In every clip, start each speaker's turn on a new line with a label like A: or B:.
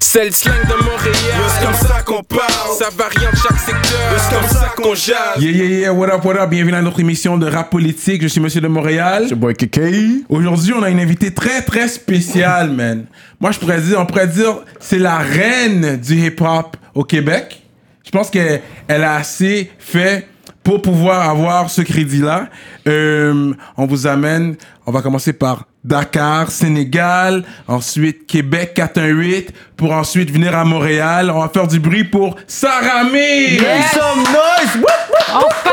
A: C'est le slang de Montréal.
B: C'est comme ça qu'on parle.
A: Ça varie en chaque secteur.
B: C'est comme ça qu'on jase.
C: Yeah, yeah, yeah, what up, what up, bienvenue à notre émission de rap politique, je suis Monsieur de Montréal.
D: Boy KK.
C: Aujourd'hui, on a une invitée très, très spéciale, man. Moi, je pourrais dire, on pourrait dire, c'est la reine du hip-hop au Québec. Je pense qu'elle elle a assez fait pour pouvoir avoir ce crédit-là. Euh, on vous amène, on va commencer par Dakar, Sénégal, ensuite Québec 418, pour ensuite venir à Montréal. On va faire du bruit pour Sarah May.
D: Make some noise! Wouh, wouh.
E: Enfin!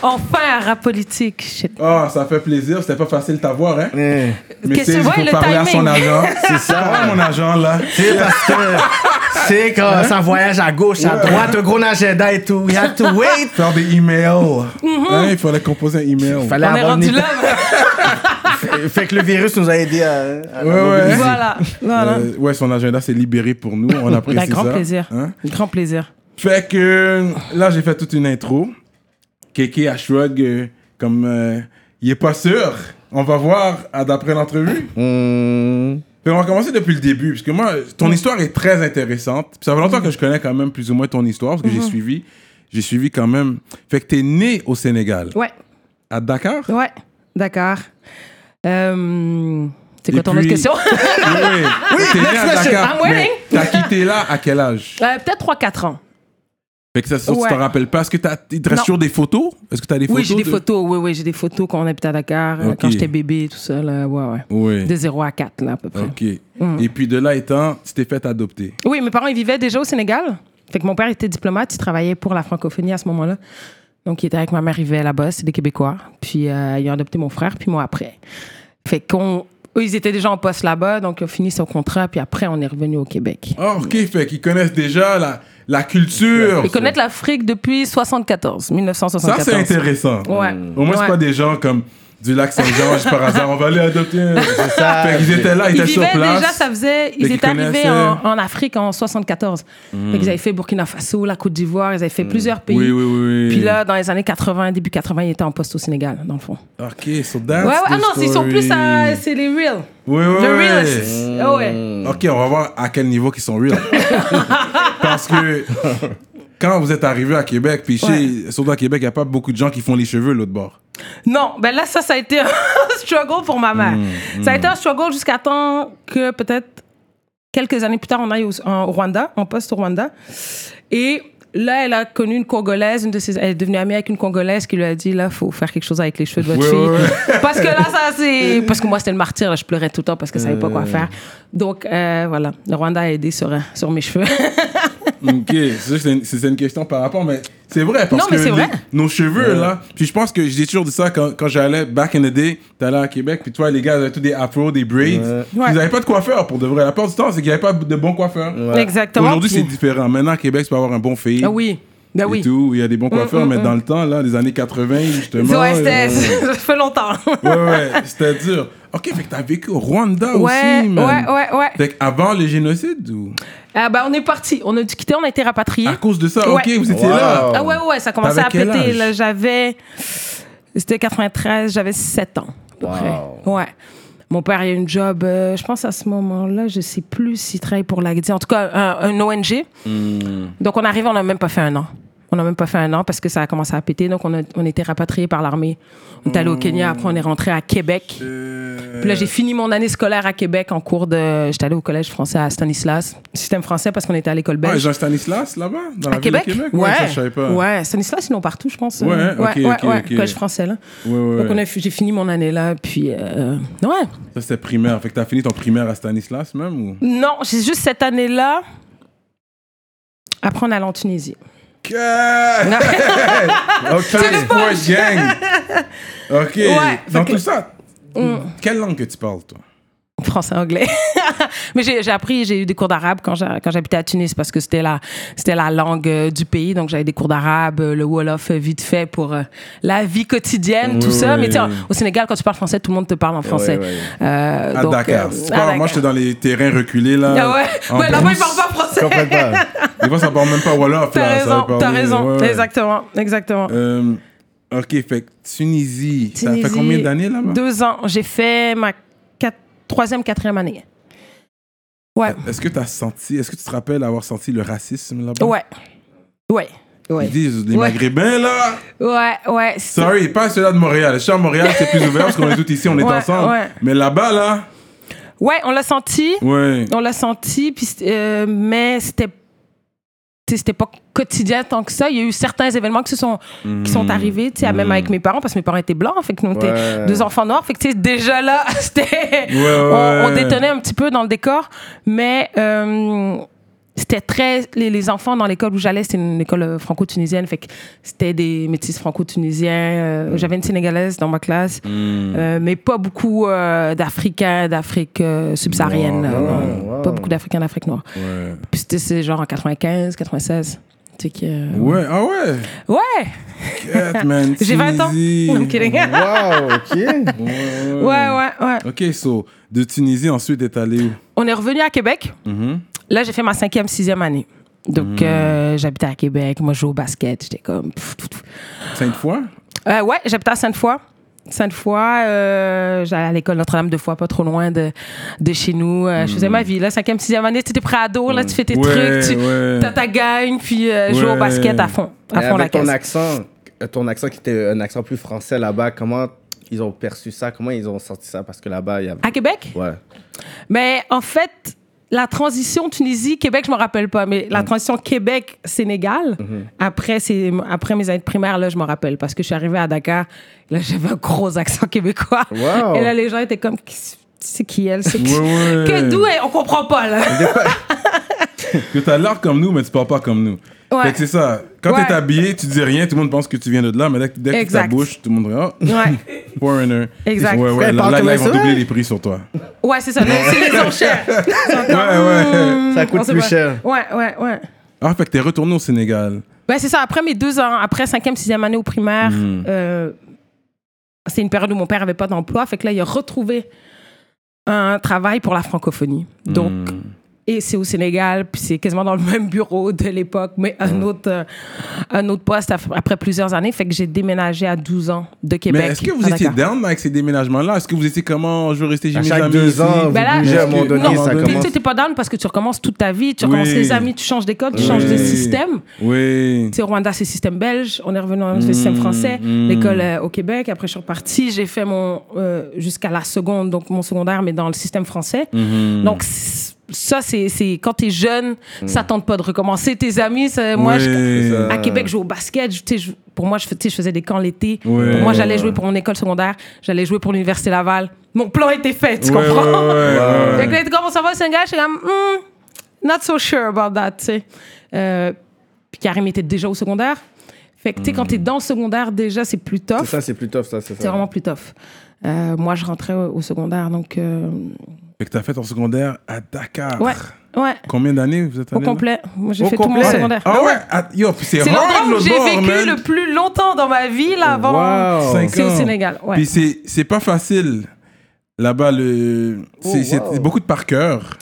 E: Enfin, un rap politique. Shit.
C: Ah, ça fait plaisir, c'était pas facile de t'avoir, hein?
D: Eh,
C: Mais
E: Qu'est-ce
C: tu sais,
E: que
C: il
E: ouais,
C: faut
E: le
C: parler à son
E: timing.
C: agent.
D: C'est ça.
C: Ah, mon agent, là.
D: C'est parce que c'est quand ça voyage à gauche, à droite, un gros agenda et tout. You have to wait.
C: Faire des emails.
E: Mm-hmm.
C: Hein, il fallait composer un email.
D: Fallait
E: On est
D: avoir
E: rendu
D: une-
E: là.
D: Fait que le virus nous a aidés à. à-
C: Ouais, ouais.
E: voilà. voilà.
C: Euh, ouais, son agenda s'est libéré pour nous. On apprécie
E: Avec grand
C: ça.
E: plaisir.
C: Hein?
E: Grand plaisir.
C: Fait que là, j'ai fait toute une intro. Kéké a shrug euh, comme euh, il est pas sûr. On va voir à d'après l'entrevue.
D: Hmm.
C: Fait on va commencer depuis le début, parce que moi, ton histoire est très intéressante. Puis ça fait longtemps que je connais quand même plus ou moins ton histoire, parce que
E: Mhm.
C: j'ai suivi. J'ai suivi quand même. Fait que t'es né au Sénégal,
E: Ouais,
C: à Dakar.
E: ouais. D'accord. Euh, c'est
C: Et
E: quoi ton
C: puis-
E: autre question?
C: Oui, oui. T'es né à
E: question.
C: Dakar.
E: I'm waiting.
C: mais T'as quitté là à quel âge
E: Euh, Peut-être 3-4 ans.
C: Fait que ça, ça,
E: Ouais.
C: tu t'en rappelles pas. Est-ce que t'as, il te reste
E: Non.
C: toujours des photos Est-ce que t'as des photos
E: Oui, j'ai des
C: de-
E: photos. Oui, oui, j'ai des photos quand on habitait à Dakar, euh,
C: Ok.
E: quand j'étais bébé, tout ça. Là. Ouais, ouais.
C: Oui.
E: De 0 à 4, là, à peu près.
C: Ok.
E: Mm.
C: Et puis de là étant, tu t'es fait adopter.
E: Oui, mes parents, ils vivaient déjà au Sénégal. Fait que mon père était diplomate, il travaillait pour la francophonie à ce moment-là. Donc, il était avec ma mère, il vivait là-bas, c'est des Québécois. Puis, euh, ils ont adopté mon frère, puis moi après. Fait qu'on. Eux, ils étaient déjà en poste là-bas, donc ils ont fini son contrat, puis après, on est revenu au Québec.
C: Ah, ok. Fait qu'ils connaissent déjà la, la culture.
E: Ils connaissent l'Afrique depuis 74,
C: Ça,
E: 1974.
C: c'est intéressant.
E: Ouais.
C: Au moins, c'est
E: Ouais.
C: pas des gens comme du lac Saint-Georges par hasard. On va aller adopter. un-
D: Ça,
C: Fait qu'ils étaient là, ils
E: Ils
C: étaient sur
E: vivaient
C: place.
E: déjà, ça faisait. Ils
C: qu'ils
E: étaient arrivés
C: connaissaient. Mm.
E: en, en Afrique en 74. Fait qu'ils avaient fait Burkina Faso, la Côte d'Ivoire, ils avaient fait plusieurs pays.
C: Oui, oui, oui. oui.
E: Puis là, dans les années 80, début 80, ils étaient en poste au Sénégal, dans le fond.
C: Ok, so that's
E: Ouais, ouais, ah
C: the
E: non, c'est- ils sont
C: story.
E: plus à. C'est les real.
C: Oui, oui,
E: The
C: oui. Mm.
E: realists. Ah ouais.
C: Ok, on va voir à quel niveau qu'ils sont real. Parce que quand vous êtes arrivé à Québec, puis chez, surtout à Québec, il n'y a pas beaucoup de gens qui font les cheveux l'autre bord.
E: Non, ben là, ça, ça a été un struggle pour ma mère.
C: Mm,
E: Ça a été un struggle jusqu'à temps que peut-être quelques années plus tard, on aille au, en- au Rwanda, en poste au Rwanda. Et là, elle a connu une Congolaise, une de ses, elle est devenue amie avec une Congolaise qui lui a dit, là, faut faire quelque chose avec les cheveux de votre
C: Ouais,
E: fille.
C: ouais,
E: Parce que là, ça, c'est... Parce que moi, c'était le martyr, là, je pleurais tout le temps parce que je savais pas
C: Euh.
E: quoi faire. Donc, euh, voilà, le Rwanda a aidé sur, euh, sur mes cheveux.
C: Ok, c'est sûr que c'est une- c'est une question par rapport, mais c'est vrai. Parce
E: Non, mais
C: que
E: c'est vrai.
C: Nos cheveux, là. Puis je pense que j'ai toujours dit ça quand, quand j'allais back in the day, t'allais à Québec, puis toi, les gars, ils avaient tous des afros, des braids. Ils
E: Ouais.
C: n'avaient pas de coiffeur pour de vrai. La plupart du temps, c'est qu'il n'y avait pas de bons coiffeurs.
E: Exactement.
C: Aujourd'hui, c'est
E: Puis-
C: différent. Maintenant, à Québec, tu peux avoir un bon fade.
E: Ah oui, ah oui.
C: Et
E: mm,
C: tout, il y a des bons coiffeurs, mais dans le temps, là, les années 80, justement.
E: Ouais, c'était.
C: euh,
E: Ça fait longtemps.
C: ouais, ouais, c'était dur. Ok, fait que t'as vécu au Rwanda
E: Ouais,
C: aussi, man.
E: ouais, ouais, ouais.
C: Fait que avant le génocide ou
E: Ah bah, on est parti. On a dû quitter, on a été rapatriés.
C: à cause de ça
E: Hein? Ouais.
C: Ok, vous étiez
D: Wow.
C: là.
E: Ah ouais, ouais, ouais, ça commençait
C: T'avais
E: à
C: quel
E: péter.
C: âge?
E: là. J'avais. C'était 93, j'avais 7 ans, à peu
D: Wow.
E: près. Ouais. Mon père il a une job, euh, je pense à ce moment-là, je sais plus s'il travaille pour la En tout cas, un, un ONG.
D: Hmm.
E: Donc, on arrive, on n'a même pas fait un an. On n'a même pas fait un an parce que ça a commencé à péter. Donc, on a, on a été rapatriés par l'armée. On est allé au Kenya, après, on est rentré à Québec.
C: Euh.
E: Puis là, j'ai fini mon année scolaire à Québec en cours de. J'étais allée au collège français à Stanislas, système français parce qu'on était à l'école
C: Ah,
E: belge.
C: Jean Stanislas là-bas, dans la
E: À
C: ville
E: Québec?
C: de Québec. ça, je savais pas.
E: Ouais, Stanislas, ils l'ont partout, je pense.
C: Ouais,
E: Euh,
C: ok, ok,
E: ouais,
C: ok.
E: Collège français, là.
C: Ouais, ouais,
E: Donc, on
C: ouais.
E: a fi- j'ai fini mon année là, puis. euh, ouais.
C: Ça c'était primaire. Fait que t'as fini ton primaire à Stanislas même ou
E: Non, c'est juste cette année-là. Après, on allait en Tunisie.
C: Ok, Boys gang. Ok.
E: Ouais,
C: dans
E: fait que- Mm.
C: tout ça, quelle langue que tu parles toi
E: Français-anglais. Mais j'ai j'ai appris, j'ai eu des cours d'arabe quand j'a- quand j'habitais à Tunis parce que c'était la, c'était la langue euh, du pays. Donc, j'avais des cours d'arabe, euh, le Wolof euh, vite fait pour euh, la vie quotidienne, tout ça.
C: ouais,
E: Mais tu sais,
C: ouais.
E: au Sénégal, quand tu parles français, tout le monde te parle en français.
D: ouais.
E: Euh,
C: À
E: donc,
C: Dakar.
E: euh,
C: C'est pas-
E: à
C: moi,
E: Dakar.
C: j'étais dans les terrains reculés là.
E: Ah ouais,
C: en
E: ouais là-bas,
C: brousse.
E: ils parlent pas français.
D: Je comprends pas.
C: Des fois, ça parle même pas Wolof.
E: T'as
C: là, ça
E: raison,
C: va parler-
E: t'as raison.
C: ouais, ouais.
E: Exactement, exactement.
C: Euh, ok, fait que Tunisie, ça fait
E: Tunisie,
C: combien d'années là-bas
E: Deux ans. J'ai fait ma quatre- troisième, quatrième année. Ouais.
C: Est-ce que tu as senti, est-ce que tu te rappelles avoir senti le racisme là-bas?
E: Ouais. Ouais.
C: Ils
E: Ouais.
C: disent les
E: Ouais.
C: Maghrébins là!
E: Ouais, ouais. c'est-
C: Sorry, pas ceux-là de Montréal. Je suis à Montréal, c'est plus ouvert parce qu'on est tous ici, on est
E: Ouais,
C: ensemble.
E: ouais.
C: Mais là-bas là,
E: Ouais, on l'a senti.
C: ouais.
E: On l'a senti, puis, c'est- euh, mais c'était tu sais, c'était pas quotidien tant que ça. Il y a eu certains événements qui, se sont, qui
C: Hmm.
E: sont arrivés, tu sais, même avec mes parents, parce que mes parents étaient blancs, fait que nous, on était
D: Ouais.
E: deux enfants noirs, fait que tu sais, déjà là, c'était... On, on
C: ouais.
E: détonnait un petit peu dans le décor, mais euh, c'était très... Les, les enfants dans l'école où j'allais, c'était une école euh, franco-tunisienne, fait que c'était des métis franco-tunisiens. euh, J'avais une Sénégalaise dans ma classe, euh, mais pas beaucoup euh, d'Africains, d'Afrique euh, subsaharienne.
C: Noir,
E: euh,
C: ouais.
E: non. Pas beaucoup d'Africains, d'Afrique noire.
C: Ouais.
E: Puis c'était c'est genre en 95, 96. Tu sais que...
C: Ouais, ah ouais!
E: Ouais!
C: Cat, man,
E: J'ai 20 ans.
C: Tunisie.
E: Non, I'm kidding.
D: Wow,
E: Ouais,
D: ok.
C: Ouais,
E: ouais, ouais.
C: Ok, so, de Tunisie, ensuite, t'es allé où?
E: On est revenu à Québec. Là, j'ai fait ma cinquième, sixième année. Donc,
C: Hmm.
E: euh, j'habitais à Québec. Moi, je jouais au basket. J'étais comme. pff, pff, pff.
C: Cinq fois?
E: Euh, ouais, j'habitais à Sainte-Foy. Sainte-Foy, euh, j'allais à l'école Notre-Dame de Foix, pas trop loin de, de chez nous. Euh, Je faisais ma vie. Là, cinquième, sixième année, tu étais prêt à dos. Là, tu fais tes
C: Hmm. Ouais,
E: trucs. Tu
C: ouais.
E: as ta gagne, puis euh, jouer au
C: Ouais.
E: basket à fond. À
D: Mais
E: fond la
D: avec ton
E: caisse.
D: accent, euh, ton accent qui était un accent plus français là-bas, comment ils ont perçu ça Comment ils ont senti ça Parce que là-bas, il y a.
E: À Québec?
D: Ouais.
E: Mais en fait, la transition Tunisie-Québec, je me rappelle pas, mais la transition Québec-Sénégal, après, c'est- après mes années de primaire, là, je m'en rappelle parce que je suis arrivée à Dakar, là, j'avais un gros accent québécois.
D: Wow.
E: Et là, les gens étaient comme, Qui- c'est qui elle? C'est qui-
C: Ouais, ouais.
E: Que d'où elle? On comprend pas, là.
C: Que t'as l'air comme nous, mais tu parles pas comme nous.
E: Ouais.
C: Fait que c'est ça. Quand
E: Ouais.
C: t'es habillé, tu dis rien, tout le monde pense que tu viens de là, mais dès, que- dès que
E: Exact.
C: ta bouche, tout le monde dirait, oh,
E: Ouais,
C: foreigner.
E: Exact.
C: Ouais, ouais,
D: Elle
C: là,
D: parle
C: là,
D: comme
C: là, ils vont
D: ça,
C: doubler
D: ouais.
C: les prix sur toi.
E: ouais c'est ça. là, C'est les enchères.
D: Ah,
C: Ouais, ouais.
D: Ça
E: hmm, On
D: coûte
E: sait
D: plus
E: pas.
D: cher.
E: Ouais, ouais, ouais.
C: Ah, fait que t'es retourné au Sénégal.
E: Ben, c'est ça. Après mes deux ans, après cinquième, sixième année au primaire,
C: Hmm.
E: euh, c'est une période où mon père avait pas d'emploi. Fait que là, il a retrouvé un travail pour la francophonie.
C: Hmm.
E: Donc, et c'est au Sénégal, puis c'est quasiment dans le même bureau de l'époque, mais un
C: Hmm.
E: autre, euh, un autre poste af- après plusieurs années. Fait que j'ai déménagé à 12 ans de Québec. Ah,
C: mais est-ce que vous
E: à
C: étiez
E: Dakar.
C: down avec ces déménagements-là? Est-ce que vous étiez comment? Je veux rester chez
D: À
C: mes
D: chaque
C: amis.
D: deux
C: ici.
D: ans, vous
E: Ben là,
D: bougez à un moment
C: non,
D: donné,
E: non,
D: ça
C: mais-
E: t'es-
D: commence.
E: tu t'es pas down parce que tu recommences toute ta vie, tu
C: Oui.
E: recommences les amis, tu changes d'école, tu changes de
C: Oui.
E: système.
C: Oui.
E: Tu sais, au Rwanda, c'est système belge. On est revenu dans le système français. L'école euh, au Québec. Après, je suis repartie. J'ai fait mon euh, jusqu'à la seconde, donc mon secondaire, mais dans le système français. Donc c- ça, c'est c'est- quand t'es jeune, ça tente pas de recommencer. Tes amis, c'est- moi, je-
C: Ouais.
E: à Québec, je jouais au basket. Je- tu sais, je- pour moi, je, fais- tu sais, je faisais des camps l'été.
C: Ouais.
E: Pour moi, j'allais jouer pour mon école secondaire. J'allais jouer pour l'université Laval. Mon plan était fait. Tu
C: Ouais,
E: comprends?
C: ouais, ouais, ouais.
E: Fait que là, il était comme, on s'en va au Sénégal. J'étais comme, Hmm, not so sure about that, tu sais. Euh, puis Karim était déjà au secondaire. Fait que, tu sais,
C: Hmm.
E: quand t'es dans le secondaire, déjà, c'est plus tough.
D: Ça, c'est plus tough, ça. C'est
E: C'est
D: ça.
E: vraiment plus tough. Euh, moi, je rentrais au au secondaire, donc... euh,
C: Fait que t'as fait ton secondaire à Dakar.
E: ouais, ouais,
C: Combien d'années vous êtes
E: au
C: allé là?
E: complet. Moi, j'ai
D: Au
E: fait tout
D: complet?
E: mon secondaire.
C: Ah
E: Ah
C: ouais? Ah, Yo, puis c'est
E: C'est
C: rare
E: l'endroit où
C: l'autre
E: j'ai
C: bord,
E: vécu
C: man.
E: le plus longtemps dans ma vie, là, avant...
D: Wow.
C: Cinq
E: C'est au
C: ans.
E: Sénégal, ouais.
C: Puis c'est- c'est pas facile. Là-bas, le... c'est c'est
D: Oh, wow.
C: beaucoup de par cœur.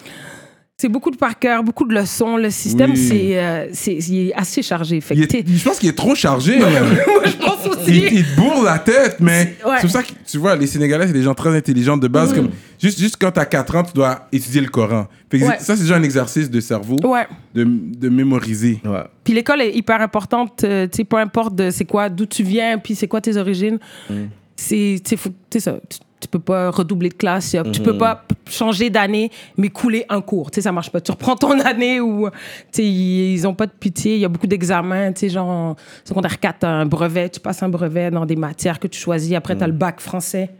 E: C'est beaucoup de par cœur, beaucoup de leçons. Le système,
C: Oui.
E: c'est euh, c'est- il est assez chargé. Fait
C: Il
E: que
C: est-
E: t'es-
C: Je pense qu'il est trop chargé. même.
E: Moi, je pense aussi.
C: il, il te bourre la tête, mais
E: C'est- ouais. Mm.
C: c'est pour ça que tu vois, les Sénégalais, c'est des gens très intelligents de base. Comme, juste, juste quand t'as 4 ans, tu dois étudier le Coran. Fait que
E: Ouais.
C: Ça, c'est déjà un exercice de cerveau
E: Ouais.
C: de, de mémoriser.
D: Ouais.
E: Puis l'école est hyper importante, euh, tu sais, peu importe de c'est quoi, d'où tu viens, puis c'est quoi tes origines.
D: Mm.
E: C'est, tu sais, faut- tu sais ça, tu, tu peux pas redoubler de classe, y a- tu
D: Mm-hmm.
E: peux pas p- changer d'année, mais couler un cours, tu sais, ça marche pas. Tu reprends ton année ou, tu sais, ils ils ont pas de pitié, il y a beaucoup d'examens, tu sais, genre, secondaire 4, t'as un brevet, tu passes un brevet dans des matières que tu choisis, après
D: Mm.
E: t'as le bac français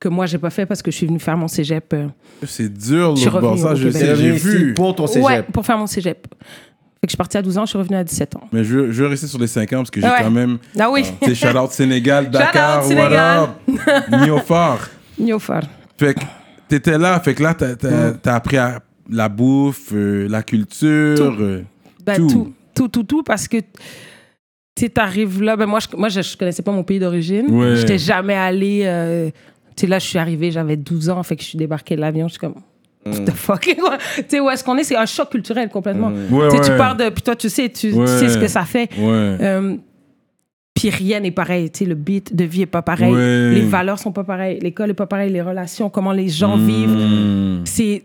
E: que moi j'ai pas fait parce que je suis venue faire mon cégep. euh,
C: C'est dur,
E: Je suis
C: le bord.
E: revenue
C: Ça,
E: au
C: je
E: Québec.
C: sais, j'ai
D: Bienvenue ici
C: vu.
D: Pour ton
E: Ouais,
D: cégep.
E: pour faire mon cégep. Fait que je suis partie à 12 ans, je suis revenue à 17 ans.
C: Mais je, veux- je veux rester sur les 5 ans parce que j'ai
E: Ouais.
C: quand même.
E: Ah oui.
C: Tu sais, shout out Sénégal, Dakar,
E: out Sénégal.
C: what up? Niofar.
E: Niofar.
C: Fait que t'étais là, fait que là, t'as, t'as- t'as appris à- la bouffe, euh, la culture. euh,
E: Ben,
C: Tout.
E: tout. tout, tout, tout, parce que tu arrives là. Ben moi, je, moi, je, je connaissais pas mon pays d'origine.
C: Ouais.
E: J'étais jamais allée. euh, tu sais, là, je suis arrivée, j'avais 12 ans, fait que je suis débarquée de l'avion, je suis comme. What
C: Mm.
E: the fuck? quoi? tu sais, où est-ce qu'on est? C'est un choc culturel complètement.
C: Ouais,
E: tu sais,
C: Mm. ouais.
E: tu pars de. Puis toi, tu sais, tu, tu
C: Ouais.
E: sais ce que ça fait.
C: Ouais.
E: Euh, puis rien n'est pareil, tu sais, le beat de vie est pas pareil,
C: Ouais.
E: les valeurs sont pas pareilles, l'école est pas pareille, les relations, comment les gens vivent,
C: Mm.
E: c'est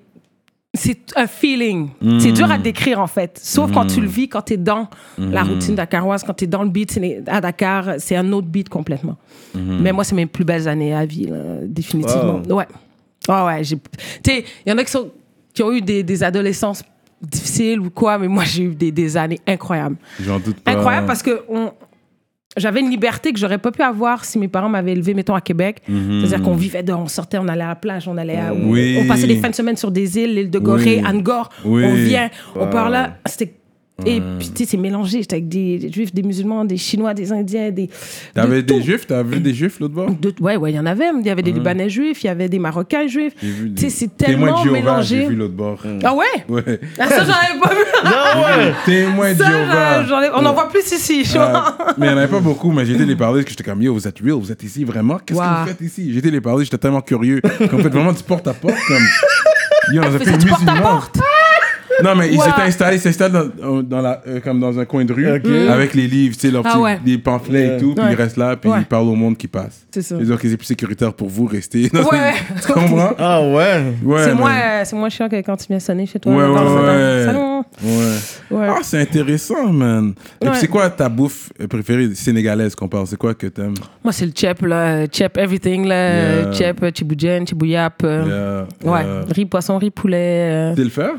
E: c'est c'est un feeling. C'est dur à décrire, en fait. Sauf quand tu le vis, quand tu es dans la routine dakaroise, quand tu es dans le beat c'est les- à Dakar, c'est un autre beat complètement. Mais moi, c'est mes plus belles années à vie, là, définitivement. Ouais. Ah ouais, j'ai. Tu sais, il y en a qui, sont, qui ont eu des, des adolescences difficiles ou quoi, mais moi, j'ai eu des, des années incroyables.
C: J'en doute pas.
E: Incroyable parce que on- j'avais une liberté que j'aurais pas pu avoir si mes parents m'avaient élevé, mettons, à Québec. C'est-à-dire qu'on vivait dehors, on sortait, on allait à la plage, on allait à-
C: Mhm. Euh, Oui.
E: On passait des fins de semaine sur des îles, l'île de Gorée,
C: Oui.
E: Angkor.
C: Oui.
E: On vient, on parle là. C'était... Et puis, tu sais, c'est mélangé. J'étais avec des, des juifs, des musulmans, des chinois, des indiens, des.
C: T'avais
E: de
C: des
E: tout.
C: juifs, t'as vu des juifs l'autre bord
E: De- ouais, ouais, il y en avait. Il y avait des Libanais juifs, il y avait des Marocains juifs.
C: J'ai vu
E: Tu
C: des- Mm.
E: sais, c'est
C: Témoin de
E: tellement
C: Jéhovah, j'ai
E: mélangé.
C: vu l'autre bord.
E: Ah ouais?
C: Ouais.
E: Ah, ça, j'en avais pas vu.
D: Ah
C: Témoin de
E: Ça,
C: Jéhovah.
E: j'en ai- On en voit plus ici. je
C: Euh,
E: vois.
C: mais il n'y en avait pas beaucoup, mais j'étais les parler parce que j'étais comme yo, vous êtes real, vous êtes ici vraiment Qu'est-ce que
E: Wow.
C: vous faites ici J'étais les parler, j'étais tellement curieux. Comme fait vraiment du porte à porte. Comme, yo, dans un
E: Faisais
C: pays
E: du
C: musulman.
E: porte-à-porte.
C: Non, mais ils
E: Wow.
C: s'étaient installés, ils s'étaient installés dans, dans la, euh, comme dans un coin de rue avec les livres, tu sais, leurs
E: Ah
C: petits-
E: ouais.
C: des pamphlets et tout, puis
E: Ouais.
C: ils restent là, puis
E: Ouais.
C: ils parlent au monde qui passe.
E: C'est ça.
C: Ils disent qu'ils c'est plus sécuritaire pour vous rester. dans
E: Ouais,
C: une-
E: ouais.
C: Tu comprends
D: Ah ouais.
C: Ouais,
E: c'est
C: mais-
E: moins, euh, c'est moins chiant que quand tu viens sonner chez toi.
C: Ouais,
E: dans-
C: ouais,
E: dans
C: ouais.
E: le salon.
C: Ouais.
E: Ouais.
C: Ah, c'est intéressant, man. Et
E: Ouais.
C: puis, c'est quoi ta bouffe euh, préférée sénégalaise qu'on parle C'est quoi que t'aimes
E: Moi, c'est le chep, là. Chep everything, là.
C: Yeah.
E: Chep, euh, chiboujen, chibouyap. euh,
C: Yeah,
E: Ouais.
C: yeah.
E: Riz poisson, riz poulet. euh.
C: Tu sais le faire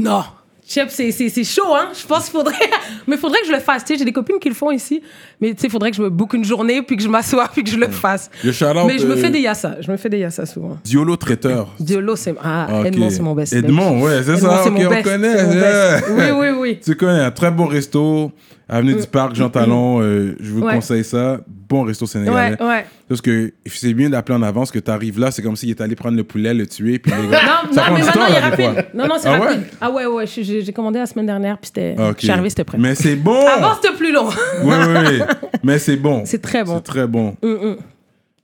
E: Non! Chep, c'est c'est- c'est chaud, hein. Je pense qu'il faudrait. Mais il faudrait que je le fasse. Tu sais, j'ai des copines qui le font ici. Mais tu sais, il faudrait que je me boucle une journée, puis que je m'assoie, puis que je le fasse.
C: Le shout-out,
E: Mais je me
C: euh,
E: fais des yassa. Je me fais des yassa souvent.
C: Diolo traiteur.
E: Diolo, c'est. Ah,
C: Ok.
E: Edmond, c'est mon best.
C: Edmond, ouais, c'est
E: Edmond,
C: ça.
E: c'est
C: ok,
E: mon
C: on
E: best, c'est
C: connaît.
E: mon
C: yeah.
E: best. Oui, oui, oui. Mm.
C: Tu connais un très bon resto, Avenue du Parc, Jean Talon. euh, je vous
E: Ouais.
C: conseille ça. Bon resto sénégalais.
E: Ouais, ouais.
C: Parce que c'est bien d'appeler en avance que tu arrives là, c'est comme s'il est allé prendre le poulet, le tuer. Puis les gars,
E: Non,
C: ça prend
E: non, mais
C: du temps,
E: maintenant, il est
C: là, des
E: rapide.
C: fois.
E: Non, non, c'est
C: Ah ouais? Ah,
E: rapide. Ah ouais, ouais, je- je- j'ai commandé la semaine dernière, puis c'était.
C: Ok.
E: Je suis arrivé, c'était prêt.
C: Mais c'est bon.
E: Avant, c'était plus long.
C: Oui, oui, oui. Mais c'est bon.
E: C'est très bon. Mm,
C: C'est très bon.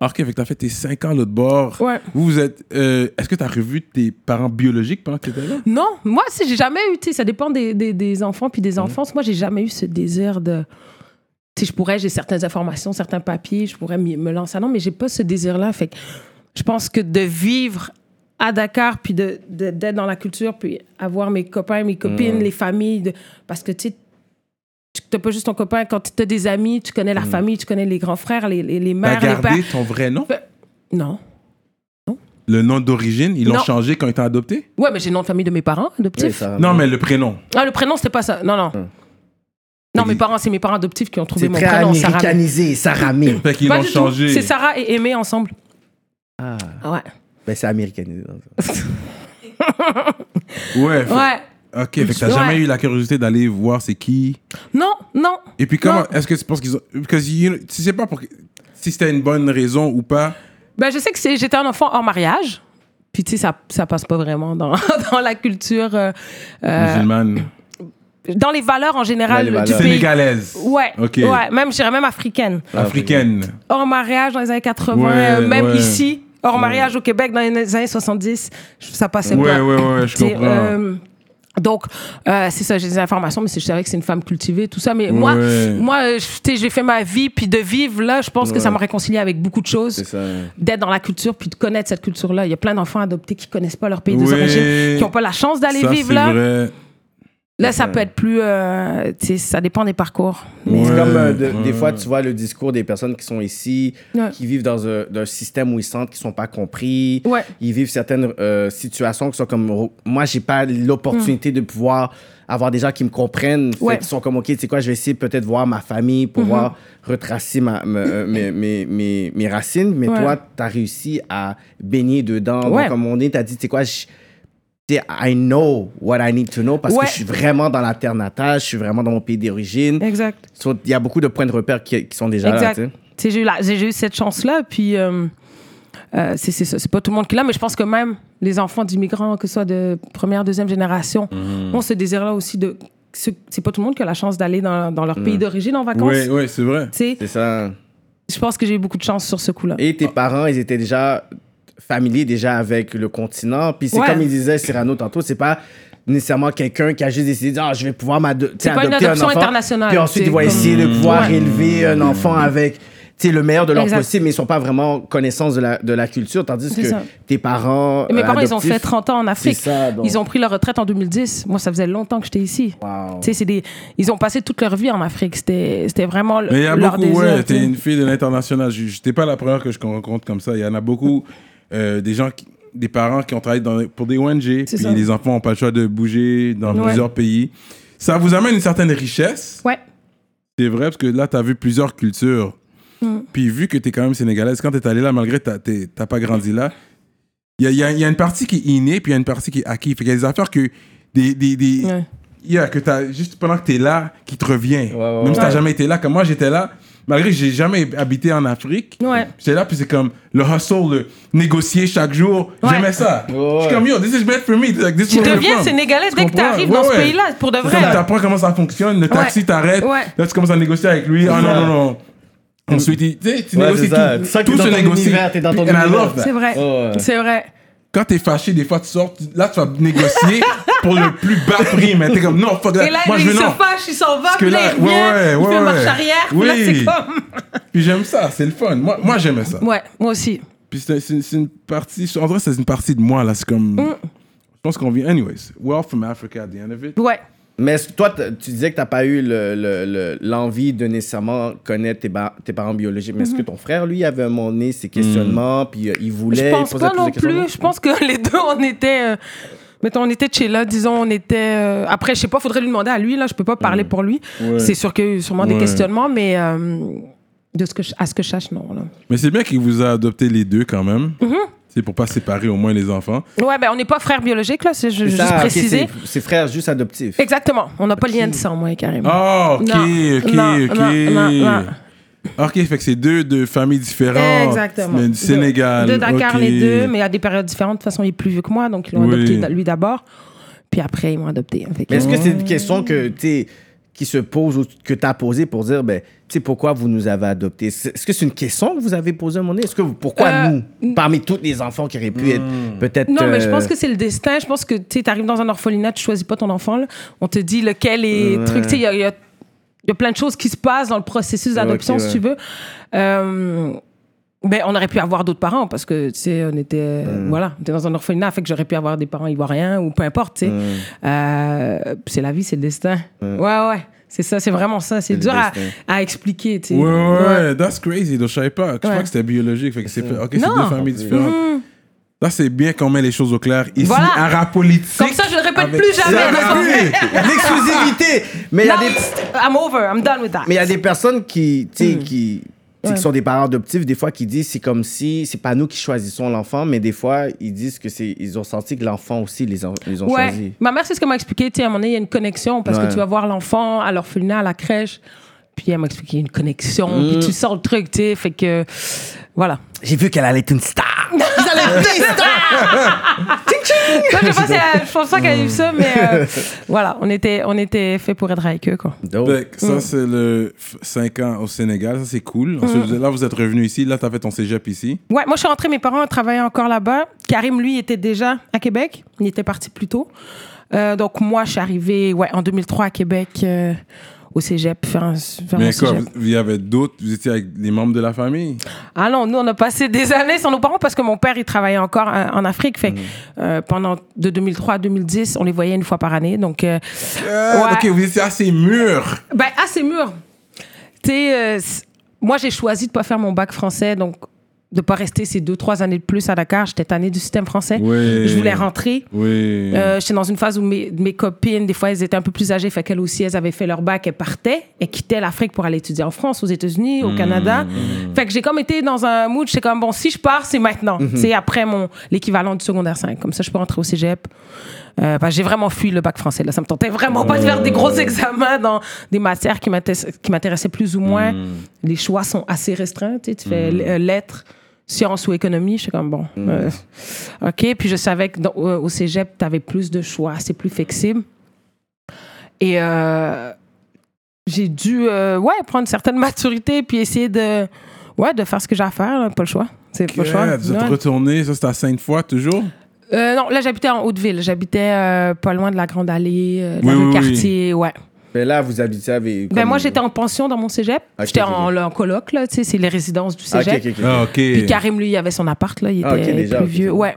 C: Ok, fait que t'as fait tes 5 ans à l'autre bord.
E: Ouais.
C: Vous, vous êtes. euh, Est-ce que t'as revu tes parents biologiques pendant que t'étais là?
E: Non, moi, si j'ai jamais eu, tu sais, ça dépend des, des, des enfants puis des enfances. Moi, j'ai jamais eu ce désir de. Tu sais, je pourrais, j'ai certaines informations, certains papiers, je pourrais m'y- me lancer. Ah Non, mais j'ai pas ce désir-là. Fait que je pense que de vivre à Dakar, puis de- de- d'être dans la culture, puis avoir mes copains, mes copines, les familles, de- parce que tu sais, tu n'as pas juste ton copain, quand tu as des amis, tu connais la famille, tu connais les grands frères, les, les, les
C: T'as
E: mères, les
C: gardé
E: pères.
C: ton vrai nom?
E: Non.
C: Le nom d'origine, ils l'ont
E: Non.
C: changé quand ils t'ont adopté?
E: Ouais, mais j'ai le nom de famille de mes parents adoptifs.
D: Oui, ça-
C: Non, mais le prénom.
E: Ah, le prénom, c'était pas ça. Non, non.
C: Hum.
E: Non, mes parents, c'est mes parents adoptifs qui ont trouvé
D: C'est
E: mon
D: très
E: prénom, Sarah.
D: américanisé, Sarah May.
C: Fait qu'ils
E: Pas
C: l'ont
E: du tout.
C: changé.
E: C'est Sarah et Aimé ensemble.
D: Ah.
E: Ah Ouais.
D: Ben c'est américanisé.
C: Ouais. fait-
E: Ouais.
C: Ok, fait que t'as
E: Ouais.
C: jamais eu la curiosité d'aller voir c'est qui?
E: Non, non.
C: Et puis comment? Est-ce que tu penses qu'ils ont. Because you- tu sais pas pour... si c'était une bonne raison ou pas.
E: Ben, je sais que c'est- j'étais un enfant hors mariage. Puis, tu sais, ça, ça passe pas vraiment dans, dans la culture, euh, euh,
C: Musulmane.
E: dans les valeurs en
D: Ouais,
E: général
D: les
E: du
D: valeurs.
E: pays.
C: Sénégalaise.
E: Ouais.
C: Ok.
E: Ouais. Même, je dirais même africaine.
C: Africaine.
E: hors mariage dans les années 80,
C: Ouais,
E: euh, même
C: ouais.
E: ici, hors mariage au Québec dans les années 70, je- ça passait
C: Ouais,
E: pas.
C: ouais, ouais, je
E: T'sais,
C: comprends.
E: euh, donc, euh, c'est ça, j'ai des informations, mais c'est- je savais que c'est une femme cultivée, tout ça. Mais moi,
C: Ouais.
E: moi euh, je- t'sais, j'ai fait ma vie, puis de vivre là, je pense que ça m'a réconcilié avec beaucoup de choses.
D: C'est ça.
E: D'être dans la culture, puis de connaître cette culture-là. Il y a plein d'enfants adoptés qui connaissent pas leur pays
C: Ouais.
E: d'origine, qui n'ont pas la chance d'aller
C: Ça,
E: vivre
C: c'est
E: là.
C: vrai.
E: Là, ça peut être plus. euh, t'sais, ça dépend des parcours.
D: Mais c'est
C: Ouais,
D: comme euh, de-
C: ouais.
D: des fois, tu vois le discours des personnes qui sont ici,
E: Ouais.
D: qui vivent dans un, dans un système où ils sentent qu'ils sont pas compris.
E: Ouais.
D: Ils vivent certaines euh, situations qui sont comme oh, moi, j'ai pas l'opportunité de pouvoir avoir des gens qui me comprennent,
E: Mm. Ouais. Mm-hmm.
D: qui sont comme ok, tu sais quoi, je vais essayer peut-être voir ma famille, pouvoir retracer ma, me- euh, mes, mes, mes, mes racines. Mais
E: Ouais.
D: toi, tu as réussi à baigner dedans.
E: Ouais.
D: Donc, comme on est, tu as dit, tu sais quoi, je- tu sais, I know what I need to know parce
E: Ouais.
D: que je suis vraiment dans la terre natale, je suis vraiment dans mon pays d'origine.
E: Exact.
D: So, Il y a beaucoup de points de repère qui, qui sont déjà là.
E: Exact.
D: tu sais.
E: Tu sais, J'ai eu, la- j'ai- j'ai eu cette chance-là, puis euh, euh, c'est c'est ça. C'est pas tout le monde qui l'a, mais je pense que même les enfants d'immigrants, que ce soit de première, deuxième génération,
C: Mhm.
E: ont ce désir-là aussi de. ce- C'est pas tout le monde qui a la chance d'aller dans, dans leur pays d'origine en vacances.
C: Ouais, ouais, Mhm. c'est vrai.
E: Tu sais,
D: C'est ça.
E: Je pense que j'ai eu beaucoup de chance sur ce coup-là.
D: Et tes parents, ils étaient déjà familiers déjà avec le continent. Puis c'est
E: Ouais.
D: comme il disait Cyrano tantôt, c'est pas nécessairement quelqu'un qui a juste décidé de dire, Ah, je vais pouvoir m'adopter
E: pas une
D: adopter un
E: adoption
D: enfant.
E: internationale,
D: Puis ensuite,
E: c'est
D: ils vont
E: comme-
D: essayer de pouvoir
E: Ouais.
D: élever un enfant avec tu sais, le meilleur de leur
E: Exact.
D: possible, mais ils sont pas vraiment connaissance de la, de la culture, tandis
E: C'est
D: que
E: ça.
D: tes parents.
E: Et
D: euh,
E: Mes parents, ils ont
D: adoptifs,
E: fait 30 ans en Afrique.
D: C'est ça, donc.
E: Ils ont pris leur retraite en 2010. Moi, ça faisait longtemps que j'étais ici.
D: Wow.
E: Tu sais, c'est des... Ils ont passé toute leur vie en Afrique. C'était c'était vraiment le-
C: Mais il y a
E: leur
C: beaucoup,
E: désir.
C: ouais,
E: tu sais.
C: t'es une fille de l'international. Je n'étais pas la première que je rencontre comme ça. Il y en a beaucoup, euh, des gens, qui- des parents qui ont travaillé dans- pour des ONG,
E: C'est
C: puis
E: ça.
C: les enfants n'ont pas le choix de bouger dans
E: Ouais.
C: plusieurs pays. Ça vous amène une certaine richesse,
E: Ouais.
C: c'est vrai, parce que là, tu as vu plusieurs cultures.
E: Mm.
C: Puis vu que tu es quand même sénégalaise, quand tu es allée là, malgré que tu n'as pas grandi là, il y a, il y a- il y a une partie qui est innée, puis il y a une partie qui est acquise. Fait qu'il y a des affaires que... Des, des, des,
E: Ouais.
C: Yeah, que t'as juste pendant que t'es là, qui te revient.
D: ouais,
C: Même si t'as
E: ouais.
C: jamais été là, comme moi j'étais là, malgré que j'ai jamais habité en Afrique,
E: Ouais.
C: j'étais là puis c'est comme le hustle, le négocier chaque jour.
E: Ouais.
C: J'aimais ça. Je suis comme yo, this is bad for me. Like, this is
E: Tu
C: where I'm
E: deviens
C: from.
E: sénégalaise
C: Tu
E: dès que
C: comprends?
E: t'arrives
C: Ouais,
E: dans ce
C: ouais.
E: pays-là, pour de
C: C'est
E: vrai.
C: comme T'apprends comment ça fonctionne, le taxi
E: Ouais.
C: t'arrête,
E: Ouais.
C: là tu commences à négocier avec lui. Ah non non non. Ensuite, il- tu sais, tu
D: Ouais,
C: négocies
D: c'est ça.
C: tout.
D: Tu sens que
C: tout
D: t'es
C: se
D: dans ton
C: négocie.
D: univers, t'es dans ton
C: And I love
D: univers.
C: that
E: C'est vrai.
D: Oh, ouais.
E: C'est vrai.
C: quand t'es fâché, des fois, tu sors, tu- là, tu vas négocier pour le plus bas prix, mais t'es comme, non, fuck that.
E: Et là,
C: Moi, je
E: lui,
C: veux
E: il
C: non.
E: se fâche, il s'en va,
C: Parce que
E: puis là,
C: là,
E: il revient,
C: ouais, ouais,
E: il fait
C: ouais,
E: marche
C: ouais.
E: arrière, puis là,
C: Oui.
E: c'est comme...
C: Puis j'aime ça, c'est le fun. Moi, moi j'aimais ça.
E: Ouais, moi aussi.
C: Puis c'est c'est- c'est une partie, en vrai, c'est une partie de moi, là. C'est comme,
E: Mm.
C: je pense qu'on vit, anyways, we're all from Africa at the end of it.
E: Ouais.
D: Mais est-ce- toi, t- tu disais que t'as pas eu le- le- le- l'envie de nécessairement connaître tes, ba- tes parents biologiques. Mais est-ce que ton frère, lui, avait mené ses questionnements, puis euh, il voulait.
E: Mm-hmm. Mm. Je pense
D: il posait
E: pas
D: plus de
E: non
D: questionnements?
E: plus. Je pense que les deux, on était. euh, mettons, on était chez là, disons, on était. euh, après, je sais pas, faudrait lui demander à lui, là, je peux pas parler pour lui.
C: Ouais.
E: C'est sûr qu'il y a eu sûrement
C: Ouais.
E: des questionnements, mais euh, de ce que je- à ce que je sache, non. Là.
C: Mais c'est bien qu'il vous a adopté les deux, quand même.
E: Mm-hmm.
C: C'est pour pas séparer au moins les enfants.
E: Ouais, ben, on n'est pas frères biologiques, là, c'est
D: C'est
E: ju- juste
D: ça, ok,
E: préciser.
D: c'est- C'est frère juste adoptif.
E: Exactement, on n'a pas le lien de sang, moi, carrément.
C: Ah, ok,
E: Non,
C: ok,
E: non,
C: ok.
E: non, non,
C: Ok, fait que c'est deux de familles différentes.
E: Exactement.
C: Du Sénégal.
E: De, de Dakar,
C: ok.
E: les deux, mais à des périodes différentes. De toute façon, il est plus vieux que moi, donc ils l'ont
C: Oui.
E: adopté da- lui d'abord. Puis après, ils m'ont adopté. hein, Fait que-
D: Mais est-ce que c'est une question que tu qui se pose ou que tu as posée pour dire ben tu sais pourquoi vous nous avez adoptés C'est- Est-ce que c'est une question que vous avez posée à un moment donné Est-ce que vous- pourquoi
E: Euh, Hmm.
D: nous parmi tous les enfants qui auraient pu être peut-être
E: Non, mais je
D: euh,
E: pense que c'est le destin. Je pense que tu arrives dans un orphelinat, tu choisis pas ton enfant. là. On te dit lequel est
D: Ouais.
E: truc. Tu sais, il y a, il y a- il y a plein de choses qui se passent dans le processus d'adoption,
D: ok,
E: si tu veux. Euh, mais on aurait pu avoir d'autres parents parce que, tu sais, on était,
D: Hmm.
E: euh, voilà, on était dans un orphelinat, fait que j'aurais pu avoir des parents ivoiriens ou peu importe, tu sais.
D: Hmm.
E: Euh, c'est la vie, c'est le destin. Ouais, ouais. C'est ça, c'est vraiment ça. C'est
D: le
E: dur à,
D: destin.
E: à expliquer, tu sais.
C: Ouais, ouais,
E: Ouais.
C: ouais, that's crazy, though, je savais pas. Je crois
E: Ouais.
C: que c'était biologique. Fait que c'est ok, c'est
E: Non. Mm-hmm.
C: deux familles différentes. Là, c'est bien qu'on met les choses au clair. Ici,
E: Voilà.
C: à rap politique.
E: Comme ça, je le répète
C: avec-
E: plus jamais.
D: Ah, oui, l'exclusivité Mais il y a
E: Non,
D: des
E: it's- I'm over, I'm done with that.
D: mais il y a des personnes qui tu sais qui tu sais,
E: Mm. Ouais.
D: qui sont des parents adoptifs, des fois qui disent c'est comme si c'est pas nous qui choisissons l'enfant, mais des fois ils disent que c'est ils ont senti que l'enfant aussi les, ont- les ont
E: Ouais.
D: choisis.
E: Ma mère, c'est ce qu'elle m'a expliqué. Tu sais, à un moment donné, il y a une connexion parce
D: Ouais.
E: que tu vas voir l'enfant à l'orphelinat, à la crèche. Puis elle m'a expliqué qu'il y a une connexion.
D: Mm.
E: Puis tu sors le truc, tu sais. Fait que. Voilà.
D: J'ai vu qu'elle allait être une star.
E: Toi, je pense, que- je pense pas qu'elle a eu ça, mais
D: Mm.
E: euh, voilà, on était, on était fait pour être avec eux, quoi.
D: Donc,
C: Fait que
E: Mm.
C: ça, c'est le 5 ans au Sénégal. Ça, c'est cool. Ensuite, vous êtes- là, vous êtes revenu ici. Là, t'as fait ton cégep ici.
E: Ouais, moi, je suis rentrée, mes parents travaillaient encore là-bas. Karim, lui, était déjà à Québec. Il était parti plus tôt. Euh, donc, moi, je suis arrivée ouais, en 2003 à Québec, euh, au cégep, faire un, faire mon
C: Mais quoi,
E: cégep.
C: vous- il y avait d'autres. Vous étiez avec les membres de la famille.
E: Ah non, nous, on a passé des années sans nos parents parce que mon père, il travaillait encore euh, en Afrique. Fait que,
C: Mm.
E: euh, pendant de 2003 à 2010, on les voyait une fois par année. Donc, euh,
C: Euh,
E: Ouais.
C: Ok, vous étiez assez mûrs.
E: ben, assez mûr. Tu sais, euh, c- moi, j'ai choisi de pas faire mon bac français, donc de pas rester ces deux, trois années de plus à Dakar. J'étais tannée du système français.
C: Ouais.
E: Je voulais rentrer.
C: Oui.
E: Euh, J'étais dans une phase où mes, mes copines, des fois, elles étaient un peu plus âgées, fait qu'elles aussi, elles avaient fait leur bac, elles partaient, elles quittaient l'Afrique pour aller étudier en France, aux États-Unis, au Canada. Fait que j'ai comme été dans un mood, j'étais comme, bon, si je pars, c'est maintenant. C'est après mon l'équivalent du secondaire 5. Comme ça, je peux rentrer au cégep. Euh, parce que j'ai vraiment fui le bac français. Là, ça me tentait vraiment pas de faire des gros examens dans des matières qui m'intéress- qui m'intéressaient plus ou moins. Les choix sont assez restreints. Tu, sais, tu fais euh, lettres, sciences ou économie. Je suis comme bon. euh, OK. Puis je savais que dans- euh, au cégep, tu avais plus de choix. C'est plus flexible. Et euh, j'ai dû euh, ouais, prendre une certaine maturité puis essayer de, ouais, de faire ce que j'ai à faire. là. Pas le choix. C'est pas le choix.
C: Yeah, vous êtes
E: Ouais.
C: retourné. Ça, c'était à Sainte-Foy, toujours.
E: Euh, non, là, j'habitais en Haute-Ville. J'habitais euh, pas loin de la Grande Allée, euh, de
C: Oui,
E: la rue
C: oui, oui.
E: Cartier, ouais.
D: Mais ben là, vous habitez avec.
E: Ben moi, j'étais en pension dans mon cégep.
D: euh, Ah, Ok,
E: j'étais
D: ok.
E: en, là, en coloc, là, tu sais, c'est les résidences du
D: Ah,
E: cégep.
D: ok, ok, ok.
C: Ah, ok.
E: Puis Karim, lui, il avait son appart, là, il était
D: Ah, ok, déjà,
E: plus
D: ok,
E: vieux.
D: ok.
E: Ouais.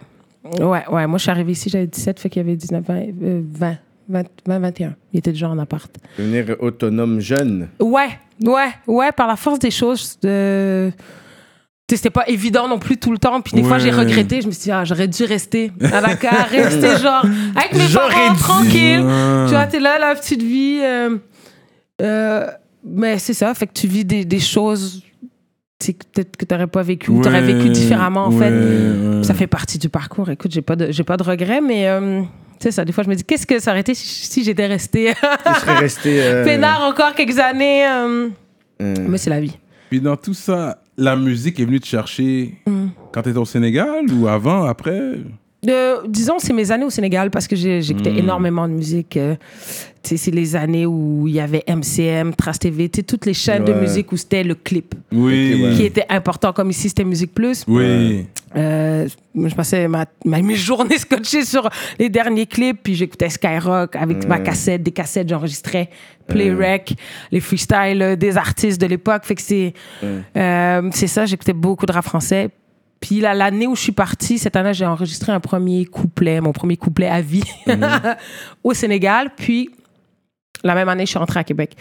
E: ouais, ouais, moi, je suis arrivée ici, j'avais 17, fait qu'il y avait 19, 20, euh, 20, 20, 20, 21. Il était déjà en appart.
D: Devenir autonome jeune.
E: Ouais, ouais, ouais, par la force des choses, de... tu sais, c'était pas évident non plus tout le temps. Puis des fois,
C: Ouais.
E: j'ai regretté. Je me suis dit, ah, j'aurais dû rester à la gare, rester genre avec mes
D: J'aurais
E: parents,
D: dû.
E: tranquille.
C: Ouais.
E: Tu vois, t'es là, la petite vie. euh, euh, mais c'est ça, fait que tu vis des, des choses tu sais, que peut-être que t'aurais pas vécu ou t'aurais
C: Ouais,
E: vécu différemment, en fait.
C: ouais, ouais.
E: Ça fait partie du parcours. Écoute, j'ai pas de, j'ai pas de regrets, mais... euh, tu sais ça, des fois, je me dis, qu'est-ce que ça aurait été si, si j'étais restée euh,
D: Je
E: Ah,
D: serais resté. euh,
E: peinard encore quelques années euh,
D: euh,
E: mais c'est la vie.
C: Puis dans tout ça, la musique est venue te chercher
E: Mm.
C: quand t'étais au Sénégal ou avant, après
E: Euh, disons, c'est mes années au Sénégal parce que j'ai- j'écoutais
C: Hmm.
E: énormément de musique. euh, tu sais, c'est les années où il y avait MCM, Trace TV, tu sais, toutes les chaînes de
D: Ouais.
E: musique où c'était le clip
C: Oui.
D: ouais.
E: qui était important. Comme ici, c'était Musique Plus.
C: Oui.
E: Euh, je passais ma, ma- mes journées scotchées sur les derniers clips, puis j'écoutais Skyrock avec ma cassette, des cassettes, j'enregistrais Playrec, les freestyles euh, des artistes de l'époque. Fait que c'est euh, c'est ça, j'écoutais beaucoup de rap français. Puis là, l'année où je suis partie, cette année, j'ai enregistré un premier couplet, mon premier couplet à vie au Sénégal. Puis la même année, je suis rentrée à Québec.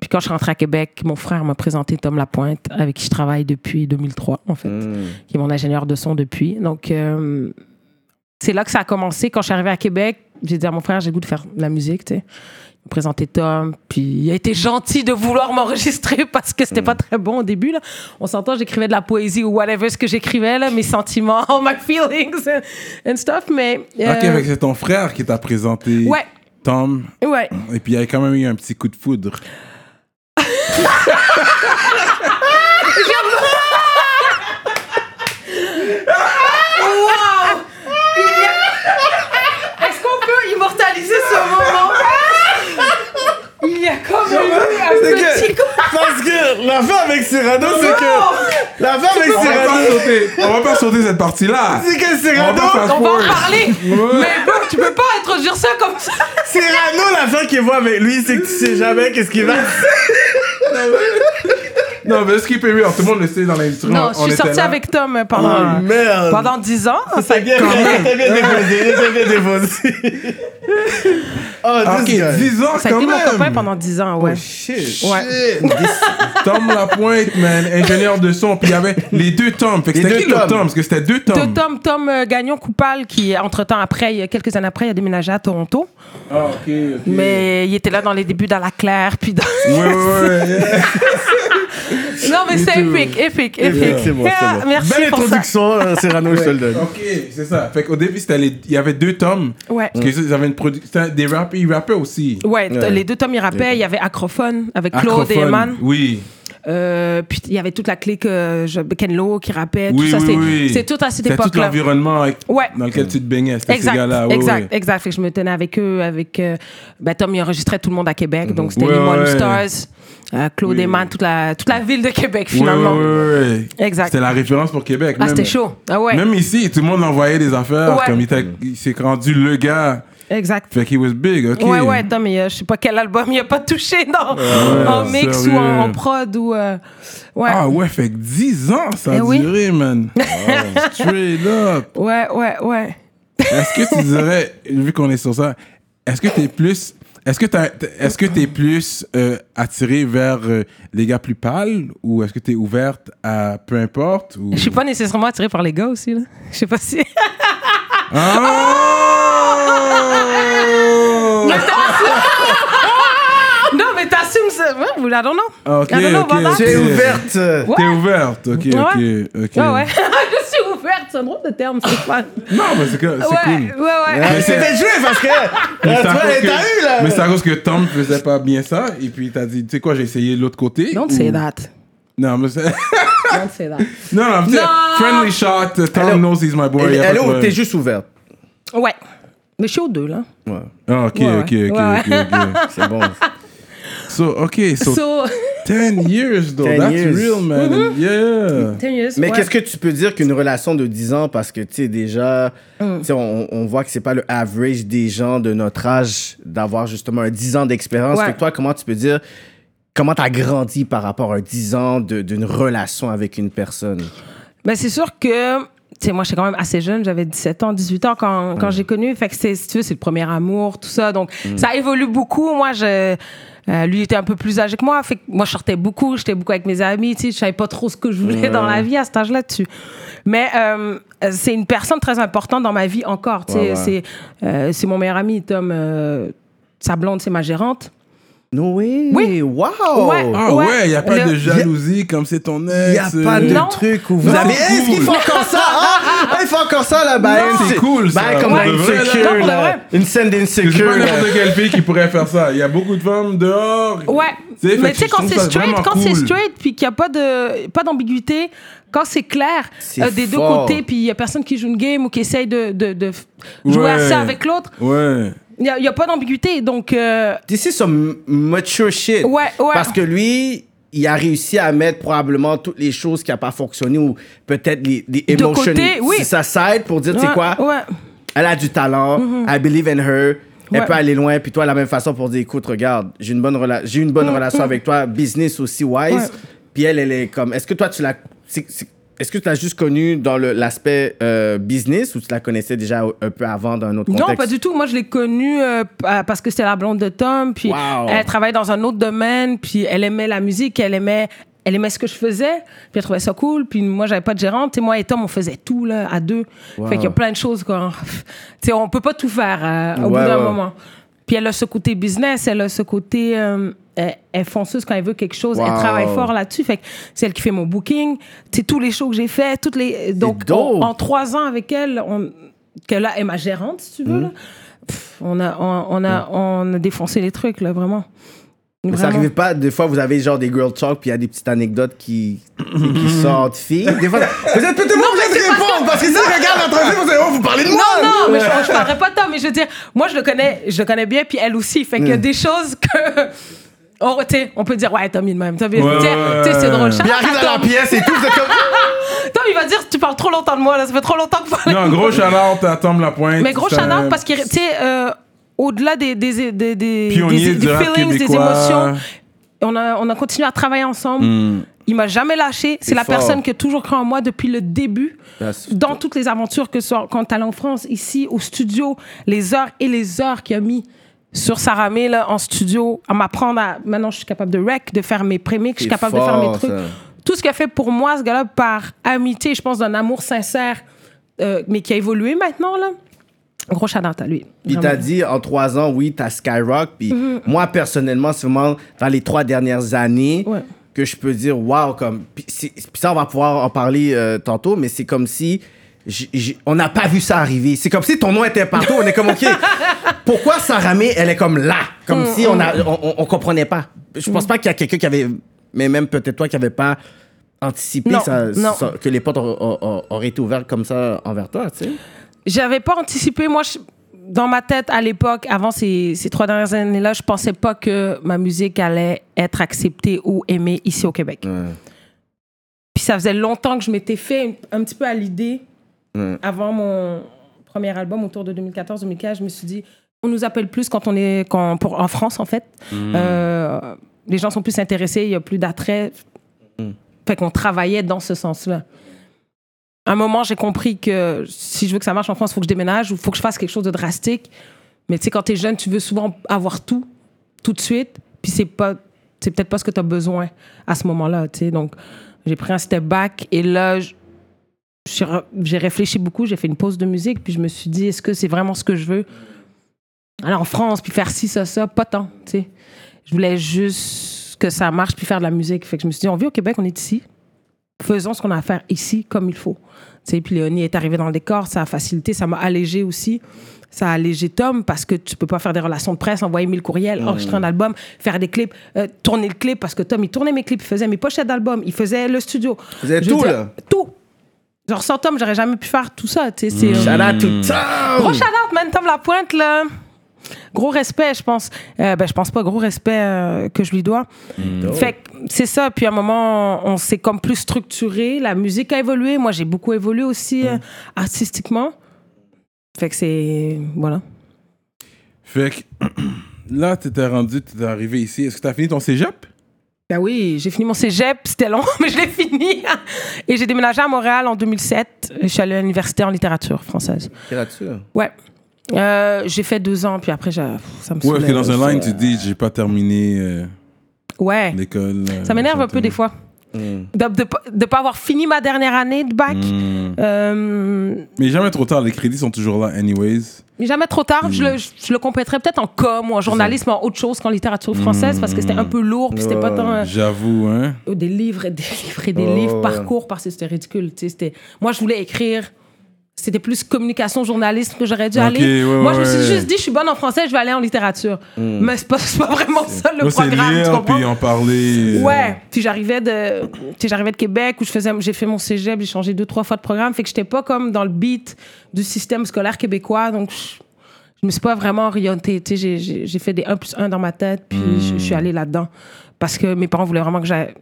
E: Puis quand je suis rentrée à Québec, mon frère m'a présenté Tom Lapointe, avec qui je travaille depuis 2003, en fait
D: hmm.
E: qui est mon ingénieur de son depuis. Donc, euh, c'est là que ça a commencé. Quand je suis arrivée à Québec, j'ai dit à mon frère, j'ai le goût de faire de la musique, tu sais. Il m'a présenté Tom, puis il a été gentil de vouloir m'enregistrer parce que
D: Mm.
E: c'était pas très bon au début, là. On s'entend, j'écrivais de la poésie ou whatever ce que j'écrivais, là, mes sentiments, my feelings and, and stuff, mais...
C: Ok,
E: euh,
C: fait que c'est ton frère qui t'a présenté.
E: Ouais.
C: Tom.
E: ouais.
C: Et puis il y a quand même eu un petit coup de foudre.
E: Est-ce qu'on peut immortaliser ce moment? Il y a comme un
D: C'est que-
E: petit coup...
D: Parce que la fin avec Cyrano, c'est que. La fin avec
C: On va pas
D: Cyrano,
C: sauter. On va pas sauter cette partie-là.
D: c'est que Cyrano.
C: On va pas
E: On va en
C: fast-forward.
E: parler!
C: Ouais.
E: Mais bon, tu peux pas introduire ça comme ça!
D: Cyrano, la fin qu'il voit avec lui, c'est que tu sais jamais qu'est-ce qu'il va.
C: Non, mais ce qui est pire, tout le monde le sait dans l'industrie.
E: Non,
C: on-
E: je
C: on
E: suis
C: était
E: sortie
C: là. Ah,
E: avec Tom euh,
D: Oh
E: pendant,
D: merde.
E: pendant 10 ans.
D: C'est bien,
E: Quand
D: bien,
E: même.
D: t'as bien déposé, t'as bien déposé. Oh,
C: Ok,
D: this guy.
C: 10 ans
E: Ça a
C: quand
E: été mon copain
C: même.
E: pendant 10 ans, ouais.
D: Shit.
E: Ouais.
D: Shit.
C: Tom Lapointe, man, ingénieur de son. Puis il y avait les deux Tom. Fait que
D: Les
C: c'était
D: deux
C: qui le Tom
D: Tom
C: Parce que c'était deux Tom.
E: De Tom, Tom euh, Gagnon Coupal, qui, entre-temps, après, il y a quelques années après, il a déménagé à Toronto.
C: Ah, ok, ok.
E: Mais il était là dans les débuts d'Ala Claire, puis dans...
C: Ouais, ouais, ouais.
E: Non, mais c'est épique, épique, épique.
D: C'est bon, c'est
E: Ah,
D: bon.
E: Merci
D: Belle
E: pour ça.
D: introduction, euh, Cyrano, je te le donne.
C: Ok, c'est ça. Fait qu'au début, c'était les- il y avait deux tomes.
E: Ouais.
C: Parce
D: Mm.
C: qu'ils avaient une production. c'était Des rappeurs, ils rappaient aussi.
E: Ouais, t-
D: Ouais.
E: les deux Tom, ils rappaient. Il y avait Acrophone avec Claude et
C: Acrophone.
E: Eman.
C: Oui.
E: Euh, puis il y avait toute la clique euh, je- Ken Lo qui rappait. tout
C: Oui,
E: ça,
C: oui,
E: c'est-
C: oui.
E: c'est tout à cette
C: C'était tout
E: époque-là.
C: l'environnement avec-
E: Ouais.
C: dans lequel tu te baignais. C'était ces
E: Exact,
C: gars-là. ouais,
E: exact,
C: ouais.
E: exact. Fait que je me tenais avec eux, avec euh, ben, Tom, il enregistrait tout le monde à Québec, donc c'était
C: Ouais,
E: les One
C: ouais.
E: Stars, euh, Claude
C: Oui.
E: Eman, toute la toute la ville de Québec finalement.
C: Ouais, ouais, ouais, ouais.
E: Exact.
C: C'était la référence pour Québec.
E: Ah,
C: même.
E: c'était chaud. Ah ouais.
C: Même ici, tout le monde envoyait des affaires.
E: Ouais.
C: Comme il,
D: Mm.
C: était- il s'est rendu le gars.
E: Exact.
C: Fait qu'il was big. Ok.
E: Ouais, ouais, Tom, il, euh, je sais pas quel album il a pas touché non, en mix
C: Ah, sérieux.
E: ou en, en prod ou. euh, ouais.
C: Ah ouais, fait que 10 ans ça a
E: Eh oui.
C: duré, man. Straight up.
E: ouais, ouais, ouais.
C: Est-ce que tu dirais, vu qu'on est sur ça, est-ce que t'es plus, est-ce que t'as- t'as- est-ce que t'es plus euh, attiré vers euh, les gars plus pâles ou est-ce que t'es ouverte à peu importe ou...
E: Je suis pas nécessairement attirée par les gars aussi, là. Je sais pas si.
C: Ah! Oh!
E: non, mais t'assumes ça. Ouais, ou I don't know.
C: Ok,
E: I don't know
C: ok,
E: about that.
C: ok.
D: J'ai ouverte. euh,
C: T'es ouverte, ok,
E: Ouais.
C: ok, ok.
E: Ah ouais. je suis ouverte, c'est un drôle de terme, c'est fun.
C: Non, mais c'est que- c'est
E: Ouais,
C: cool.
E: ouais, ouais.
D: Mais
C: c'est-
D: c'était joué parce que. euh,
C: Mais c'est à
D: Toi,
C: cause que-
D: Ah, t'as eu là.
C: mais c'est à cause que Tom faisait pas bien ça et puis t'as dit, tu sais quoi, j'ai essayé de l'autre côté.
E: Don't
C: ou-
E: say
D: Mm.
E: that.
C: Non, mais c'est...
E: Don't say that.
C: Non, non, tu sais,
E: Non.
C: friendly shot, uh, Tom
D: Allô.
C: knows he's my boy.
D: Elle-
C: y a pas de
D: elle est où
C: problème.
D: t'es juste ouverte.
E: Ouais. Mais je suis aux deux, là.
D: Ouais,
C: Ah, ok,
E: Ouais,
C: ok,
E: ouais.
C: ok,
E: Ouais,
C: ok, ok.
D: c'est bon.
C: So, ok, so,
E: So,
C: 10 years, though.
D: 10
C: That's
D: years. Mm-hmm.
C: real, man. Yeah.
D: Mais qu'est-ce que tu peux dire qu'une relation de 10 ans, parce que, tu sais, déjà, tu sais, on, on voit que c'est pas le average des gens de notre âge d'avoir justement un 10 ans d'expérience.
E: Ouais.
D: Fait que Toi, comment tu peux dire, comment t'as grandi par rapport à un 10 ans de- d'une relation avec une personne?
E: Ben, c'est sûr que, tu sais, moi, j'étais quand même assez jeune, j'avais 17 ans, 18 ans quand, quand j'ai connu. Fait que, c'est- si tu veux, c'est le premier amour, tout ça. Donc,
D: Mm.
E: ça évolue beaucoup. Moi, je. euh, lui était un peu plus âgé que moi, fait que moi je sortais beaucoup, j'étais beaucoup avec mes amis, tu sais, je savais pas trop ce que je voulais dans la vie à cet âge-là dessus. Mais euh, euh, c'est une personne très importante dans ma vie encore, tu sais,
D: Ouais, ouais.
E: c'est euh, c'est mon meilleur ami Tom, euh, sa blonde c'est ma gérante.
D: No way!
E: Oui.
D: Wow!
E: Ouais.
C: Ah ouais, il n'y a pas
E: Le-
C: de jalousie comme c'est ton ex. euh,
D: Il y a pas de
E: Non.
D: truc où vous
C: Non.
D: avez.
C: C'est
D: Est-ce qu'ils
C: cool.
D: font encore ça? hein? Ah, ils font encore ça là-bas.
C: Non. C'est cool, ça,
D: Ben, comme
C: pour
D: dans
C: de vrai, là.
E: Non, pour
D: Insecure,
E: de
D: là.
E: vrai.
D: Une scène
C: C'est
D: d'insecure,
C: pas
D: là.
C: n'importe quelle fille qui pourrait faire ça. Il y a beaucoup de femmes dehors.
E: Ouais,
C: Tu sais, fait
E: mais
C: que
E: tu sais,
C: je
E: quand
C: trouve
E: c'est
C: ça
E: straight,
C: vraiment
E: quand c'est
C: cool.
E: straight, puis qu'il n'y a pas de pas d'ambiguïté, quand c'est clair
D: C'est
E: euh, des deux
D: fort.
E: côtés, puis il n'y a personne qui joue une game ou qui essaye de, de, de f- jouer à
C: Ouais.
E: ça avec l'autre,
C: Ouais.
E: il n'y a, pas d'ambiguïté. Donc, euh,
D: This is some mature shit.
E: Ouais, ouais.
D: Parce que lui, il a réussi à mettre probablement toutes les choses qui n'ont pas fonctionné ou peut-être les, les
E: De
D: emotions.
E: côté, oui.
D: Ça s'aide pour dire, tu sais
E: ouais,
D: quoi,
E: ouais. Mm-hmm.
D: elle a du talent, I believe in her. Elle
E: Ouais.
D: peut aller loin, puis toi, de la même façon pour dire, écoute, regarde, j'ai une bonne, rela- j'ai une bonne relation avec toi, business aussi wise.
E: Mm-hmm. Ouais.
D: Puis elle, elle est comme, est-ce que toi, tu l'as. c'est- c'est- Est-ce que tu l'as juste connue dans le- l'aspect euh, business ou tu la connaissais déjà un peu avant dans un autre contexte?
E: Non, pas du tout. Moi, je l'ai connue euh, p- euh, parce que c'était la blonde de Tom, puis
D: Wow.
E: elle travaillait dans un autre domaine, puis elle aimait la musique, elle aimait. Elle aimait ce que je faisais, puis elle trouvait ça cool. Puis moi, j'avais pas de gérante. Et moi et Tom, on faisait tout là, à deux. Fait qu'il y a plein de choses. qu'on- Tu sais, on peut pas tout faire euh, au bout
D: Ouais,
E: d'un
D: ouais.
E: moment. Puis elle a ce côté business, elle a ce côté. euh, elle, elle est fonceuse quand elle veut quelque chose. Elle
D: Wow.
E: travaille fort là-dessus. Fait que c'est elle qui fait mon booking. Tu sais, tous les shows que j'ai fait, toutes les. Donc,
D: dope.
E: on- en trois ans avec elle, on, que là, est ma gérante, si tu veux,
D: Hmm.
E: là. Pff, on, a, on, on a, on a défoncé les trucs, là, vraiment.
D: Mais ça
E: Vraiment.
D: arrive pas, des fois vous avez genre des girl talk puis il y a des petites anecdotes qui, qui, qui sortent filles. Des fois, vous êtes peut-être pas obligé de répondre parce que si je regarde l'entrevue, vous allez voir, vous parlez de moi.
E: Non, non, mais je, je parlerai pas de toi, mais je veux dire, moi, je le connais, je le connais bien, puis elle aussi. Fait qu'il y
D: Hmm.
E: a des choses que. On, tu sais, on peut dire, ouais, Tom, il est de même. Tom, il-
C: Ouais,
E: tu sais,
C: ouais,
E: tu sais, c'est
C: ouais.
E: drôle. Shout
D: Il
E: out
D: arrive
E: à
D: dans la
E: Tom.
D: pièce et tout, vous êtes comme.
E: Tom, il va dire, tu parles trop longtemps de moi, là, ça fait trop longtemps que vous parlez.
C: Non, gros shout-out à Tom Lapointe.
E: Mais gros
C: C'est un
E: shout-out parce que, tu sais, euh, au-delà des, des, des, des,
C: Pionnier
E: des,
C: du
E: des
C: rap
E: feelings, des
C: québécois.
E: émotions, on a, on a continué à travailler ensemble.
C: Hmm.
E: Il m'a jamais lâché. C'est
D: C'est
E: la
D: fort.
E: personne qui a toujours cru en moi depuis le début.
D: That's-
E: Dans toutes les aventures, que ce soit quand allais en France, ici, au studio, les heures et les heures qu'il a mis sur Saramé, là, en studio, à m'apprendre à. Maintenant, je suis capable de rec, de faire mes prémix, je
D: C'est
E: suis capable de faire
D: fort,
E: mes trucs.
D: ça.
E: Tout ce qu'il a fait pour moi, ce gars-là, par amitié, je pense, d'un amour sincère, euh, mais qui a évolué maintenant, là. Gros shout à lui.
D: Il t'a
E: Vraiment. Mm-hmm.
D: dit en trois ans, oui, t'as skyrock. Puis moi, personnellement, c'est vraiment dans les trois dernières années
E: Ouais.
D: que je peux dire, waouh, comme. Puis c'est- puis ça, on va pouvoir en parler euh, tantôt, mais c'est comme si. j- j- on n'a pas vu ça arriver. C'est comme si ton nom était partout. On est comme, OK, pourquoi Saramé, elle est comme là? Comme
E: Mm,
D: si on, a, on, on- on comprenait pas. Je pense pas qu'il y a quelqu'un qui avait. Mais même peut-être toi qui n'avais pas anticipé
E: Non,
D: ça-
E: non.
D: ça- que les portes aur- aur- aur- auraient été ouvertes comme ça envers toi, tu sais.
E: J'avais pas anticipé. Moi, je- dans ma tête, à l'époque, avant ces, ces trois dernières années-là, je pensais pas que ma musique allait être acceptée ou aimée ici au Québec. Puis ça faisait longtemps que je m'étais fait une- un petit peu à l'idée, avant mon premier album, autour de 2014-2015, je me suis dit, on nous appelle plus quand on est quand, pour, en France, en fait. Euh, les gens sont plus intéressés, il y a plus d'attrait. Fait qu'on travaillait dans ce sens-là à un moment, j'ai compris que si je veux que ça marche en France, il faut que je déménage ou il faut que je fasse quelque chose de drastique. Mais tu sais, quand t'es jeune, tu veux souvent avoir tout, tout de suite, puis c'est pas, c'est peut-être pas ce que t'as besoin à ce moment-là, tu sais. Donc, j'ai pris un step back et là, je- j'ai re- j'ai réfléchi beaucoup, j'ai fait une pause de musique, puis je me suis dit, est-ce que c'est vraiment ce que je veux Aller en France, puis faire ci, ça, ça, pas tant, tu sais. Je voulais juste que ça marche, puis faire de la musique. Fait que je me suis dit, on vit au Québec, on est ici, faisons ce qu'on a à faire ici comme il faut. Tu sais, puis Léonie est arrivée dans le décor, ça a facilité, ça m'a allégé aussi. Ça a allégé Tom parce que tu peux pas faire des relations de presse, envoyer 1000 courriels, enregistrer un album, faire des clips, euh, tourner le clip parce que Tom, il tournait mes clips, il faisait mes pochettes d'albums, il faisait le studio.
D: Vous avez
E: Je veux
D: tout,
E: dire,
D: là.
E: Tout. Genre, sans Tom, j'aurais jamais pu faire tout ça. Tu sais, c'est. euh,
D: Shout out to Tom!
E: Gros shout-out, man, Tom Lapointe, là. Gros respect, je pense. Euh, ben, je pense pas, gros respect euh, que je lui dois. Fait que c'est ça. Puis à un moment, on s'est comme plus structuré. La musique a évolué. Moi, j'ai beaucoup évolué aussi euh, artistiquement. Fait que c'est. Voilà.
C: Fait que là, t'étais rendu, t'es arrivé ici. Est-ce que t'as fini ton cégep?
E: Ben oui, j'ai fini mon cégep, c'était long, mais je l'ai fini. Et j'ai déménagé à Montréal en 2007. Je suis allée à l'université en littérature française.
D: Littérature.
E: Ouais. Euh, j'ai fait deux ans, puis après, j'ai- ça me
C: Ouais, parce que
E: saoulait,
C: dans
E: ça.
C: un line, tu dis, j'ai pas terminé euh,
E: Ouais.
C: l'école. euh,
E: Ça m'énerve un peu
C: chanter.
E: des fois. De ne pas avoir fini ma dernière année de bac.
C: Hmm.
E: Euh,
C: Mais jamais trop tard, les crédits sont toujours là, anyways.
E: mais jamais trop tard. Je,
C: Hmm.
E: le, je- je le compléterais peut-être en com ou en journalisme, en autre chose qu'en
C: Hmm.
E: littérature française, parce que c'était un peu lourd, puis c'était pas tant. euh,
C: J'avoue, hein.
E: Euh, des livres et des livres et des
D: Oh,
E: livres
D: ouais.
E: par cours parce que c'était ridicule. tu sais, c'était- Moi, je voulais écrire. C'était plus communication, journalisme que j'aurais dû
C: Ok,
E: aller.
C: ouais,
E: Moi, je me
C: ouais,
E: suis
C: ouais. Hmm.
E: juste dit, je suis bonne en français, je vais aller en littérature. Mais c'est pas, c'est pas vraiment ça le
C: Moi, c'est
E: programme, tu
C: lire,
E: comprends?
C: puis en parler. euh,
E: Ouais, puis j'arrivais de, tu sais, j'arrivais de Québec où je faisais, j'ai fait mon cégep, j'ai changé deux trois fois de programme, fait que j'étais pas comme dans le beat du système scolaire québécois, donc je, je me suis pas vraiment orientée. Tu sais, j'ai- j'ai j'ai fait des 1 plus 1 dans ma tête, puis je, je suis allée là-dedans parce que mes parents voulaient vraiment que j'a- que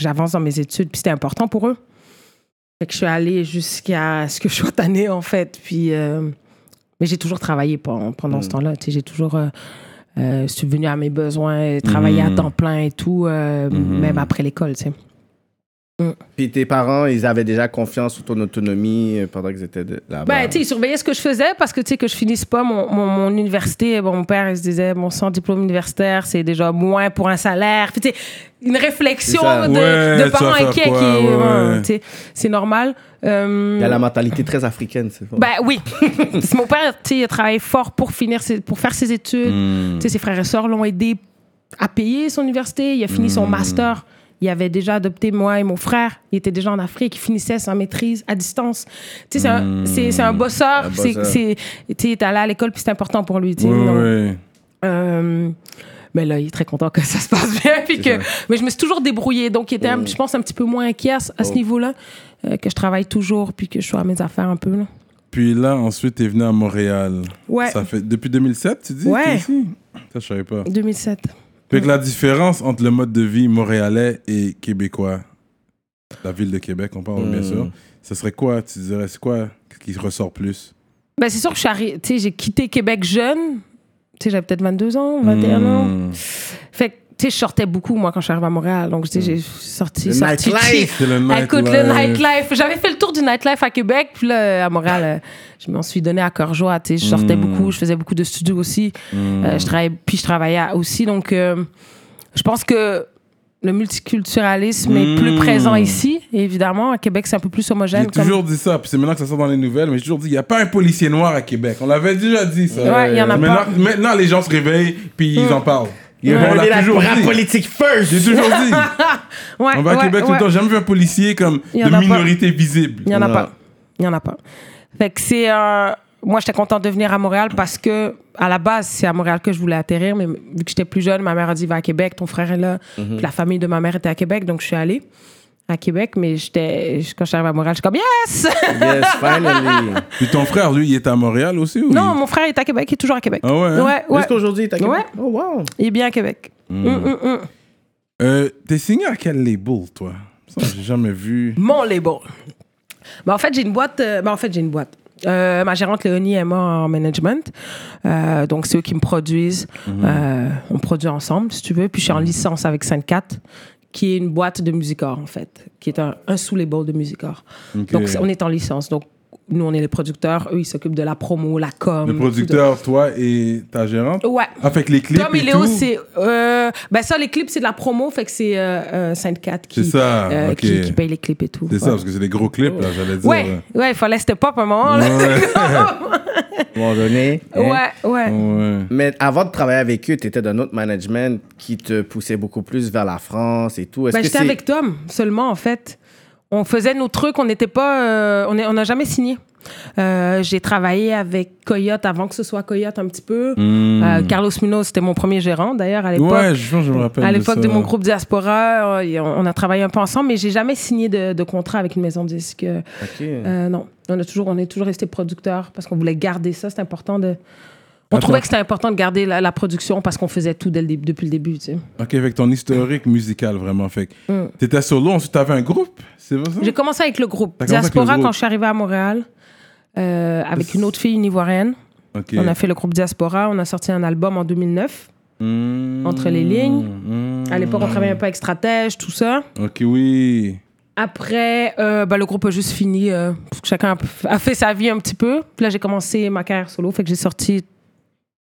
E: j'avance dans mes études, puis c'était important pour eux. Fait que je suis allée jusqu'à ce que je sois tannée en fait, puis euh, mais j'ai toujours travaillé pendant, pendant ce temps-là. Tu sais, j'ai toujours euh, euh, subvenu à mes besoins, travaillé à temps plein et tout, euh, même après l'école, tu sais.
D: Puis tes parents, ils avaient déjà confiance en ton autonomie euh, pendant qu'ils étaient de- là-bas.
E: Ben, tu sais, ils surveillaient ce que je faisais parce que, tu sais, que je finisse pas mon, mon, mon université. Bon, mon père, il se disait, bon, sans diplôme universitaire, c'est déjà moins pour un salaire. Puis, tu sais, une réflexion
D: C'est ça.
E: de,
C: Ouais,
E: de
C: tu vas
E: parents
C: faire
E: inquiets
C: quoi,
E: qui...
C: ouais,
E: ouais,
C: ouais.
E: tu sais, c'est normal. Euh,
D: Il y a la mentalité très africaine, c'est vrai.
E: Ben oui. Parce que mon père, tu sais, il a travaillé fort pour, finir ses- pour faire ses études. Tu sais, ses frères et sœurs l'ont aidé à payer son université. Il a fini son master. Il avait déjà adopté moi et mon frère. Il était déjà en Afrique. Il finissait sa maîtrise à distance. Tu sais, c'est un- c'est c'est un bosseur.
D: Un
E: C'est-
D: bosseur.
E: c'est- Tu sais, il est allé à l'école, puis c'est important pour lui. tu sais.
C: Ouais,
E: Donc,
C: ouais.
E: euh, mais là, il est très content que ça se passe bien. Puis que, mais je me suis toujours débrouillée. Donc, il était, un- je pense, un petit peu moins inquiet à, ce- à ce niveau-là. euh, que je travaille toujours, puis que je sois à mes affaires un peu. Là.
C: Puis là, ensuite, t'es venu à Montréal.
E: Ouais.
C: Ça fait depuis 2007, tu dis?
E: Ouais.
C: t'es ici? Ça, je savais pas.
E: 2007.
C: Fait que la différence entre le mode de vie montréalais et québécois, la ville de Québec, on parle bien sûr, ce serait quoi? Tu dirais, c'est quoi qui ressort plus?
E: Ben, c'est sûr que je suis arri- tu sais, j'ai quitté Québec jeune. Tu sais, j'avais peut-être 22 ans, 21 ans.
C: Mm.
E: Fait que, tu sais, je sortais beaucoup, moi, quand je suis arrivée à Montréal. Donc, tu sais, j'ai sorti.
D: Le
E: sorti
D: nightlife.
C: C'est le
E: Ah,
C: Hmm. nightlife.
E: Écoute, le nightlife. J'avais fait le tour du nightlife à Québec, puis là, à Montréal, euh, je m'en suis donné à cœur joie. Tu sais, je
C: Hmm.
E: sortais beaucoup, je faisais beaucoup de studios aussi. Euh, je travaillais, puis je travaillais à- aussi. Donc, euh, je pense que le multiculturalisme est plus
C: Mm.
E: présent ici, évidemment. À Québec, c'est un peu plus homogène.
C: J'ai toujours dit ça, puis c'est maintenant que ça sort dans les nouvelles, mais j'ai toujours dit, il n'y a pas un policier noir à Québec. On l'avait déjà dit, ça.
E: Ouais, il y en a
C: maintenant,
E: pas. Hmm.
C: maintenant, les gens se réveillent, puis ils en parlent.
D: Il y
C: On l'a
D: avait la
C: toujours
D: rap
C: dit.
D: politique first!
C: J'ai toujours dit.
E: Ouais,
C: On va à
E: ouais,
C: Québec tout
E: ouais.
C: le temps. J'ai jamais vu un policier comme
E: Il y
C: de
E: en a pas.
C: minorité visible.
E: Il n'y en a
D: Ouais.
E: pas. Il n'y en a pas. Fait que c'est un- Moi, j'étais contente de venir à Montréal parce que, à la base, c'est à Montréal que je voulais atterrir, mais vu que j'étais plus jeune, ma mère a dit va à Québec, ton frère est là.
C: Mhm.
E: Puis la famille de ma mère était à Québec, donc je suis allée à Québec, mais j'étais quand je suis arrivée à Montréal, je suis comme yes
D: Yes, finally!
C: Puis ton frère, lui, il est à Montréal aussi ou
E: Non,
C: il-
E: mon frère est à Québec, il est toujours à Québec.
C: Ah ouais, hein?
E: ouais, ouais.
D: Jusqu'aujourd'hui, t'as
E: Ouais.
D: Oh, wow!
E: Il est bien à Québec. Hum, hum, hum.
C: Euh, T'es signé à quel label, toi Ça, j'ai jamais vu.
E: Mon label. Ben, en fait, j'ai une boîte. euh, ben, en fait, j'ai une boîte. Euh, ma gérante Léonie est moi en management. Euh, donc, c'est eux qui me produisent.
C: Mhm.
E: Euh, on produit ensemble, si tu veux. Puis, je suis en licence avec 54 qui est une boîte de Musicor, en fait, qui est un, un sous-label de Musicor.
C: Ok.
E: Donc, c'est- on est en licence. Donc, nous, on est les producteurs. Eux, ils s'occupent de la promo, la com.
C: Le producteur, toi et ta gérante
E: tout de- Ouais.
C: Avec les clips
E: Tom
C: et
E: et Léo,
C: tout?
E: c'est. euh, ben, ça, les clips, c'est de la promo. Fait que c'est euh, euh, 54 qui,
C: C'est ça,
E: euh,
C: ok.
E: qui, qui paye les clips et tout.
C: C'est ça,
E: Ouais.
C: parce que c'est des gros clips, là, j'allais dire.
E: Ouais, ouais, il fallait step up un moment. là.
C: Ouais,
D: À un moment donné, hein.
E: Ouais, Ben, ouais.
C: ouais.
D: Mais avant de travailler avec eux, t'étais d'un autre management qui te poussait beaucoup plus vers la France et tout. Est-ce
E: Ben,
D: que
E: j'étais
D: c'est-
E: avec Tom seulement, en fait. On faisait nos trucs, on n'était pas. euh, on n'a on a jamais signé. Euh, J'ai travaillé avec Coyote avant que ce soit Coyote un petit peu. Euh, Carlos Munoz, c'était mon premier gérant d'ailleurs à l'époque.
C: Ouais, je, pense que je me rappelle.
E: à l'époque de
C: ça.
E: mon groupe Diaspora, euh, et on on a travaillé un peu ensemble, mais j'ai jamais signé de, de contrat avec une maison de disque.
D: Ok.
E: Euh, non, on, a toujours, on est toujours resté producteur parce qu'on voulait garder ça. C'est important de. On
C: Attends.
E: trouvait que c'était important de garder la, la production parce qu'on faisait tout dès le dé- depuis le début, tu sais.
C: Ok, avec ton historique musical, vraiment. Fait que
E: Mm.
C: t'étais solo, ensuite t'avais un groupe, c'est vrai ça?
E: J'ai commencé avec le groupe
C: T'as commencé avec le
E: Diaspora
C: groupe.
E: quand je suis arrivée à Montréal euh, avec une autre fille, une Ivoirienne.
C: Ok.
E: On a fait le groupe Diaspora, on a sorti un album en 2009.
C: Hmm,
E: entre les lignes.
C: hmm.
E: À l'époque, on travaillait un peu avec Stratège, tout ça.
C: Ok, oui.
E: Après, euh, bah, le groupe a juste fini euh, parce que chacun a- a fait sa vie un petit peu. Puis là, j'ai commencé ma carrière solo, fait que j'ai sorti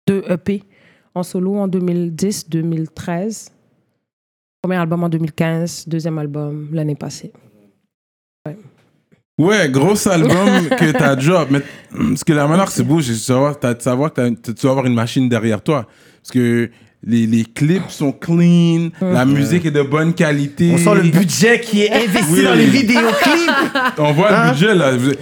E: deux EP en solo en 2010-2013. Premier album en 2015, deuxième album l'année passée.
C: Ouais, gros album que t'as drop. Mais parce que la manière que c'est beau, c'est de savoir, t'as- de savoir que t'as- tu vas avoir une machine derrière toi. Parce que les, les clips sont clean, la musique est de bonne qualité.
D: On sent le budget qui est investi
C: Oui.
D: dans les vidéoclips.
C: On voit
D: Hein?
C: le budget là. Vous-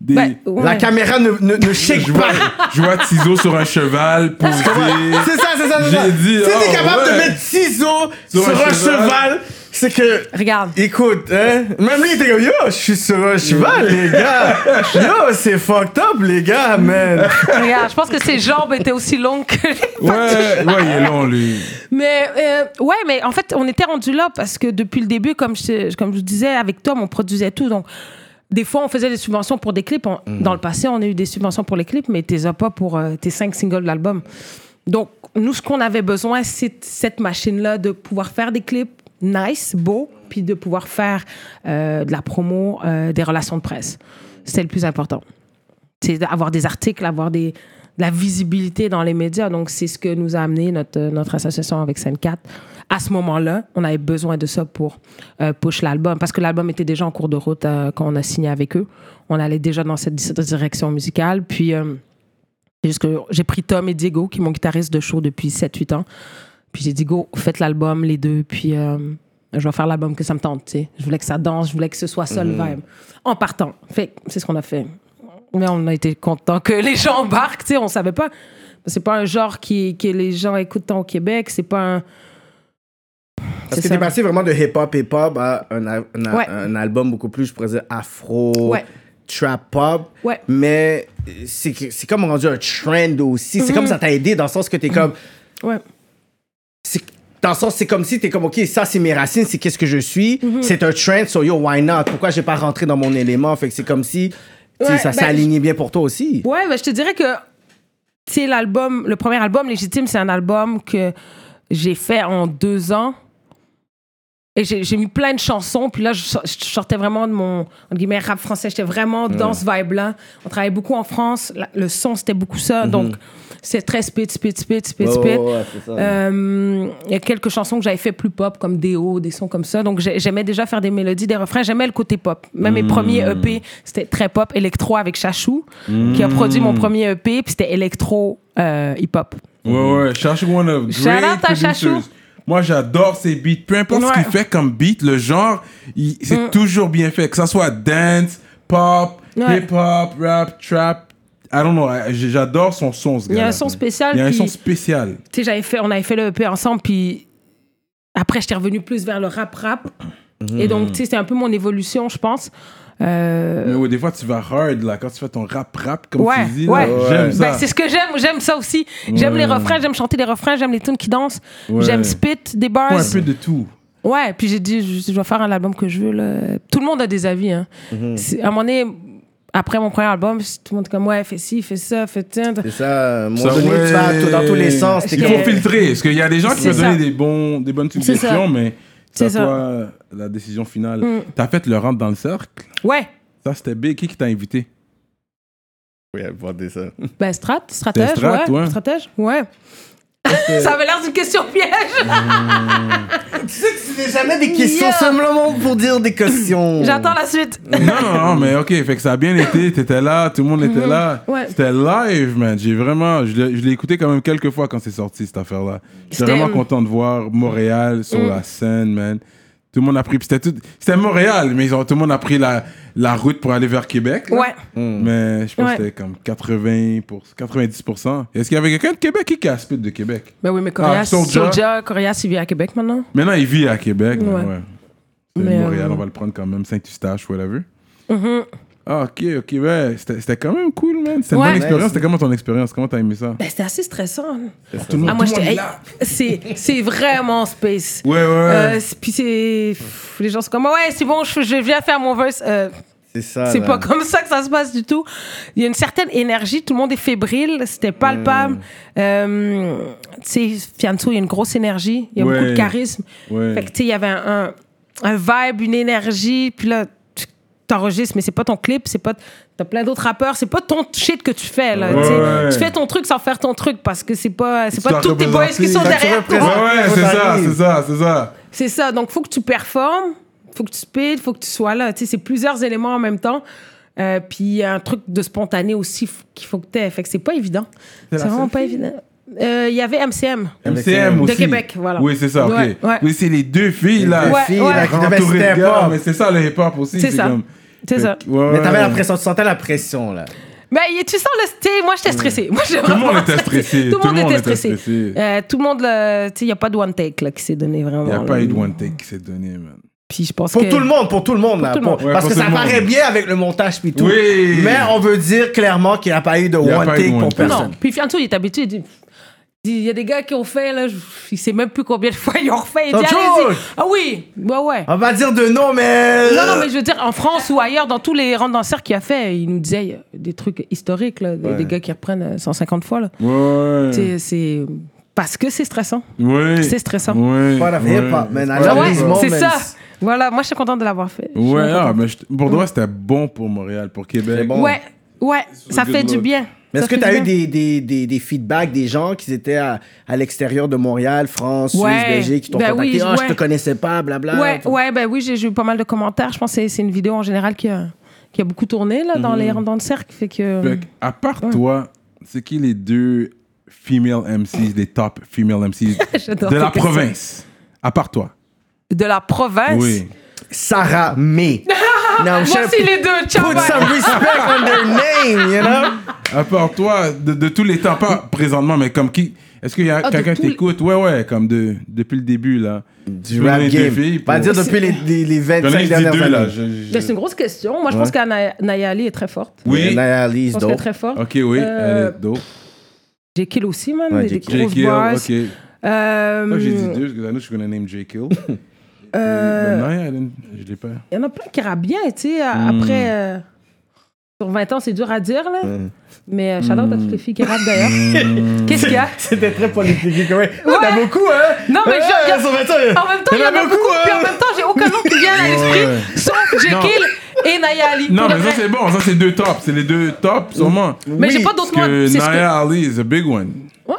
C: Des,
E: Ouais,
D: La
E: Ben, ouais.
D: caméra ne, ne, ne shake
C: je,
D: pas.
C: vois, je vois Tizo sur un cheval posé.
D: C'est ça, c'est ça, c'est
C: J'ai
D: ça.
C: dit,
D: si
C: oh,
D: t'es capable
C: ouais.
D: de mettre ciseaux sur,
C: Sur un
D: un
C: cheval.
D: cheval, c'est que.
E: Regarde.
D: Écoute, hein, même lui, il était comme Yo, je suis sur un cheval, les gars. Yo, c'est fucked up, les gars, man.
E: Regarde, je pense que ses jambes étaient aussi longues que les
C: Ouais, ouais, il est long lui.
E: Mais euh, ouais, mais en fait, on était rendu là parce que depuis le début, comme je, comme je disais, avec Tom, on produisait tout. Donc, des fois, on faisait des subventions pour des clips. On- Dans le passé, on a eu des subventions pour les clips, mais t'es pas pour euh, tes cinq singles de l'album. Donc, nous, ce qu'on avait besoin, c'est cette machine-là de pouvoir faire des clips nice, beaux, puis de pouvoir faire euh, de la promo, euh, des relations de presse. C'est le plus important c'est d'avoir des articles, avoir des, de la visibilité dans les médias. Donc, c'est ce que nous a amené notre, euh, notre association avec Scène 4. À ce moment-là, on avait besoin de ça pour euh, push l'album, parce que l'album était déjà en cours de route euh, quand on a signé avec eux. On allait déjà dans cette, cette direction musicale. Puis, euh, c'est juste que j'ai pris Tom et Diego, qui est mon guitariste de show depuis 7-8 ans. Puis j'ai dit, go, faites l'album, les deux, puis euh, je vais faire l'album que ça me tente. tu sais. Je voulais que ça danse, je voulais que ce soit ça le
D: Mhm.
E: vibe. En partant. Fait que c'est ce qu'on a fait. Mais on a été content que les gens embarquent, tu sais, on savait pas. C'est pas un genre qui, que les gens écoutent tant au Québec, c'est pas un.
D: Parce
E: C'est
D: que
E: ça.
D: t'es passé vraiment de hip-hop, hip-hop à un, a- un a-
E: Ouais.
D: un album beaucoup plus, je pourrais dire, afro,
E: Ouais.
D: trap-pop.
E: Ouais.
D: Mais c'est que- c'est comme rendu un trend aussi. C'est comme
E: Mhm.
D: ça t'a aidé dans le sens que t'es comme.
E: Ouais.
D: c'est- dans le sens, c'est comme si t'es comme, OK, ça, c'est mes racines, c'est qu'est-ce que je suis.
E: Mhm.
D: C'est un trend, so yo, why not? Pourquoi j'ai pas rentré dans mon élément? Fait que c'est comme si, tu sais,
E: Ouais,
D: ça
E: ben,
D: s'est aligné bien pour toi aussi.
E: Ouais, ben, je te dirais que c'est l'album, le premier album légitime, c'est un album que j'ai fait en deux ans. Et j'ai j'ai mis plein de chansons. Puis là, je, sor- je sortais vraiment de mon entre guillemets, rap français. J'étais vraiment dans ce vibe-là. On travaillait beaucoup en France. La- le son, c'était beaucoup ça. Donc, c'est très spit, spit, spit, spit,
D: Mhm. Ouais,
E: spit.
D: ouais, ouais, c'est ça.
E: Euh, Il y a quelques chansons que j'avais fait plus pop, comme des hauts, des sons comme ça. Donc j'ai- j'aimais déjà faire des mélodies, des refrains. J'aimais le côté pop. Même
C: Hmm.
E: mes premiers EP, c'était très pop électro avec Chachou, qui
C: Hmm.
E: a produit mon premier EP, puis c'était électro euh, hip-op.
C: Ouais, ouais, Chachou, one of
E: Mm-hmm. Shout
C: great
E: out à Chachou.
C: producers. Moi, j'adore ses beats. Peu importe ce
E: Ouais. Mm.
C: qu'il fait comme beat, le genre, il- c'est toujours bien fait. Que ça soit dance, pop,
E: Ouais.
C: hip-hop, rap, trap. I don't know. j- J'adore son son, ce
E: Il y a
C: gars-là.
E: un son spécial.
C: Il y a un
E: puis-
C: son spécial.
E: tu sais, j'avais fait, on avait fait le EP ensemble, puis après, j'étais revenue plus vers le rap-rap. Et donc, tu sais, c'était un peu mon évolution, je pense. Euh,
C: Mais Hmm. ouais, des fois, tu vas hard, là, quand tu fais ton rap-rap, comme
E: Ouais,
C: tu dis. là.
E: ouais.
C: J'aime ça.
E: Ben, c'est ce que j'aime, j'aime ça aussi. J'aime les refrains, j'aime chanter les refrains, j'aime les tunes qui dansent,
C: Ouais.
E: j'aime spit, des bars.
C: Ouais, un peu de tout.
E: Ouais, puis j'ai dit, je, je vais faire un album que je veux. Là. Tout le monde a des avis. Hein.
C: Mhm.
E: C'est- À un moment donné, après mon premier album, c'est- tout le monde est comme, ouais, fais ci, fais ça, fais tiens.
D: C'est ça, à un moment
C: Ça,
D: donné, tu vas à
C: ouais.
D: tout- dans tous les sens. t'es
C: Il
E: J'étais-
D: comme-
C: faut filtrer, parce qu'il y a des gens qui
E: C'est
C: peuvent
E: ça.
C: donner des, bons, des bonnes
E: C'est ça.
C: suggestions, mais
E: C'est
C: c'est
E: ça. Mm.
C: toi la décision finale. T'as fait le rentre dans le cercle.
E: Ouais,
C: Ça, c'était big. Qui qui t'a invité?
D: Oui, regardez ça.
E: ben strat, stratège,
C: strat,
E: ouais,
C: ouais.
E: stratège, ouais. ça avait l'air d'une question piège.
D: Tu sais que c'est jamais des questions
E: Yeah.
D: simplement pour dire des
C: Mhm.
D: questions.
E: J'attends la suite.
C: non, non, non, mais ok, fait que ça a bien été, t'étais là, tout le monde était là.
E: Mhm. Ouais.
C: C'était live, man. J'ai vraiment, je l'ai je l'ai écouté quand même quelques fois quand c'est sorti cette affaire-là. J'étais
E: C'était, Mm.
C: vraiment
E: euh,
C: content de voir Montréal sur la scène, man. Tout le monde a pris, puis c'était tout, c'était Montréal, mais ils ont, tout le monde a pris la, la route pour aller vers Québec. là. Mm.
E: Ouais.
C: Mais je pense
E: Ouais.
C: que c'était comme 80 pour, 90%. Est-ce qu'il y avait quelqu'un de Québec qui casse pute de Québec?
E: Ben oui, mais Coréas,
C: Ah, Soulja.
E: Soulja, Coréas, il vit à Québec maintenant.
C: Maintenant, il vit à Québec. mais
E: Ouais.
C: Ouais. C'est
E: Mais,
C: Montréal,
E: euh, Mm-hmm.
C: on va le prendre quand même. Saint-Eustache, whatever. Ah, ok, ok, ouais. C'était c'était quand même cool, man. C'était une
E: Ouais.
C: bonne expérience.
D: Ouais,
C: C'était comment ton expérience Comment t'as aimé ça
E: Ben, c'était assez stressant. là.
C: Tout le monde,
E: Ah, moi,
C: tout le monde
E: j'étais.
C: est
E: hey,
C: là.
E: c'est, c'est vraiment space.
C: Ouais, ouais,
E: Euh,
C: ouais.
E: c'est- puis c'est. pff, Les gens sont comme, ouais, c'est bon, je, je viens faire mon verse. Euh,
D: C'est ça.
E: c'est
C: Ah,
D: là.
E: pas
C: ben.
E: comme ça que ça se passe du tout. Il y a une certaine énergie, tout le monde est fébrile, c'était palpable. Euh, tu sais, Fianso, il y a une grosse énergie, il y a
C: Ouais.
E: beaucoup de charisme.
C: Ouais.
E: Fait que, tu sais, il y avait un, un, un vibe, une énergie, puis là, tu t'enregistres, mais c'est pas ton clip, c'est pas. T'as plein d'autres rappeurs, c'est pas ton shit que tu fais, là. tu sais.
C: Ouais.
E: Tu fais ton truc sans faire ton truc parce que c'est pas, c'est
C: Tu dois
E: pas tous tes boys
C: représenter.
E: qui sont
C: Quand tu
E: derrière
C: Ouais,
E: toi.
D: représentes-
C: ouais,
D: Faut
C: c'est ça,
D: t'arriver.
C: c'est ça, c'est ça.
E: C'est ça. Donc, faut que tu performes, faut que tu speed, faut que tu sois là. Tu sais, c'est plusieurs éléments en même temps. Euh, puis il y a un truc de spontané aussi f- qu'il faut que tu aies. Fait que c'est pas évident. C'est
C: la
E: vraiment
C: seule
E: pas évident. Euh, Il y avait MCM.
C: MCM
D: De
C: aussi.
E: Québec, voilà.
C: Oui, c'est ça, ok.
E: Ouais, ouais.
C: Oui, c'est les deux filles, là.
E: deux Ouais,
D: filles,
E: ouais.
D: là, qui devaient
C: Entourées
D: step
C: de gars,
D: up.
C: mais c'est ça le hip-hop aussi.
E: C'est ça.
C: comme-
E: C'est
C: Fait
E: ça.
C: que- ouais,
D: Mais t'avais
C: ouais.
D: la pression, tu sentais la pression, là.
E: Ben, y- tu sens le stress. Moi, j'étais stressée. Moi, j'ai
C: Tout le monde
E: vraiment
C: était
E: stressée.
C: stressé,
E: Tout le monde était stressé. Euh, tout le monde, le- tu sais, il n'y a pas de one take là, qui s'est donné vraiment.
C: Il n'y a
E: Oh, là.
C: pas eu de one take qui s'est donné, man.
E: Puis je pense
D: Pour
E: que-
D: tout le monde, pour tout le monde, là.
E: tout le
D: Pour-
E: monde.
C: Ouais,
D: parce
C: pour
D: que
C: tout
D: ça
C: le monde.
D: paraît bien avec le montage puis tout.
C: Oui.
D: Mais on veut dire clairement qu'il n'y a pas eu de
C: y a
D: one
C: pas eu de
D: take
C: one
D: pour
C: take.
D: personne.
E: Non. Puis Fianso, il est habitué. Il dit- il dit, y a des gars qui ont fait, là, je- il sait même plus combien de fois ils ont refait. Il dit,
D: Don't
E: allez-y.
D: joke.
E: Ah oui, ouais, ouais.
D: On va dire de non, mais. euh,
E: Non, non, mais je veux dire, en France ou ailleurs, dans tous les rangs danseurs qu'il a fait, il nous disait euh, des trucs historiques, là, des, des gars qui reprennent euh, 150 fois. Là.
C: Ouais.
E: C'est- C'est parce que c'est stressant.
C: Ouais.
E: C'est stressant.
C: Ouais.
D: Pas la
C: ouais.
D: hip-hop, man. I
C: Ouais,
E: Ah
D: love
E: ouais,
D: these
C: ouais.
D: moments.
E: c'est ça. Voilà, moi je suis contente de l'avoir fait. Je suis
C: Ouais,
E: contente.
C: ah, mais je- pour toi, c'était bon pour Montréal, pour Québec.
D: C'est bon.
E: ouais, ouais, ça
C: good
E: fait du
C: luck.
E: bien.
D: Mais
E: Ça
D: est-ce que
E: fait
D: tu as
E: du
D: eu
E: bien.
D: des, des, des, des feedbacks des gens qui étaient à, à l'extérieur de Montréal, France,
E: Ouais.
D: Suisse, Belgique, qui t'ont
E: Ben
D: contacté
E: oui,
D: Ah,
E: ouais.
D: je te connaissais pas,
C: Ah,
D: blabla.
E: Ouais, ouais, ben oui, j'ai j'ai eu pas mal de commentaires. Je pense que c'est- c'est une vidéo en général qui a, qui a beaucoup tourné là,
C: Mhm.
E: dans les rangs dans le cercle. Fait que, euh,
C: Fait que, à part toi, c'est qui les deux female MCs, les top female MCs
E: J'adore
C: de
E: tes
C: la
E: questions.
C: province? À part toi.
E: de la province.
C: Oui.
D: Sarah May. non,
E: Moi aussi les deux, ciao.
D: Put
E: bye.
D: some respect on their name, you know?
C: À part toi, de, de tous les temps, pas présentement, mais comme qui. Est-ce qu'il y a
E: Ah, de
C: quelqu'un
E: tous
C: qui t'écoute? Ouais, ouais, comme de, depuis le début, là.
D: Du rap game. On va dire depuis les, les, les
C: J'en
D: 25
C: ai dit
D: dernières
C: deux,
D: années.
C: là. je- je-
E: Ben, C'est une grosse question. Moi je pense qu'Anayali est très forte.
C: Oui.
D: Naya Lee,
E: Je pense qu'elle est
D: dope.
E: très forte.
C: Ok, oui. Elle
E: Euh,
C: est dope.
E: J. Kill aussi, man.
D: Ouais,
E: des- des
D: J.
E: grosses
C: J.K.L.,
E: bars.
C: ok.
E: Euh,
C: Là, j'ai dit deux, parce que I know she's gonna name J. Kill. Euh... Non, elle est- je l'ai pas.
E: Il y en a plein qui rappent bien, tu sais. a- Après, euh, sur 20 ans, c'est dur à dire, là. Mais euh, shout out à toutes les filles qui rappent, d'ailleurs. Qu'est-ce qu'il y a
D: C'était très politique, ouais.
E: Ouais.
D: T'as beaucoup, hein?
E: Non, mais je-
D: Ouais, sur 25,
E: En même temps, il y en a beaucoup, puis
C: hein.
E: en même temps, j'ai aucun nom qui vient à l'esprit,
C: Ouais.
E: sauf Jekyll et Naya Ali.
C: Non,
E: Pour
C: mais
E: le
C: ça,
E: vrai.
C: c'est bon. Ça, c'est deux tops. C'est les deux tops, sûrement.
E: Mais
D: Oui,
E: j'ai pas
C: Parce
E: d'autres noms.
C: que
E: C'est ce que...
C: Naya Ali is a big one.
E: Ouais,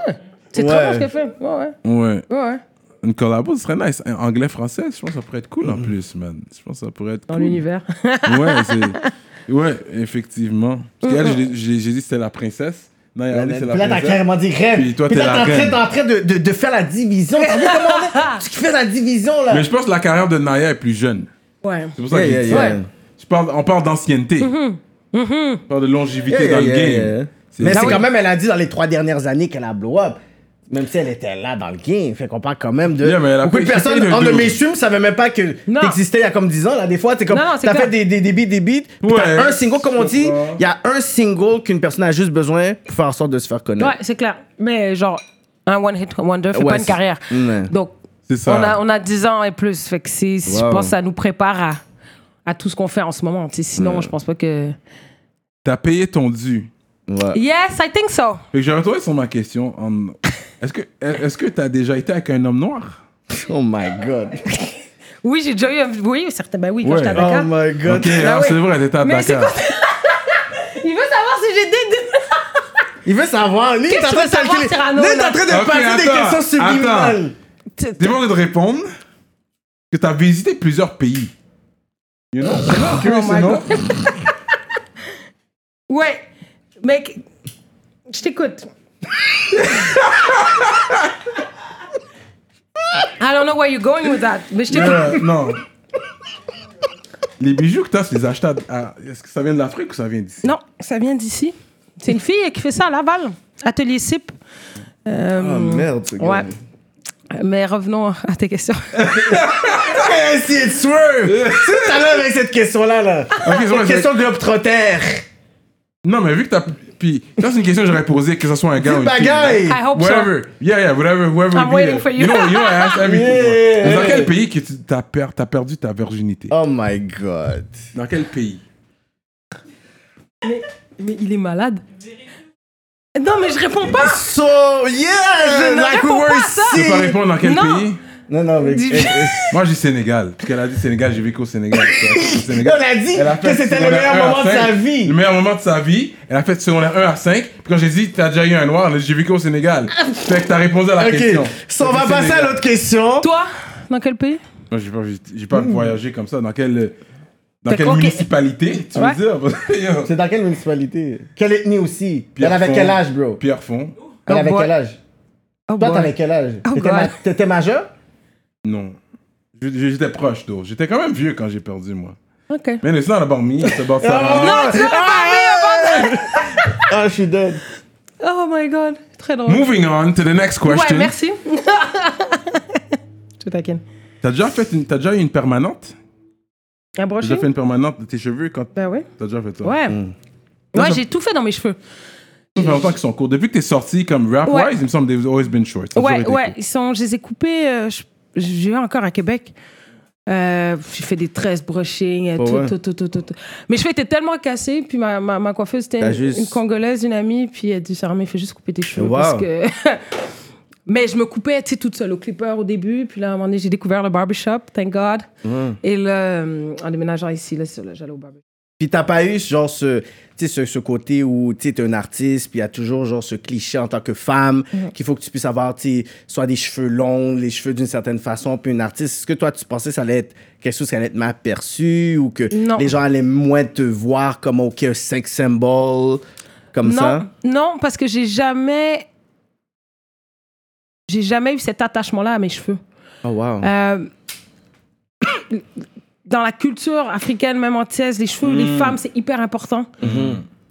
E: c'est très
D: Ouais.
E: bon ce qu'elle fait. Ouais, ouais,
C: Ouais.
E: ouais, ouais.
C: Une collabo, ce serait nice. Un Anglais-français, je pense que ça pourrait être
D: Mm.
C: cool en plus, man. Je pense que ça pourrait être
E: Dans
C: cool.
E: l'univers. Mm.
C: Ouais, c'est. Ouais, effectivement. Parce qu'elle, j'ai j'ai- j'ai dit que c'était la princesse. Naya Ali, Ah c'est la
D: Puis là, t'as
C: princesse.
D: carrément dit reine.
C: Puis toi,
D: Puis
C: t'es
D: là,
C: la
D: t'es en
C: reine.
D: train, t'es en train de, de, de faire la division. T'as vu comment on est? Tu fais la division, là.
C: Mais je pense que la carrière de Naya est plus jeune.
E: Ouais.
C: C'est pour ça
D: Yeah,
C: que j'ai
D: yeah,
C: dit
D: yeah.
C: ça. Je parle, on parle d'ancienneté.
E: Mm-hmm.
C: On parle de longévité
D: Yeah,
C: dans
D: yeah,
C: le game.
D: yeah.
C: C'est-
D: Mais
C: Ah
D: c'est
C: oui.
D: quand même, elle a dit dans les trois dernières années qu'elle a blow up. Même si elle était là dans le game. Fait qu'on parle quand même de.
C: Yeah, mais elle a
D: Beaucoup de
C: pas échappé
D: personnes
C: le
D: en de
C: dos.
D: mes ne savaient même pas que
E: Non.
D: t'existais il y a comme 10 ans, là. Des fois, t'es comme.
E: Non, non, c'est
D: T'as
E: clair.
D: fait des, des, des beats, des beats. puis
C: Ouais.
D: T'as un single, comme on dit.
C: Je comprends.
D: Il y a un single qu'une personne a juste besoin pour faire en sorte de se faire connaître.
E: Ouais, c'est clair. Mais genre, un one hit wonder fait
D: Ouais,
E: pas une
D: c'est- Mm.
E: carrière.
D: Ouais.
E: Donc,
C: C'est ça.
E: On, a, on a 10 ans et plus. Fait que c'est, c'est-
D: Wow.
E: je pense que ça nous prépare à, à tout ce qu'on fait en ce moment. Tu sais, sinon, je pense pas que.
C: T'as payé ton dû.
D: Ouais.
E: Yes, I think so.
C: Fait que je retourne sur ma question. en- Est-ce que est-ce que t'as déjà été avec un homme noir?
D: Oh my god.
E: Oui, j'ai déjà eu. un- Oui, certain, ben oui, quand
C: Ouais.
E: j'étais à
D: Oh
E: Dakar.
D: my god.
C: Ok, ah,
E: oui.
C: c'est vrai, t'étais à
E: Mais c'est
C: Dakar.
E: Il veut savoir si j'ai des.
D: Il veut savoir. Lui, il est en
E: Qu'est-ce
D: train
E: que
D: de
E: tu veux savoir,
D: calculer.
E: Cyrano,
D: Lui, il est
E: là?
D: en train de
C: Ok,
D: passer des
C: attends,
D: questions subliminales.
C: Demande de répondre que t'as visité plusieurs pays. You know? C'est not curious,
E: my
C: non?
E: Ouais, mec, je t'écoute. I don't know where you're going with that, mais je t'écoute.
C: Euh, non. Les bijoux que t'as, tu les achètes à- à- Est-ce que ça vient de l'Afrique ou ça vient d'ici?
E: Non, ça vient d'ici. C'est une fille qui fait ça à Laval, Atelier CIP. Euh,
C: Ah,
D: merde, ce gars.
E: ouais. Mais revenons à tes questions.
D: Essayer de swerve! Tu sais, tout à l'heure avec cette question-là, là.
C: c'est vrai,
D: Cette
C: c'est-
D: question de globe-trotter.
C: Non, mais vu que t'as. Puis, ça, c'est une question que j'aurais posée, que ce soit un gars ou
D: Dis
C: une fille.
D: bagaille!
E: I hope so.
C: Whatever. Yeah, yeah, whatever, whoever.
E: Oh, I'm
C: be
E: waiting
C: there.
E: for you.
C: You know, you know, I ask everything.
D: Yeah.
C: Mais Dans quel pays que tu t'as per- t'as perdu ta virginité
D: Oh my god.
C: Dans quel pays
E: Mais il est malade. Non, mais je réponds pas.
D: So, yeah!
E: Je ne
D: like we
E: réponds
D: were
E: pas à ça.
C: Tu peux pas
D: sick.
C: répondre dans quel
E: Non.
C: pays Eh,
D: Non, non, mais.
E: Dis-
C: Moi, j'ai Sénégal. Parce qu'elle a dit Sénégal, j'ai vécu au Sénégal. Elle a fait au Sénégal.
D: Elle a dit
C: Elle a fait
D: que c'était le meilleur
C: secondaire 1 à
D: moment de
C: 5.
D: sa vie.
C: Le meilleur moment de sa vie. Elle a fait secondaire 1 à 5. Puis quand j'ai dit, t'as déjà eu un noir, elle a dit, j'ai vécu au Sénégal. Fait que t'as répondu à la question.
D: Ok, so on va
C: Sénégal.
D: passer à l'autre question.
E: Toi, dans quel pays
C: Moi, j'ai pas, j'ai pas
D: Hmm.
C: voyagé comme ça. Dans quelle, dans
E: Fait
C: quelle
E: que, ok.
C: municipalité, tu
E: Ouais.
C: veux dire Parce que, yo,
D: C'est dans quelle municipalité? Quelle ethnie aussi?
C: Pierrefonds.
D: Elle avait quel âge, bro?
C: Pierrefonds
D: Elle avait
E: Oh boy.
D: quel âge?
E: Oh
D: Toi,
E: boy.
D: t'avais quel âge?
E: Oh
D: T'étais ma-
E: God.
D: T'étais majeur?
C: Non. Je- je- J'étais proche, d'eau. J'étais quand même vieux quand j'ai perdu, moi.
E: Ok.
C: Mais it's not about me, it's about Sarah.
D: Non,
E: tu l'as pas
D: Ah, je suis dead.
E: Oh my god, très drôle.
C: Moving on to the next question.
E: ouais, merci. Je taquine.
C: T'as déjà fait une, t'as déjà eu une permanente T'as déjà
E: Un brushing
C: fait une permanente de tes cheveux quand
E: Ben oui.
C: t'as déjà fait ça.
E: Ouais.
C: Là,
E: Ouais,
C: ça-
E: j'ai tout fait dans mes cheveux.
C: Ça fait longtemps qu'ils sont courts. Depuis que t'es sorti comme rap
E: Ouais.
C: wise, il me semble they've always been short. Ça a toujours
E: Ouais,
C: été
E: ouais.
C: court.
E: Ils sont, je les ai coupés. euh, je- J'ai eu encore à Québec. Euh, j'ai fait des tresses, brushing, euh,
D: Pas
E: tout,
D: vrai.
E: tout, tout, tout, tout, tout. Mes cheveux étaient tellement cassés, puis ma, ma, ma coiffeuse était
D: T'as
E: une,
D: juste-
E: une Congolaise, une amie, puis elle a dit Sarah, mais il faut juste couper tes cheveux.
D: Wow.
E: Parce que... mais je me coupais, tu sais, toute seule au clipper au début, puis là, à un moment donné, j'ai découvert le barbershop, thank God. Et là, euh, en déménageant ici, là, c'est- là, j'allais au barbershop.
D: Puis t'as pas eu genre ce, tu sais, ce, ce côté où tu sais, t'es un artiste, puis il y a toujours genre ce cliché en tant que femme
E: Mm-hmm.
D: qu'il faut que tu puisses avoir tu sais, soit des cheveux longs, les cheveux d'une certaine façon, puis une artiste. Est-ce que toi tu pensais que ça allait être quelque chose qui allait être mal perçu ou que
E: Non.
D: les gens allaient moins te voir comme ok un sex symbol comme
E: Non,
D: ça?
E: non, parce que j'ai jamais. J'ai jamais eu cet attachement-là à mes cheveux.
D: Oh wow.
E: Euh, dans la culture africaine, même antillaise, les cheveux, les femmes, c'est hyper important.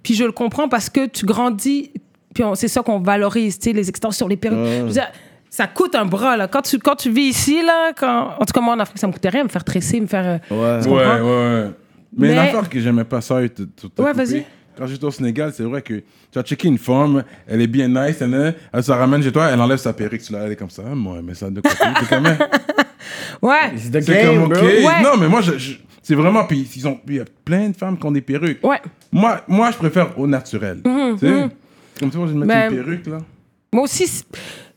E: Puis je le comprends parce que tu grandis, puis on- c'est ça qu'on valorise, tu sais, les extensions, les perruques. Je veux dire, ça coûte un bras, là. Quand tu, quand tu vis ici, là, quand, en tout cas, moi, en Afrique, ça me coûtait rien, me faire tresser, me faire... euh,
D: Ouais.
E: tu
C: Ouais,
E: comprends?
C: ouais, ouais. Mais,
E: Mais-
C: l'affaire que j'aimais pas ça, et tout- tout- tout
E: Ouais,
C: coupé,
E: vas-y.
C: Quand j'étais au Sénégal, c'est vrai que tu as checké une femme, elle est bien nice, elle, est- elle se ramène chez toi, elle enlève sa perruque, tu la elle est comme ça. Ah, Moi, mais ça de côté, t'es quand même.
E: Ouais.
D: It's the
C: C'est comme
D: game,
C: ok.
D: bro.
E: Ouais.
C: Non, mais moi, je- je- c'est vraiment. Puis ils ont- il y a plein de femmes qui ont des perruques.
E: Ouais. Mm-hmm,
C: Moi, moi je préfère au naturel. tu sais? Comme ça, moi, je vais me
E: Mais-
C: mettre une perruque, là.
E: Moi aussi. c'est-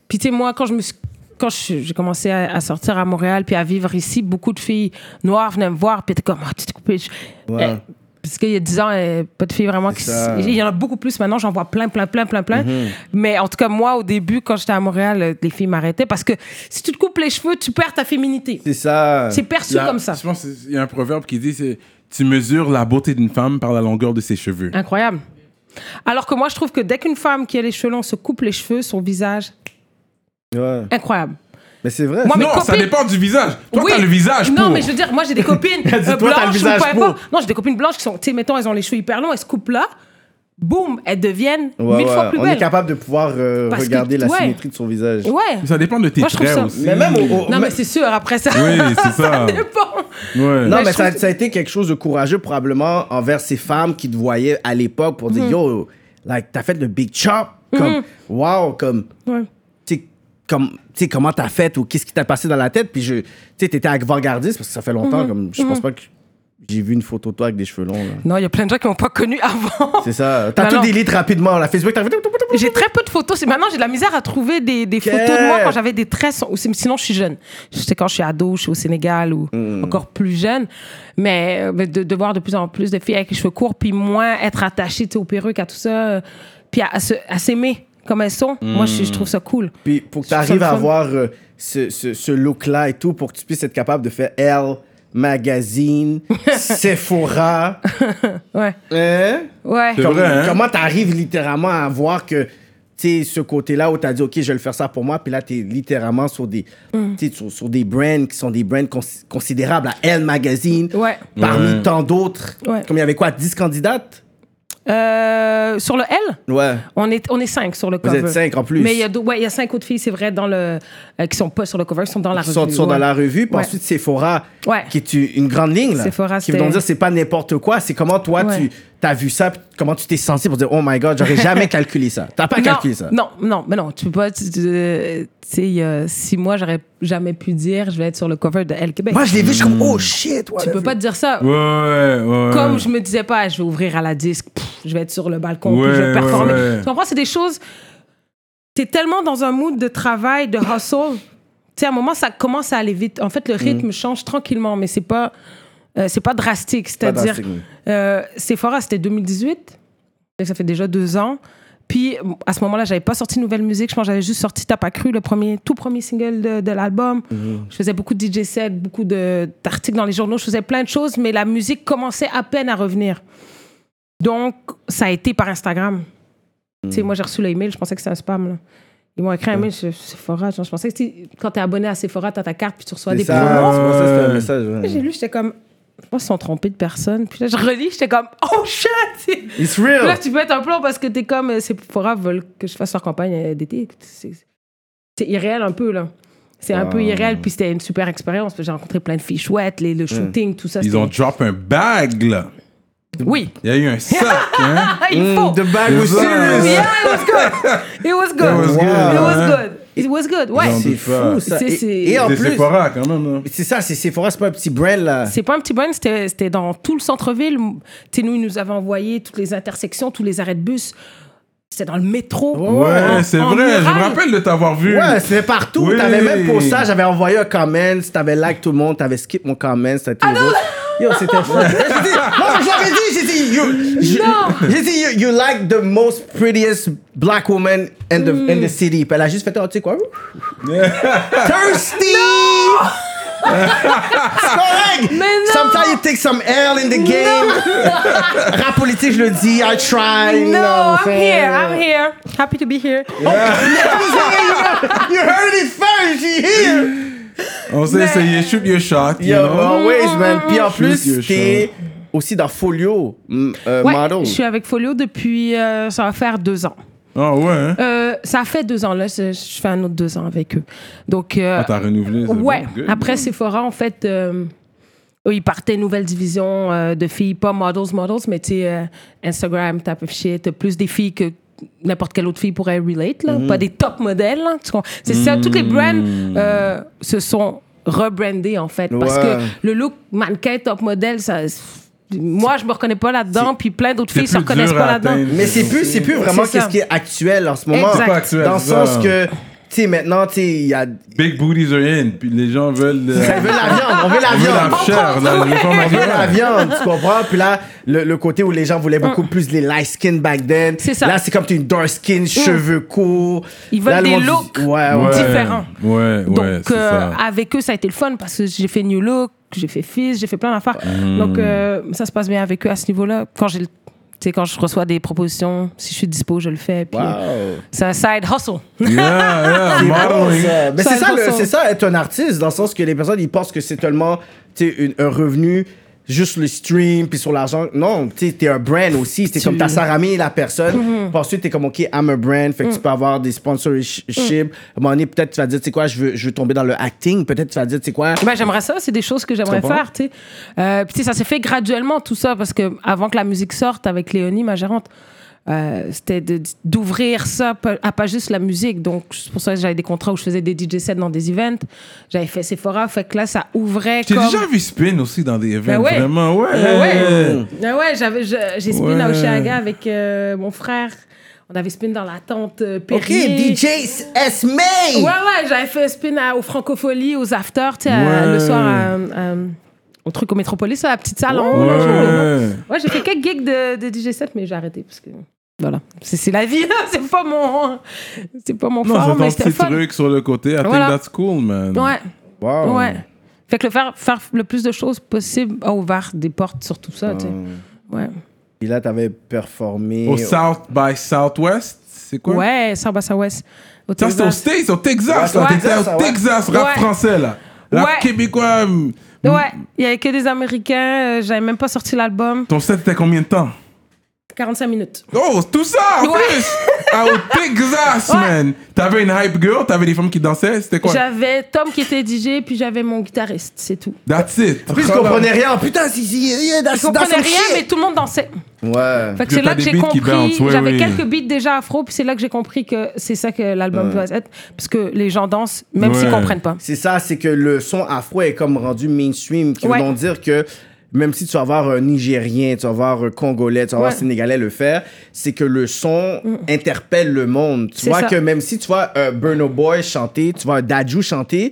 E: Puis tu sais, moi, quand je me suis- Quand je- j'ai commencé à, à sortir à Montréal puis à vivre ici, beaucoup de filles noires venaient me voir puis étaient comme, Ah, tu t'es coupé. les cheveux.
D: Ouais.
E: Eh, parce qu'il y a 10 ans, eh, pas de filles vraiment qui.
D: ça. Mm-hmm.
E: s- Il y en a beaucoup plus maintenant, j'en vois plein, plein, plein, plein, plein. Mais en tout cas, moi, au début, quand j'étais à Montréal, euh, les filles m'arrêtaient parce que si tu te coupes les cheveux, tu perds ta féminité.
D: C'est ça.
E: C'est perçu
C: Là,
E: comme ça.
C: Je pense qu'il y a un proverbe qui dit c'est, Tu mesures la beauté d'une femme par la longueur de ses cheveux.
E: Incroyable. Alors que moi, je trouve que dès qu'une femme qui a les cheveux longs se coupe les cheveux, son visage,
D: Ouais.
E: incroyable.
D: Mais c'est vrai.
E: Moi, mes
C: non, ça
E: copines-
C: dépend du visage. Toi,
E: Oui.
C: t'as le visage
E: Non,
C: pour.
E: mais je veux dire, moi, j'ai des copines
D: Dis-toi,
E: euh,
D: t'as le
E: blanches ou
D: visage
E: peu
D: pour.
E: importe. Non, j'ai des copines blanches qui sont, tu sais, mettons, elles ont les cheveux hyper longs, elles se coupent là, boum, elles deviennent
D: Ouais,
E: mille
D: ouais.
E: fois plus
D: On est
E: belles.
D: capable de pouvoir euh,
E: Parce que-
D: regarder la
E: ouais.
D: symétrie de son visage.
E: Ouais.
C: Ça dépend de tes
E: Moi, je trouve
C: traits
E: ça.
C: aussi.
D: Mais même au- au-
E: Non, mais
D: même-
E: c'est sûr, après ça.
C: Oui, c'est ça.
E: dépend.
C: Ouais.
D: Non,
E: Mais
D: mais,
E: Ben, je
D: ça,
E: trouve-
D: ça a été quelque chose de courageux probablement envers ces femmes qui te voyaient à l'époque pour
E: Mm-hmm.
D: dire yo, like t'as fait le big chop, comme wow, comme
E: Ouais.
D: tu sais, comme tu sais comment t'as fait ou qu'est-ce qui t'a passé dans la tête, puis je, tu sais t'étais avant-gardiste parce que ça fait
E: Mm-hmm.
D: longtemps, comme je pense pas que j'ai vu une photo de toi avec des cheveux longs. là.
E: Non, il y a plein de gens qui m'ont pas connu avant.
D: C'est ça. T'as
E: Ben Non,
D: tout
E: non.
D: délite rapidement là. Facebook, t'as fait.
E: J'ai très peu de photos. C'est maintenant j'ai de la misère à trouver des, des photos de moi quand j'avais des tresses. Ou c'est- Sinon je suis jeune. Je sais quand je suis ado, je suis au Sénégal ou
D: Hmm.
E: encore plus jeune. Mais euh, mais de, de voir de plus en plus de filles avec les cheveux courts, puis moins être attachée tu sais, aux perruques à tout ça, euh, puis à, à se- à s'aimer comme elles sont. Moi je, je
D: Hmm.
E: trouve ça cool.
D: Puis pour que tu
E: Je trouve ça
D: arrives
E: le
D: à
E: fun.
D: avoir euh, ce, ce, ce look-là et tout, pour que tu puisses être capable de faire Elle Magazine, Sephora.
E: Ouais,
D: Hein?
E: ouais.
C: C'est
D: Comme-
C: vrai, hein?
D: Comment t'arrives littéralement à voir que tu sais, ce côté-là où t'as dit ok je vais le faire ça pour moi puis là t'es littéralement sur des
E: Mm.
D: tu sais, sur, sur des brands qui sont des brands cons- considérables à Elle Magazine
E: Ouais.
D: parmi
C: Ouais.
D: tant d'autres
E: Ouais.
D: comme il y avait quoi 10 candidates
E: Euh, sur le L,
D: Ouais.
E: on est, on est cinq sur le
D: Vous
E: cover.
D: êtes cinq en plus.
E: Mais il y, a deux- ouais, il y a cinq autres filles, c'est vrai, dans le, euh, qui sont pas sur le cover, qui sont dans la
D: Qui sont,
E: revue.
D: sont
E: ouais.
D: dans la revue. Puis
E: Ouais.
D: ensuite, Sephora,
E: Ouais.
D: qui est une grande ligne. Là,
E: Sephora,
D: qui vont
E: c'était-
D: dire, c'est pas n'importe quoi. C'est comment toi,
E: Ouais.
D: tu as vu ça, puis comment tu t'es senti pour dire, oh my God, j'aurais jamais calculé ça. T'as pas
E: non,
D: calculé ça.
E: Non, non, mais non, tu peux pas. Tu tu- euh, tu sais, il y a six mois, j'aurais jamais pu dire je vais être sur le cover de Elle Québec.
D: Moi, je l'ai vu, je suis comme, oh shit.
E: tu peux pas te dire ça.
C: Ouais, ouais, ouais.
E: Comme je me disais pas, je vais ouvrir à la disque, pff, je vais être sur le balcon, puis je
C: Ouais,
E: vais performer.
C: ouais, ouais.
E: Tu comprends? C'est des choses. T'es tellement dans un mood de travail, de hustle. Tu sais, à un moment, ça commence à aller vite. En fait, le rythme change tranquillement, mais c'est pas, euh, c'est pas drastique. C'est-à-dire,
D: drastique, oui.
E: euh, Sephora, c'était 2018. Donc, Ça fait déjà deux ans. Puis, m- à ce moment-là, j'avais pas sorti de nouvelle musique. Je pense que j'avais juste sorti T'as pas cru, le premier, tout premier single de, de l'album.
D: Mhm.
E: Je faisais beaucoup de DJ sets, beaucoup de- d'articles dans les journaux. Je faisais plein de choses, mais la musique commençait à peine à revenir. Donc, ça a été par Instagram. Tu sais,
D: Mhm.
E: moi, j'ai reçu l'email, je pensais que c'était un spam. là. Ils m'ont écrit un mail, je- Sephora. genre, je pensais que tu sais, quand t'es abonné à Sephora, t'as ta carte, puis tu reçois des
D: ça,
E: promos.
D: c'est pour ça, c'était un message. ouais.
C: Mm.
E: J'ai lu, j'étais comme. Je pense qu'ils sont trompés de personne. Puis là, je relis, j'étais comme. Oh shit!
D: It's
E: Puis Là,
D: real.
E: tu peux être un plomb parce que t'es comme. euh, Sephora veulent que je fasse leur campagne euh, d'été. C'est c'est irréel un peu, là. C'est un
D: Ah.
E: peu irréel. Puis c'était une super expérience. J'ai rencontré plein de filles chouettes, les, le shooting, tout ça.
C: Mm. Ils
E: c'était-
C: ont Mm, drop un bag, là.
E: Oui!
C: Il y a eu un sac, hein.
E: Ah, il faut!
D: The bag
C: C'est
D: was
C: ça.
D: serious.
E: Yeah, it was good! It was good!
C: was
E: It
D: good,
E: was
C: hein.
E: good! It was good!
C: Ils ont
E: Ouais!
D: C'est
C: doute pas.
D: fou, ça.
E: C'est- c'est-
D: Et, et en
C: C'est
D: plus,
C: Sephora, quand même, hein. là.
D: c'est ça, c'est Sephora, c'est pas un petit brand, là.
E: C'est pas un petit brand, c'était c'était dans tout le centre-ville. Tu sais, nous, ils nous avaient envoyé toutes les intersections, tous les arrêts de bus. C'était dans le métro. Oh,
C: Ouais,
E: En-
C: c'est
E: en
C: vrai, je me
E: muraille.
C: rappelle de t'avoir vu.
D: Ouais, c'était partout.
C: Oui.
D: T'avais même pour ça, j'avais envoyé un comment, t'avais like tout le monde, t'avais skip mon comment, c'était
E: Ah
D: les autres. Yo, c'était fou. Moi, je l'avais dit, j'ai dit, you, je-
E: Non.
D: j'ai dit, you, you like the most prettiest black woman in the, in
E: Mm.
D: the city. Puis elle a juste fait, oh, tu sais quoi? Thirsty! C'est correct!
E: Mais non.
D: Sometimes you take some L in the game. Rap politique, je le dis, I try. you
E: No,
D: know,
E: I'm
D: fait-
E: here, I'm here. Happy to be here.
D: You heard it first, she here!
C: On sait, c'est you shoot your shot. you
D: Yo,
E: Mm,
C: know.
D: always, man. Puis en
C: Shoot your
D: plus,
C: shot.
D: t'es aussi dans Folio m- euh,
E: Ouais,
D: Model.
E: je suis avec Folio depuis, euh, ça va faire deux ans.
C: Ah ouais, hein?
E: Euh, ça fait deux ans, là, je, je fais un autre deux ans avec eux. Donc, euh,
C: Ah, t'as renouvelé. c'est
E: ouais.
C: bon, good.
E: Après Sephora, en fait, euh, eux, ils partaient une nouvelle division euh, de filles, pas models, models, mais tu sais, euh, Instagram, type of shit, plus des filles que n'importe quelle autre fille pourrait relate, là.
C: Mm.
E: Pas des top modèles, là. Tu comprends? C'est ça, toutes les brands euh, se sont rebrandées, en fait. Parce
D: Ouais.
E: que le look mannequin top modèle, ça. Moi, je me reconnais pas là-dedans, puis plein d'autres
C: C'est
E: filles se
C: plus
E: reconnaissent
C: dur
E: pas
C: à
E: là-dedans.
C: atteindre.
D: Mais c'est plus, c'est plus vraiment
E: C'est ça.
D: qu'est-ce qui est actuel en ce moment.
E: Exact. C'est pas
C: actuel,
D: Dans le
C: c'est ça.
D: sens que, tu sais, maintenant, tu sais, il y a.
C: Big booties are in. Puis les gens veulent. euh,
D: On veut la viande, on veut la
C: on veut la
D: viande.
C: chair, la- les femmes en
D: On veut la
C: général.
D: viande, tu comprends? Puis là, le, le côté où les gens voulaient beaucoup plus les light skin back then.
E: Mm. C'est ça. Mm.
D: Là, c'est comme t'es une dark skin, cheveux courts.
E: Ils veulent
D: Là, le
E: des
D: monde-
E: looks
D: Ouais,
C: Ouais,
D: ouais.
E: différents.
C: Ouais, ouais,
E: Donc,
C: c'est
E: euh,
C: ça.
E: avec eux, ça a été le fun parce que j'ai fait New Look, j'ai fait Fizz, j'ai fait plein d'affaires.
C: Hmm.
E: Donc, euh, ça se passe bien avec eux à ce niveau-là. Quand j'ai le- tu sais, quand je reçois des propositions, si je suis dispo, je le fais. Puis, euh,
D: Wow.
E: C'est un side hustle.
C: Yeah, yeah, modeling.
D: Ça, Mais
E: Ça,
D: c'est ça,
E: elles
D: le-
E: font ça.
D: c'est ça, être un artiste, dans le sens que les personnes, ils pensent que c'est tellement tu sais, une- un revenu juste le stream puis sur l'argent non tu sais, t'es un brand aussi c'est
E: Tu-
D: comme ta saramé la personne
E: Mm-hmm.
D: Puis ensuite t'es comme ok I'm a brand fait que
E: Mm.
D: tu peux avoir des sponsorships à un moment donné peut-être tu vas dire tu sais quoi je veux je veux tomber dans le acting peut-être tu vas dire tu sais quoi
E: Ben, j'aimerais ça, c'est des choses que j'aimerais
D: comprends?
E: faire. tu sais. Euh, puis tu sais, ça s'est fait graduellement tout ça parce que avant que la musique sorte avec Léonie, ma gérante, euh, c'était de- d'ouvrir ça pa- à pas juste la musique. Donc c'est pour ça que j'avais des contrats où je faisais des DJ sets dans des events. J'avais fait Sephora, fait que là ça ouvrait
C: J'ai
E: comme.
C: déjà vu Spin aussi dans des événements.
E: Ben ouais.
C: Vraiment, ouais.
E: Ah ouais, Ah ouais j'avais, je- j'ai spin
C: Euh.
E: à
C: Ouais.
E: Oshiaga avec euh, mon frère. On avait spin dans la tente euh,
D: ok
E: Perrier.
D: DJ S May
E: Ouais, ouais, j'avais fait spin à- aux Francopholies, aux After, tu sais, à-
C: Ouais.
E: le soir à- à- au truc au Métropolis, à la petite salle en haut. là, j'ai oublié le nom.
C: Ouais.
E: Ouais, j'ai fait quelques gigs de, de DJ7, mais j'ai arrêté parce que. Voilà, c'est, c'est la vie, là. c'est pas mon, c'est pas mon fort,
C: Non,
E: mais
C: c'est ton
E: c'était
C: petit
E: fun.
C: truc Ah sur le côté. I think
E: Voilà.
C: that's cool, man.
E: Ouais,
D: Wow.
E: ouais. Fait que le faire, faire le plus de choses possible a ouvert des portes sur tout ça, tu sais.
C: Ah
E: Ouais.
D: puis là t'avais performé
C: Au South by Southwest, c'est quoi?
E: Ouais, Samba Souest. Au
C: Ça, c'était au
E: Texas.
C: States, au Texas.
D: Ouais,
C: là,
E: ouais.
C: T'étais au
D: Ouais.
C: Texas, rap
E: Ouais.
C: français, là. Rap
E: Ouais.
C: québécois. hum,
E: Ouais, il y avait que des Américains. euh, J'avais même pas sorti l'album.
C: Ton set était combien de temps?
E: 45 minutes.
C: Oh, tout ça en
E: Ouais.
C: plus! Ah, au Texas,
E: Ouais.
C: man! T'avais une hype girl, t'avais des femmes qui dansaient, c'était quoi?
E: J'avais Tom qui était DJ, puis j'avais mon guitariste, c'est tout.
C: That's it!
D: En plus, je comprenais rien. Oh, Putain, si, si, il est dans
E: Je comprenais
D: son
E: rien, mais
D: shit.
E: tout le monde dansait.
D: Ouais.
E: Fait que
C: Que t'as
E: c'est là que
C: des
E: j'ai
C: beats qui
E: compris.
C: bouncent, ouais,
E: J'avais
C: ouais.
E: quelques beats déjà afro, puis c'est là que j'ai compris que c'est ça que l'album doit être. Parce que les gens dansent, même
C: Ouais.
E: s'ils comprennent pas.
D: C'est ça, c'est que le son afro est comme rendu mainstream, qui
E: Ouais.
D: veut donc dire que même si tu vas avoir un Nigérien, tu vas avoir un Congolais, tu vas avoir un
E: Ouais. Mm.
D: Sénégalais le faire, c'est que le son interpelle le monde. Tu
E: C'est
D: vois
E: ça.
D: que même si tu vois un Burno Boy chanter, tu vois un Dadju chanter,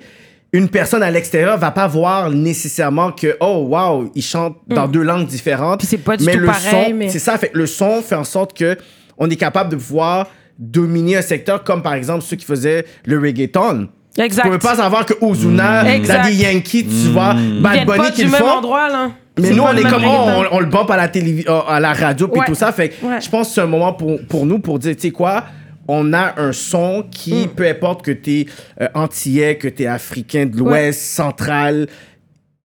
D: une personne à l'extérieur va pas voir nécessairement que oh wow, il chante dans deux langues différentes.
E: Mm. Puis c'est pas du
D: mais
E: tout
D: le
E: pareil,
D: son-
E: mais-
D: c'est ça, fait que le son fait en sorte que on est capable de pouvoir dominer un secteur comme par exemple ceux qui faisaient le reggaeton.
E: Exact. Mm.
D: Tu pouvais pas savoir que Ozuna,
E: Exact.
D: Daddy Yankee, tu vois,
C: Mm.
E: Ils
D: Bad
E: viennent
D: Bunny
E: pas
D: qui
E: du
D: le
E: même
D: font.
E: endroit, là.
D: Mais
E: C'est
D: nous,
E: pas
D: on
E: le
D: est
E: même
D: comme, oh, on,
E: rythme.
D: on le bump à la télé, euh, à la radio, puis
E: Ouais.
D: tout ça. Fait que
E: Ouais.
D: je pense que c'est un moment pour, pour nous pour dire, tu sais quoi, on a un son
E: Mm.
D: qui, peu importe que t'es euh, antillais, que t'es africain de l'Ouest,
E: Ouais.
D: central,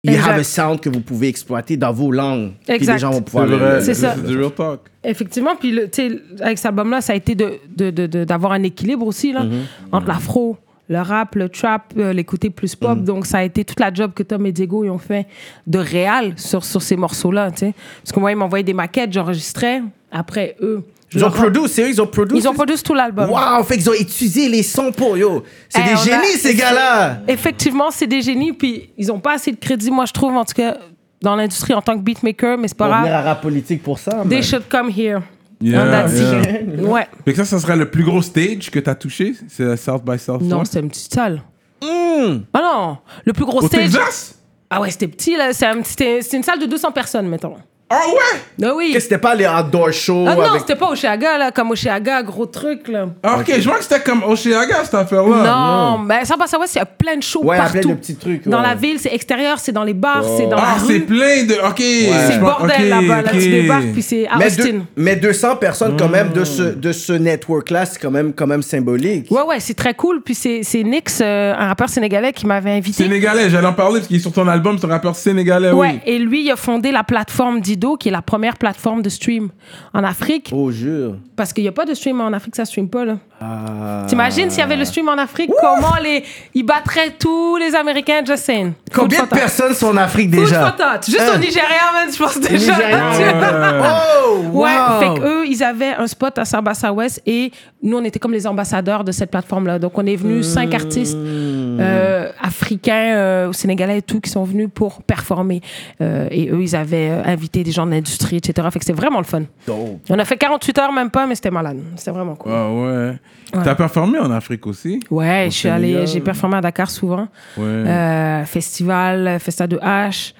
D: you
E: Exact.
D: have a sound que vous pouvez exploiter dans vos langues. Puis
E: Exact.
D: les gens vont
C: C'est
D: pouvoir le-
C: vrai,
D: le-
E: C'est ça.
C: c'est du real talk.
E: Effectivement, puis le- tu sais, avec cet album-là, ça a été d'avoir de, de, de- d'avoir un équilibre aussi là,
D: Mhm.
E: entre l'afro, le rap, le trap, euh, les côtés plus pop.
D: Mhm.
E: Donc, ça a été toute la job que Tom et Diego ils ont fait de réal sur, sur ces morceaux-là. tu sais. Parce que moi, ils m'envoyaient des maquettes, j'enregistrais. Après, eux, je
D: Ils ont
E: leur-
D: produit, c'est eux, ils ont produit.
E: ils ont produit tout l'album.
D: Waouh, fait qu'ils ont étudié les sons pour yo. C'est
E: Eh,
D: des
E: on a-
D: génies, ces gars-là.
E: Effectivement, c'est des génies, puis ils ont pas assez de crédit, moi, je trouve, en tout cas, dans l'industrie en tant que beatmaker, mais c'est pas
D: On va venir
E: grave.
D: à rap politique pour ça.
E: They
D: mais-
E: should come here.
C: Yeah,
E: And that's
C: yeah.
E: it. Ouais.
C: Fait que ça, ça serait le plus gros stage que t'as touché, c'est South by South.
E: Non, c'était une petite salle.
D: Hmm.
E: Ah non, le plus gros
C: Au
E: stage.
C: Texas?
E: Ah ouais, c'était petit, là. C'est un- C'était c'était une salle de 200 personnes, mettons.
C: Ah ouais?
E: Ah oui.
D: Que c'était pas les outdoor shows
E: Ah non,
D: avec.
E: c'était pas Oshiaga, là, comme Oshiaga, gros truc, là.
C: Ah, ok, je vois que c'était comme Oshiaga cette affaire-là.
E: non, mais ça passe à c'est plein de shows
D: Ouais,
E: partout.
D: plein de petits trucs,
E: Dans
D: ouais.
E: la ville, c'est extérieur, c'est dans les bars, c'est dans
C: Ah,
E: la
C: c'est
E: rue.
C: plein de. Ok.
E: C'est
C: je
E: le
C: vois-
E: bordel
C: ok,
E: là-bas, là. Tu
C: ok.
E: débarques, puis c'est à
D: mais,
E: Austin.
D: deux- mais 200 personnes quand même de ce, de ce network-là, c'est quand même, quand même symbolique.
E: Ouais, ouais, c'est très cool. Puis c'est c'est Nix, euh, un rappeur sénégalais, qui m'avait invité.
C: Sénégalais, j'allais en parler parce qu'il est sur ton album, c'est un rappeur sénégalais,
E: Ouais,
C: ah oui.
E: et lui, il a fondé la plateforme Dido, qui est la première plateforme de stream en Afrique.
D: Oh, jure.
E: Parce qu'il n'y a pas de stream en Afrique, ça stream pas, là.
D: Ah.
E: T'imagines s'il y avait le stream en Afrique, comment les, ils battraient tous les Américains, just saying.
D: Combien
E: Food
D: de
E: for thought.
D: personnes sont en Afrique
E: Food
D: déjà?
E: for thought. Juste
D: Hein?
E: au Nigeria, man, je pense déjà.
D: Nigeria,
E: Tu-
C: Ah Ouais.
D: Oh, wow.
E: Ouais, fait qu'eux, ils avaient un spot à Sambassa West et nous, on était comme les ambassadeurs de cette plateforme-là. Donc, on est
D: Hmm.
E: venus cinq artistes euh, africains, euh, sénégalais et tout, qui sont venus pour performer. Euh, et eux, ils avaient euh, invité des gens de l'industrie, etc. Fait que c'est vraiment le fun.
D: Dope.
E: On a fait 48 heures, même pas, mais c'était malade. C'était vraiment cool.
C: Ah ouais. T'as performé en Afrique aussi?
E: Ouais, je suis allée,
C: Sénégal.
E: j'ai performé à Dakar souvent.
C: Ouais.
E: Euh, festival, Festa de H.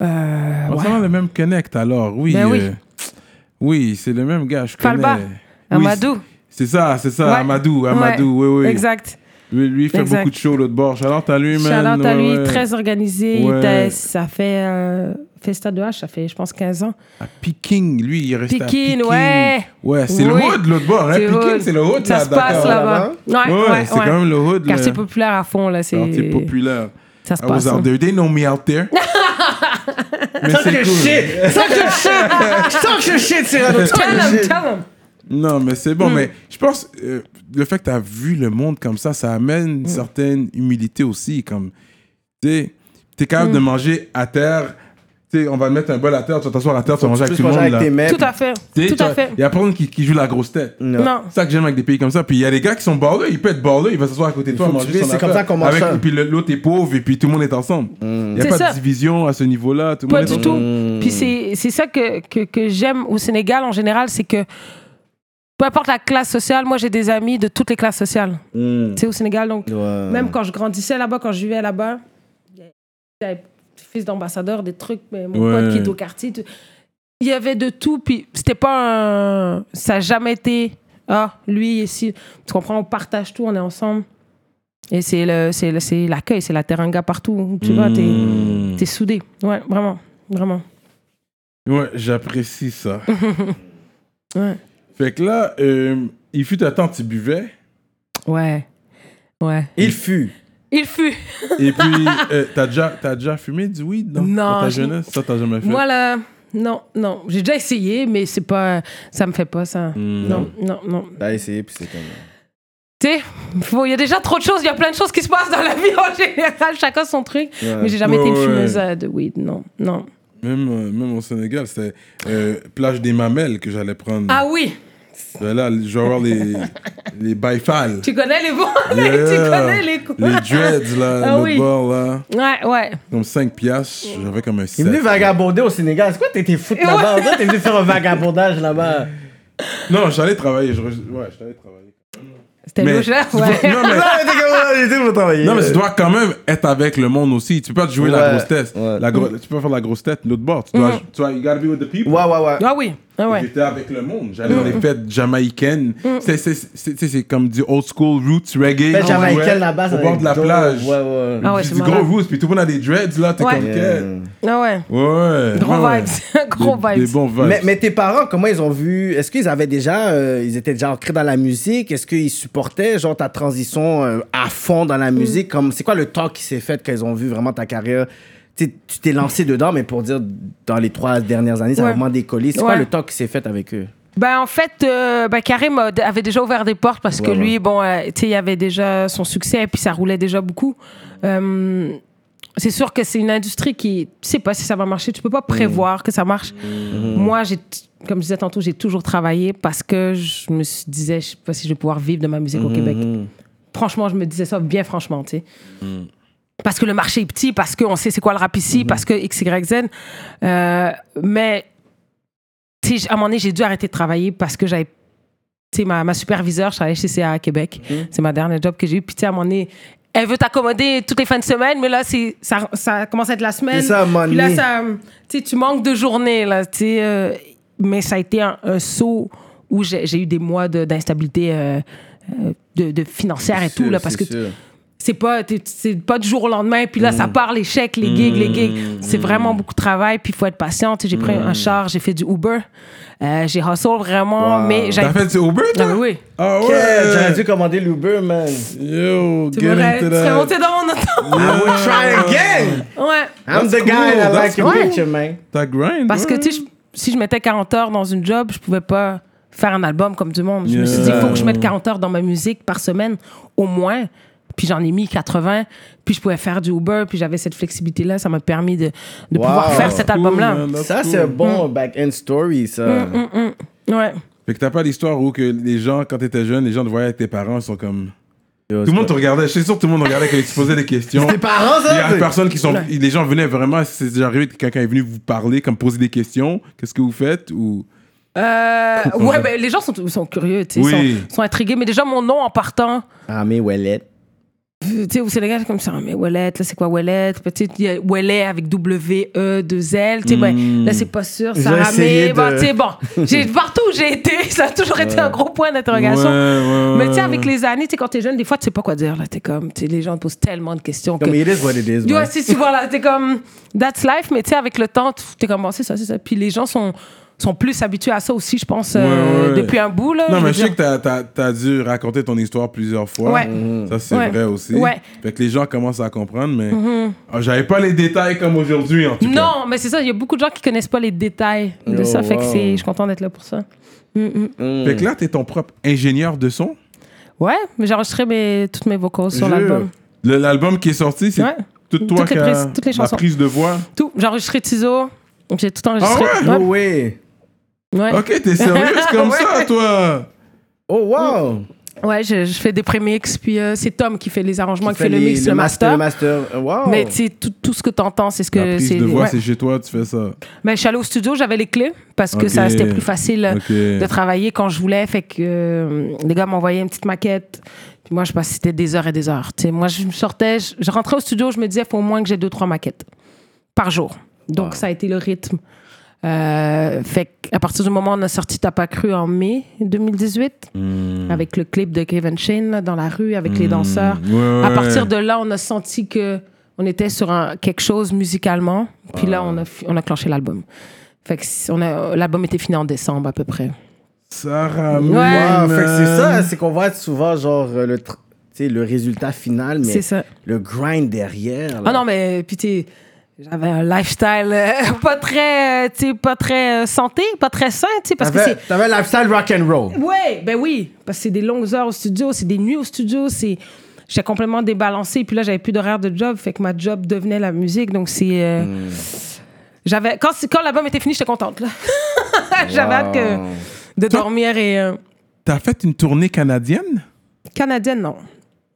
E: Euh,
C: On
E: ouais.
C: s'en va le même connect alors, oui.
E: Ben oui.
C: euh, oui, c'est le même gars, je connais.
E: Falba, Amadou.
C: Oui, c'est c'est ça, c'est ça,
E: Ouais.
C: Amadou,
E: Ouais,
C: Amadou, oui, oui.
E: Exact.
C: Lui, lui, il fait
E: Exact.
C: beaucoup de shows l'autre bord. Shout-out à lui, man.
E: Shout-out à
C: ouais,
E: lui,
C: ouais.
E: très organisé. Il
C: Ouais.
E: était- ça fait euh, Festa de H, ça fait, je pense, 15 ans.
C: À Peking, lui, il est resté à
E: Peking,
C: Peking.
E: ouais.
C: Ouais, c'est le
E: Oui.
C: hood l'autre bord, hein.
E: C'est
C: Peking,
E: hood.
C: c'est le hood,
E: Ça
C: là,
E: se passe
C: Dakar.
E: là-bas. Ouais,
C: Ouais,
E: ouais,
C: c'est
E: ouais.
C: quand même le hood,
E: Quartier
C: là.
E: populaire à fond, là. C'est
C: Quartier populaire. Ah,
E: Ça se
C: I was
E: passe. hein.
C: out there. They know me out there. Mais
D: Talk
C: c'est
D: your
C: cool.
D: shit! Talk your shit! Talk your shit, Cyrano! Talk
E: Tell
D: your
E: them,
D: shit!
E: tell them.
C: Non, mais c'est
E: Hmm.
C: bon. Mais je pense euh, le fait que tu as vu le monde comme ça, ça amène
E: Hmm.
C: une certaine humilité aussi. Comme, tu sais, t'es capable
E: Hmm.
C: de manger à terre. Tu sais, on va mettre un bol à terre, tu vas t'asseoir à terre, tu vas
D: Tu
C: manger avec
D: peux
C: tout le
D: manger
C: monde.
D: avec
C: là.
D: tes Hmm. mains,
E: Tout à
D: puis-
E: fait.
C: Tu sais,
E: Tout à
C: tu-
E: fait.
C: Il y a personne qui, qui joue la grosse tête.
E: Non.
C: C'est ça que j'aime avec des pays comme ça. Puis il y a des gars qui sont balleux, ils peuvent être balleux, ils vont s'asseoir à côté de toi,
D: faut que tu
C: manger
D: vis,
C: son
D: c'est comme
C: affaire.
D: ça qu'on mange
C: Avec-
D: ça. Hmm.
C: Puis le- l'autre est pauvre, et puis tout le monde est ensemble. Il n'y a
E: C'est
C: pas
E: ça.
C: de division à ce niveau-là. Tout le
E: Pas
C: monde est
E: du tout.
C: ensemble.
E: Puis c'est c'est ça que, que, que j'aime au Sénégal en général, c'est que peu importe la classe sociale, moi j'ai des amis de toutes les classes sociales.
D: Hmm.
E: Tu sais, au Sénégal, donc
D: Ouais.
E: même quand je grandissais là-bas, quand je vivais là-bas, j'avais des fils d'ambassadeur, des trucs, mais mon
C: Ouais.
E: pote qui est au quartier, tout- il y avait de tout, puis c'était pas un... Ça n'a jamais été, ah, lui, ici, tu comprends, on partage tout, on est ensemble. Et c'est le- c'est le- c'est l'accueil, c'est la teranga partout, tu vois, t'es...
C: Mm.
E: T'es soudé. Ouais, vraiment. Vraiment.
C: Ouais, j'apprécie ça.
E: Ouais.
C: Fait que là, euh, il fut un temps, tu buvais.
E: Ouais. Ouais.
D: Il fut.
E: Il fut.
C: Et puis, euh, t'as déjà, t'as déjà fumé du weed, non?
E: Non,
C: Dans ta
E: je-
C: jeunesse, ça, t'as jamais fait.
E: Moi, là, non, non. J'ai déjà essayé, mais c'est pas. Ça me fait pas ça.
C: Mm.
E: Non, non, non.
D: T'as essayé, puis c'est comme.
E: Tu sais, faut- il y a déjà trop de choses, il y a plein de choses qui se passent dans la vie en général, chacun son truc. Mais j'ai jamais été une
C: Ouais, ouais.
E: fumeuse euh, de weed, non, non.
C: Même, euh, même au Sénégal, c'était euh, plage des mamelles que j'allais prendre.
E: Ah oui,
C: Ben là, je vais avoir les, les baïfales.
E: tu connais les bons, tu
C: Yeah.
E: connais les coups.
C: Les dreads, là,
E: Ah
C: l'autre
E: oui.
C: bord, là.
E: Ouais, ouais.
C: Comme 5 piastres, j'avais comme un
D: T'es venu
C: 7.
D: vagabonder au Sénégal. C'est quoi t'étais foutre là-bas? On dirait que T'es venu faire un vagabondage là-bas.
C: Non, j'allais travailler. Je... re- Ouais, j'allais travailler.
E: C'était
C: Mais-
E: légère, ouais.
C: Non, mais
D: mais t'es comme- t'es venu travailler.
C: Non, mais tu dois quand même être avec le monde aussi. Tu peux pas te jouer
D: euh, Ouais,
C: la grosse tête.
D: ouais.
C: La gro- Tu peux faire la grosse tête l'autre bord. Tu dois,
E: Mhm.
C: tu dois- you gotta be with the people.
D: Ouais, ouais, ouais.
E: Ah oui, ah ouais.
C: J'étais avec le monde. J'allais
E: Mhm.
C: dans les fêtes jamaïcaines. C'est- c'est- C'est c'est- c'est comme du old school roots reggae.
D: Fête
C: Ouais.
D: jamaïcaine là-bas, ça
C: Au
D: va
C: bord
D: être
C: de la
D: dope.
C: plage.
D: Ouais, ouais.
E: Ah ouais,
C: du
E: c'est
C: du
E: malade.
C: gros roots. Puis tout le monde a des dreads là. T'es
E: Ouais.
C: comme
D: Yeah.
C: quel.
E: Ah ouais.
C: Ouais.
E: Gros
C: ouais.
E: vibes, gros
C: Des-
E: vibes.
C: Des bons vibes.
D: Mais, mais tes parents, comment ils ont vu Est-ce qu'ils avaient déjà. euh, ils étaient déjà ancrés dans la musique Est-ce qu'ils supportaient, genre, ta transition euh, à fond dans la
E: Mm.
D: musique Comme C'est quoi le temps qui s'est fait quand ils ont vu vraiment ta carrière Tu sais, tu t'es lancé dedans, mais pour dire, dans les trois dernières années, ça a
E: Ouais.
D: vraiment décollé. C'est quoi
E: Ouais.
D: le temps qui s'est fait avec eux
E: Ben, en fait, euh, ben, Karim euh, d- avait déjà ouvert des portes parce que
D: Ouais,
E: lui, bon, euh, tu sais, il avait déjà son succès et puis ça roulait déjà beaucoup. Euh, c'est sûr que c'est une industrie qui, tu sais pas si ça va marcher, tu peux pas prévoir que ça marche.
D: Mhm.
E: Moi, j'ai, t- comme je disais tantôt, j'ai toujours travaillé parce que je me suis- disais, je sais pas si je vais pouvoir vivre de ma musique
D: Mhm.
E: au Québec. Franchement, je me disais ça bien franchement, tu sais.
D: Mm.
E: Parce que le marché est petit, parce qu'on sait c'est quoi le rap ici,
D: Mm-hmm.
E: parce que X, Y, Z. Euh, mais tu sais, à un moment donné, j'ai dû arrêter de travailler parce que j'avais. Tu sais, ma, ma superviseure, je travaillais chez CA à Québec.
D: Mm-hmm.
E: C'est ma dernière job que j'ai eue. Puis, tu sais, à un moment donné, elle veut t'accommoder toutes les fins de semaine, mais là, c'est, ça, ça commence à être la semaine.
D: C'est ça, à un moment
E: Puis là,
D: donné.
E: ça, tu sais, tu manques de journées, là. Tu sais, euh, mais ça a été un, un saut où j'ai, j'ai eu des mois de- d'instabilité euh, euh, de, de financière et tout, là, parce que c'est pas t'es- c'est pas du jour au lendemain puis là
C: Mm.
E: ça part les chèques les gigs les gigs c'est vraiment beaucoup de travail puis il faut être patient Tu sais, j'ai pris
C: Mm.
E: un char j'ai fait du Uber Euh, j'ai hustle vraiment mais j'ai
C: T'as fait du Uber,
E: Ah,
C: toi?
E: mais oui
C: Ah ouais.
D: Ok, J'aurais dû commander l'Uber, man.
C: Yo,
E: tu
C: get
E: m'aurais- tu
C: into
E: serais
C: that.
E: monté dans mon auto
D: I would try again.
E: ouais
D: I'm
C: Ah That's
D: the guy
C: cool,
D: that
C: that's
D: like your
C: cool.
D: picture, man.
C: T'as grind.
E: parce que
C: ouais.
E: tu sais, je- si je mettais 40 heures dans une job je pouvais pas faire un album comme du monde je me suis dit
C: Yeah.
E: il faut que je mette 40 heures dans ma musique par semaine au moins puis j'en ai mis 80 puis je pouvais faire du Uber puis j'avais cette flexibilité là ça m'a permis de, de
D: Wow.
E: pouvoir faire cet
C: Cool,
E: album là
C: man, that's
D: Ça,
C: cool.
D: c'est un
E: Mm.
D: bon back-end story, ça.
E: ouais
C: Fait que t'as pas l'histoire où que les gens, quand t'étais jeune, les gens te voyaient avec tes parents, ils sont comme.
D: Yo,
C: Tout le
D: c'est
C: monde te regardait. Je suis sûr que tout le monde regardait quand tu posais des questions.
D: Tes parents,
C: Il y a
D: ça? c'est-
C: personne qui sont. Les gens venaient vraiment. C'est déjà arrivé que quelqu'un est venu vous parler, comme poser des questions. Qu'est-ce que vous faites ou...
E: Euh,
C: Pourquoi
E: ouais,
C: pas?
E: ben, les gens sont, sont curieux, tu sais,
C: Oui.
E: sont, sont intrigués. Mais déjà, mon nom en partant,
D: Ah, mais Wallet.
E: tu sais, au Sénégal, c'est comme ça, Ah, mais Wallet, là, c'est quoi Wallet? Puis, Tu sais, il y a Wallet avec W-E-2-L, tu sais,
C: Hmm.
E: ben, là, c'est pas sûr, ça
D: essayé
E: ramène. Bon,
D: de-
E: tu sais, bon, j'ai- partout où j'ai été, ça a toujours été un gros point d'interrogation. Mais tu sais, avec les années, tu sais, quand t'es jeune, des fois, tu sais pas quoi dire, là, t'es comme, tu sais, les gens te posent tellement de questions que...
D: Comme it is what it is,
E: Tu vois,
D: man.
E: si tu vois là, t'es comme that's life, mais tu sais, avec le temps, tu- t'es comme bon, c'est ça, c'est ça. Puis les gens sont, sont plus habitués à ça aussi, je pense, euh,
C: Ouais, ouais.
E: depuis un bout. Là,
C: Non,
E: je
C: mais
E: veux
C: je sais
E: dire.
C: que t'as- t'as t'as dû raconter ton histoire plusieurs fois. Mm-hmm.
E: Ouais.
C: Ça, c'est
E: Ouais.
C: vrai aussi.
E: Ouais. Mm-hmm.
C: Fait que les gens commencent à comprendre, mais. Ah, J'avais pas les détails comme aujourd'hui, en tout cas.
E: Non, mais c'est ça, il y a beaucoup de gens qui connaissent pas les détails de
D: Oh,
E: ça, fait que
D: wow.
E: c'est, je suis contente d'être là pour ça.
C: Fait que là, t'es ton propre ingénieur de son.
E: Ouais, mais j'ai enregistré mes, toutes mes vocals sur
D: Jure.
E: l'album.
C: Le- L'album qui est sorti, c'est
E: Ouais.
C: tout toi
E: Toutes les
C: qui a-
E: prises- toutes les
C: la
E: chansons.
C: prise de voix.
E: Tout, j'ai enregistré Tizo, j'ai tout enregistré.
C: Ah Oh.
D: No way.
E: ouais, ouais.
C: Ok, t'es sérieuse comme ça, toi
D: Oh, wow.
E: Ouais, je, je fais des prémix, puis euh, c'est Tom qui fait les arrangements, qui, fait le
D: les-
E: mix, le, master.
D: Le master. Wow.
E: Mais tu sais, tout, tout ce que t'entends, c'est ce que
C: Oh. La prise de
E: les-
C: voix,
E: ouais.
C: c'est chez toi, tu fais ça.
E: Mais je suis allée au studio, j'avais les clés parce que ça
C: Ok.
E: c'était plus facile
C: Ok.
E: Euh, de travailler quand je voulais. Fait que euh, les gars m'envoyaient une petite maquette. Puis moi, je passais c'était des heures et des heures. Tu sais, moi, je me sortais, je, je rentrais au studio, je me disais, faut au moins que j'ai deux, trois maquettes par jour. Donc, ça a été le rythme. Euh, fait à partir du moment où on a sorti T'as pas cru en mai 2018, avec le clip de Kevin Shane là, dans la rue, avec les danseurs,
C: Ouais,
E: à
C: ouais.
E: partir de là, on a senti que on était sur un, quelque chose musicalement. Puis là, on a, fi- on a clenché l'album. Fait que si- on a- l'album était fini en décembre à peu près.
C: Sarah
E: Ouais.
D: Wow,
C: Moon,
D: fait que c'est ça,
C: man.
D: c'est qu'on voit souvent, genre, euh, le, tr- tu sais, le résultat final, mais
E: C'est ça.
D: le grind derrière. là.
E: Ah non, Ah mais puis t'es- J'avais un lifestyle euh, pas très, euh, tu sais, pas très euh, santé, pas très sain, tu sais, parce que
D: T'avais
E: c'est...
D: t'avais un lifestyle rock'n'roll.
E: Ouais, ben oui, parce que c'est des longues heures au studio, c'est des nuits au studio, c'est j'étais complètement débalancée, puis là j'avais plus d'horaire de job, fait que ma job devenait la musique, donc c'est euh, j'avais quand c'est- quand l'album était fini, j'étais contente là. j'avais hâte que de dormir et euh,
C: T'as fait une tournée canadienne?
E: canadienne non.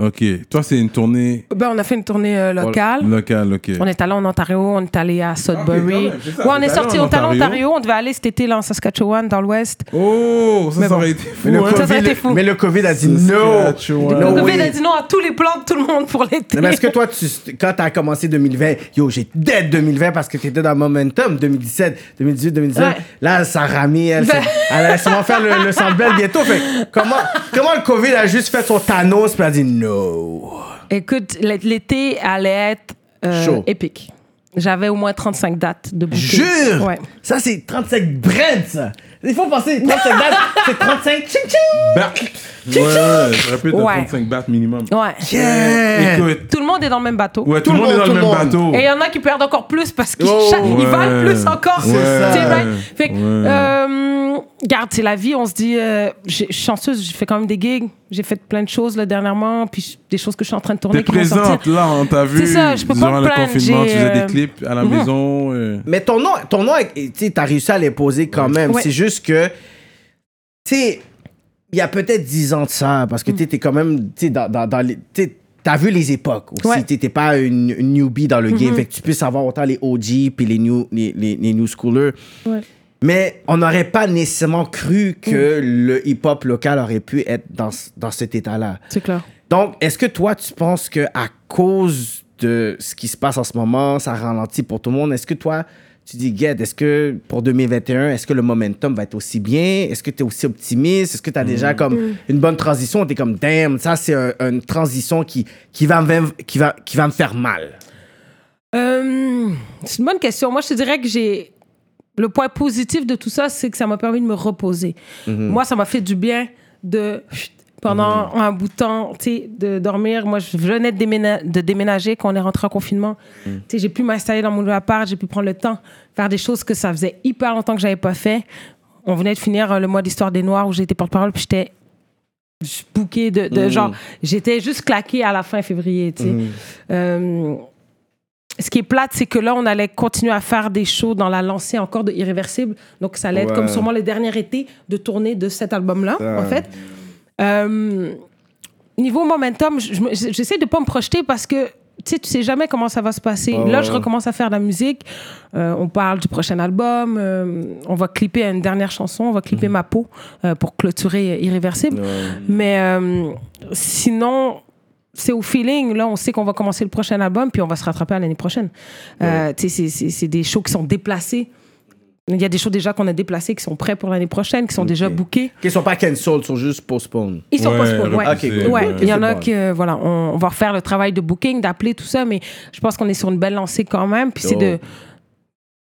C: OK. Toi, c'est une tournée
E: Ben on a fait une tournée euh, locale.
C: locale, OK.
E: On est allé en Ontario, on est allé à
C: quand
E: Sudbury.
C: même, c'est ça,
E: ouais, on
C: vous
E: est
C: allez
E: sorti
C: en
E: au Talent
C: Ontario.
E: Ontario. On devait aller cet été là en Saskatchewan, dans l'Ouest.
C: Oh, ça,
E: Mais
C: ça
E: bon.
C: aurait été fou,
D: Mais le,
C: hein?
E: Ça, ça a
D: COVID,
E: été fou.
D: mais le COVID a dit
C: C'est
D: no. No
C: Saskatchewan.
E: Le
D: way.
E: COVID a dit non à tous les plans de tout le monde pour l'été.
D: Non, Mais est-ce que toi, tu, quand t'as commencé 2020, yo, j'ai dead 2020 parce que t'étais dans Momentum 2017, 2018, 2019.
E: Ouais.
D: Là, ça ramille, elle,
E: Ben-
D: s'est- elle allait sûrement faire le, le semblant bientôt. Fait, comment, comment le COVID a juste fait son Thanos puis elle a dit no.
E: Écoute, l- l'été allait être euh,
D: Chaud.
E: épique. J'avais au moins 35 dates de bouquets.
D: Jure!
E: Ouais.
D: Ça, c'est 35 bread, ça! Il faut penser, 35 dates, c'est 35 ching ching!
C: Bat. Ouais, je répète,
E: Ouais.
C: 35 bahts minimum.
E: Ouais.
D: Yeah!
C: Écoute,
E: Tout le monde est dans le même bateau.
C: ouais, tout, le monde est dans le
D: tout
C: même
D: le
C: bateau.
D: monde.
E: Et il y en a qui perdent encore plus parce qu'ils
D: Oh,
E: cha- ils
C: ouais.
E: valent plus encore.
C: C'est
D: ça.
E: Tu sais, right? Fait que,
C: Ouais.
E: euh, garde, c'est la vie. On se dit, euh, j'ai- je suis chanceuse, j'ai fait quand même des gigs. J'ai fait plein de choses là, dernièrement, puis je- des choses que je suis en train de tourner.
C: T'es
E: qui vont sortir.
C: présente là, on t'a vu.
E: C'est ça, je peux pas
C: durant
E: me
C: le
E: plaindre,
C: confinement, tu
E: j'ai,
C: faisais
E: euh,
C: des clips à la
E: mhm.
C: maison. euh.
D: Mais ton nom, ton nom tu sais, t'as réussi à les poser quand même.
E: Ouais.
D: C'est juste que, tu sais, il y a peut-être 10 ans de ça, parce
E: Mm.
D: que tu es quand même, tu sais, dans, dans, dans les. tu sais, T'as vu les époques aussi.
E: Ouais. Mm-hmm.
D: Tu T'es pas une, une newbie dans le game. Fait que tu peux savoir autant les OG puis les new, les, les, les new schoolers.
E: Ouais.
D: Mais on n'aurait pas nécessairement cru
E: Mm.
D: que le hip-hop local aurait pu être dans, ce- dans cet état-là.
E: C'est clair.
D: Donc, est-ce que toi, tu penses que à cause de ce qui se passe en ce moment, ça ralentit pour tout le monde? Est-ce que toi, tu dis, Gued, est-ce que pour 2021, est-ce que le momentum va être aussi bien? Est-ce que tu es aussi optimiste? Est-ce que tu as
C: Mm.
D: déjà comme une bonne transition? Tu es comme, damn, ça, c'est un- une transition qui, qui, va me, qui, va, qui va me faire mal.
E: Euh, c'est une bonne question. Moi, je te dirais que j'ai. Le point positif de tout ça, c'est que ça m'a permis de me reposer. Moi, ça m'a fait du bien de. chut, Pendant un bout de temps, tu sais, de dormir. Moi, je venais de, déména- de déménager quand on est rentré en confinement. Tu sais, j'ai pu m'installer dans mon nouvel appart, j'ai pu prendre le temps, faire des choses que ça faisait hyper longtemps que j'avais pas fait. On venait de finir euh, le mois d'histoire des Noirs où j'étais porte-parole, puis j'étais bouquée de, de genre. J'étais juste claquée à la fin février, tu sais. Euh, ce qui est plate, c'est que là, on allait continuer à faire des shows dans la lancée encore de Irréversible. Donc, ça allait être
D: Ouais.
E: comme sûrement le dernier été de tournée de cet album-là, en fait. Euh, niveau momentum, je- je me- j'essaie de pas me projeter parce que tu sais, tu sais jamais comment ça va se passer. Là, je recommence à faire de la musique. Euh, on parle du prochain album. Euh, on va clipper une dernière chanson. On va clipper ma peau euh, pour clôturer euh, Irréversible. Mais euh, sinon, c'est au feeling. Là, on sait qu'on va commencer le prochain album, puis on va se rattraper à l'année prochaine. Euh, tu sais, c'est- c'est c'est des shows qui sont déplacés. Il y a des shows déjà qu'on a déplacés, qui sont prêts pour l'année prochaine, qui sont déjà bookés.
D: Qu'ils sont pas cancel, ils sont juste postponed.
E: Ils sont
C: Ouais,
E: pas spoilés, ouais.
C: repoussés,
E: Ouais,
D: ouais.
E: Il y en a
D: C'est bon.
E: qui, euh, voilà, on, on va refaire le travail de booking, d'appeler tout ça, mais je pense qu'on est sur une belle lancée quand même. Puis c'est
D: Oh.
E: de,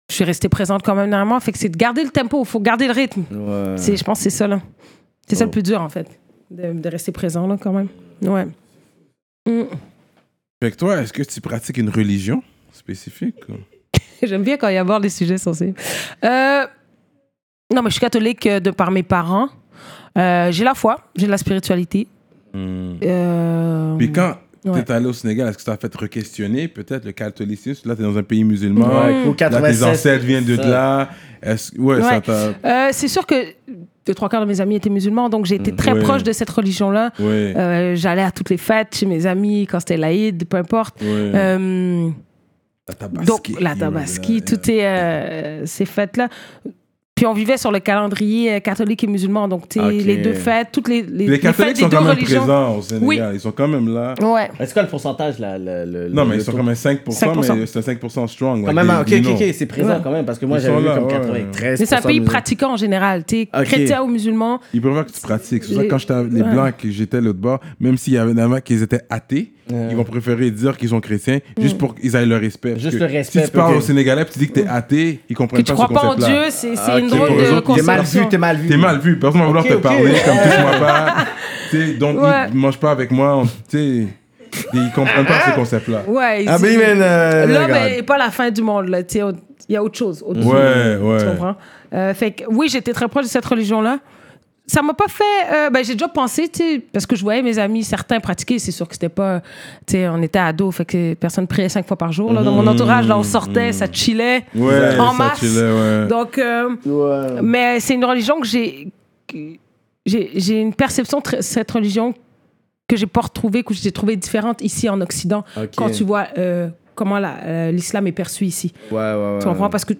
E: je suis restée présente quand même normalement, fait que c'est de garder le tempo, faut garder le rythme.
D: Ouais. Oh.
E: C'est, je pense, que c'est ça là. C'est ça le plus dur en fait, de, de rester présent là quand même. Ouais. Mm.
C: Fait que toi, est-ce que tu pratiques une religion spécifique? ou?
E: J'aime bien quand il aborde les sujets sensibles. Euh, non, mais je suis catholique euh, de par mes parents. Euh, j'ai la foi, j'ai la spiritualité.
C: Hmm.
E: Euh,
C: Puis quand
E: Ouais.
C: t'es allé au Sénégal, est-ce que ça a fait te re-questionner peut-être le catholicisme? Là, t'es dans un pays musulman.
D: Ouais, au
C: Là,
D: 96,
C: tes ancêtres viennent de
D: ça.
C: là. Est-ce- Ouais, ça
E: Ouais.
C: t'a...
E: Euh, c'est sûr que deux, trois quarts de mes amis étaient musulmans, donc j'ai été très
C: Ouais.
E: proche de cette religion-là.
C: Hmm. Ouais,
E: Euh, J'allais à toutes les fêtes chez mes amis, quand c'était l'Aïd, peu importe.
C: ouais.
E: Euh,
C: la tabaski.
E: donc, la tabaski, toutes est, euh, ces fêtes-là. Puis on vivait sur le calendrier euh, catholique et musulman, donc tu sais,
D: Ok.
E: les deux fêtes, toutes les, les,
C: Ah, Les
E: les
C: catholiques
E: fêtes des
C: sont
E: deux
C: quand même
E: religions.
C: présents au Sénégal. Ils sont quand même là.
E: Ouais.
D: C'est quoi le pourcentage, là? le- le-
C: Non,
D: le-
C: mais
D: le
C: ils sont
D: taux?
C: quand même 5%,
E: 5%.
C: mais c'est un 5% strong.
D: Quand
C: like,
D: même,
C: they-
D: ah, ok,
C: they
D: ok,
C: know.
D: ok, c'est présent
E: Ouais.
D: quand même, parce que moi,
C: Ils
D: j'avais
C: sont
D: vu
C: là,
D: comme
C: ouais.
D: 93.
E: Mais c'est un pays
D: pratique.
E: pratiquant en général, tu sais,
D: Ok.
E: chrétien ou musulman.
C: Ils préfèrent que tu pratiques. C'est pour ça que quand j'étais à- les
E: Ouais.
C: blancs, que j'étais l'autre bord, même s'il y avait avant qu'ils étaient athées, ils vont préférer dire qu'ils sont chrétiens
E: Mm.
C: juste pour qu'ils aient le respect. Parce
D: Juste
C: que
D: le respect,
C: Si tu parles
D: ok.
C: aux Sénégalais puis tu dis que t'es athée, ils
E: Que
C: comprennent
E: tu
C: pas ce
E: crois pas en
C: concept-là.
E: Dieu, c'est c'est
D: Ah,
E: une
D: ok.
E: drôle
C: Pour eux
E: de
C: autres, il
D: T'es
C: est
D: mal
E: conception.
D: vu, t'es mal vu.
C: T'es mal vu. Personne va vouloir
D: Ok,
C: te
D: ok.
C: parler comme touche-moi pas. Tu sais, donc
E: Ouais.
C: mange pas avec moi. on- Tu sais. Ils comprennent pas ce concept-là.
E: Ouais,
D: Ah,
E: ils-
D: mais, man, euh,
E: L'homme
D: regarde.
E: est pas la fin du monde, là. tu sais, on- Il y a autre chose. Autre
C: Ouais, ouais.
E: Tu comprends? Euh, fait que, oui, j'étais très proche de cette religion-là. Ça m'a pas fait. euh, ben, j'ai déjà pensé, tu sais, parce que je voyais mes amis, certains pratiquer. C'est sûr que c'était pas. Tu sais, on était ados, fait que personne priait cinq fois par jour. Là. Dans mon entourage, là, on sortait, ça chillait
C: Mhm. Ouais,
E: en
C: ça
E: masse.
C: chillait, ouais.
E: Donc, euh,
D: Mm.
E: mais c'est une religion que j'ai. que- J'ai j'ai une perception de cette religion que j'ai pas retrouvée, que j'ai trouvée différente ici en Occident,
D: Ok.
E: quand tu vois euh, comment la- euh, l'islam est perçu ici.
D: Ouais, ouais, ouais.
E: Tu comprends? Parce que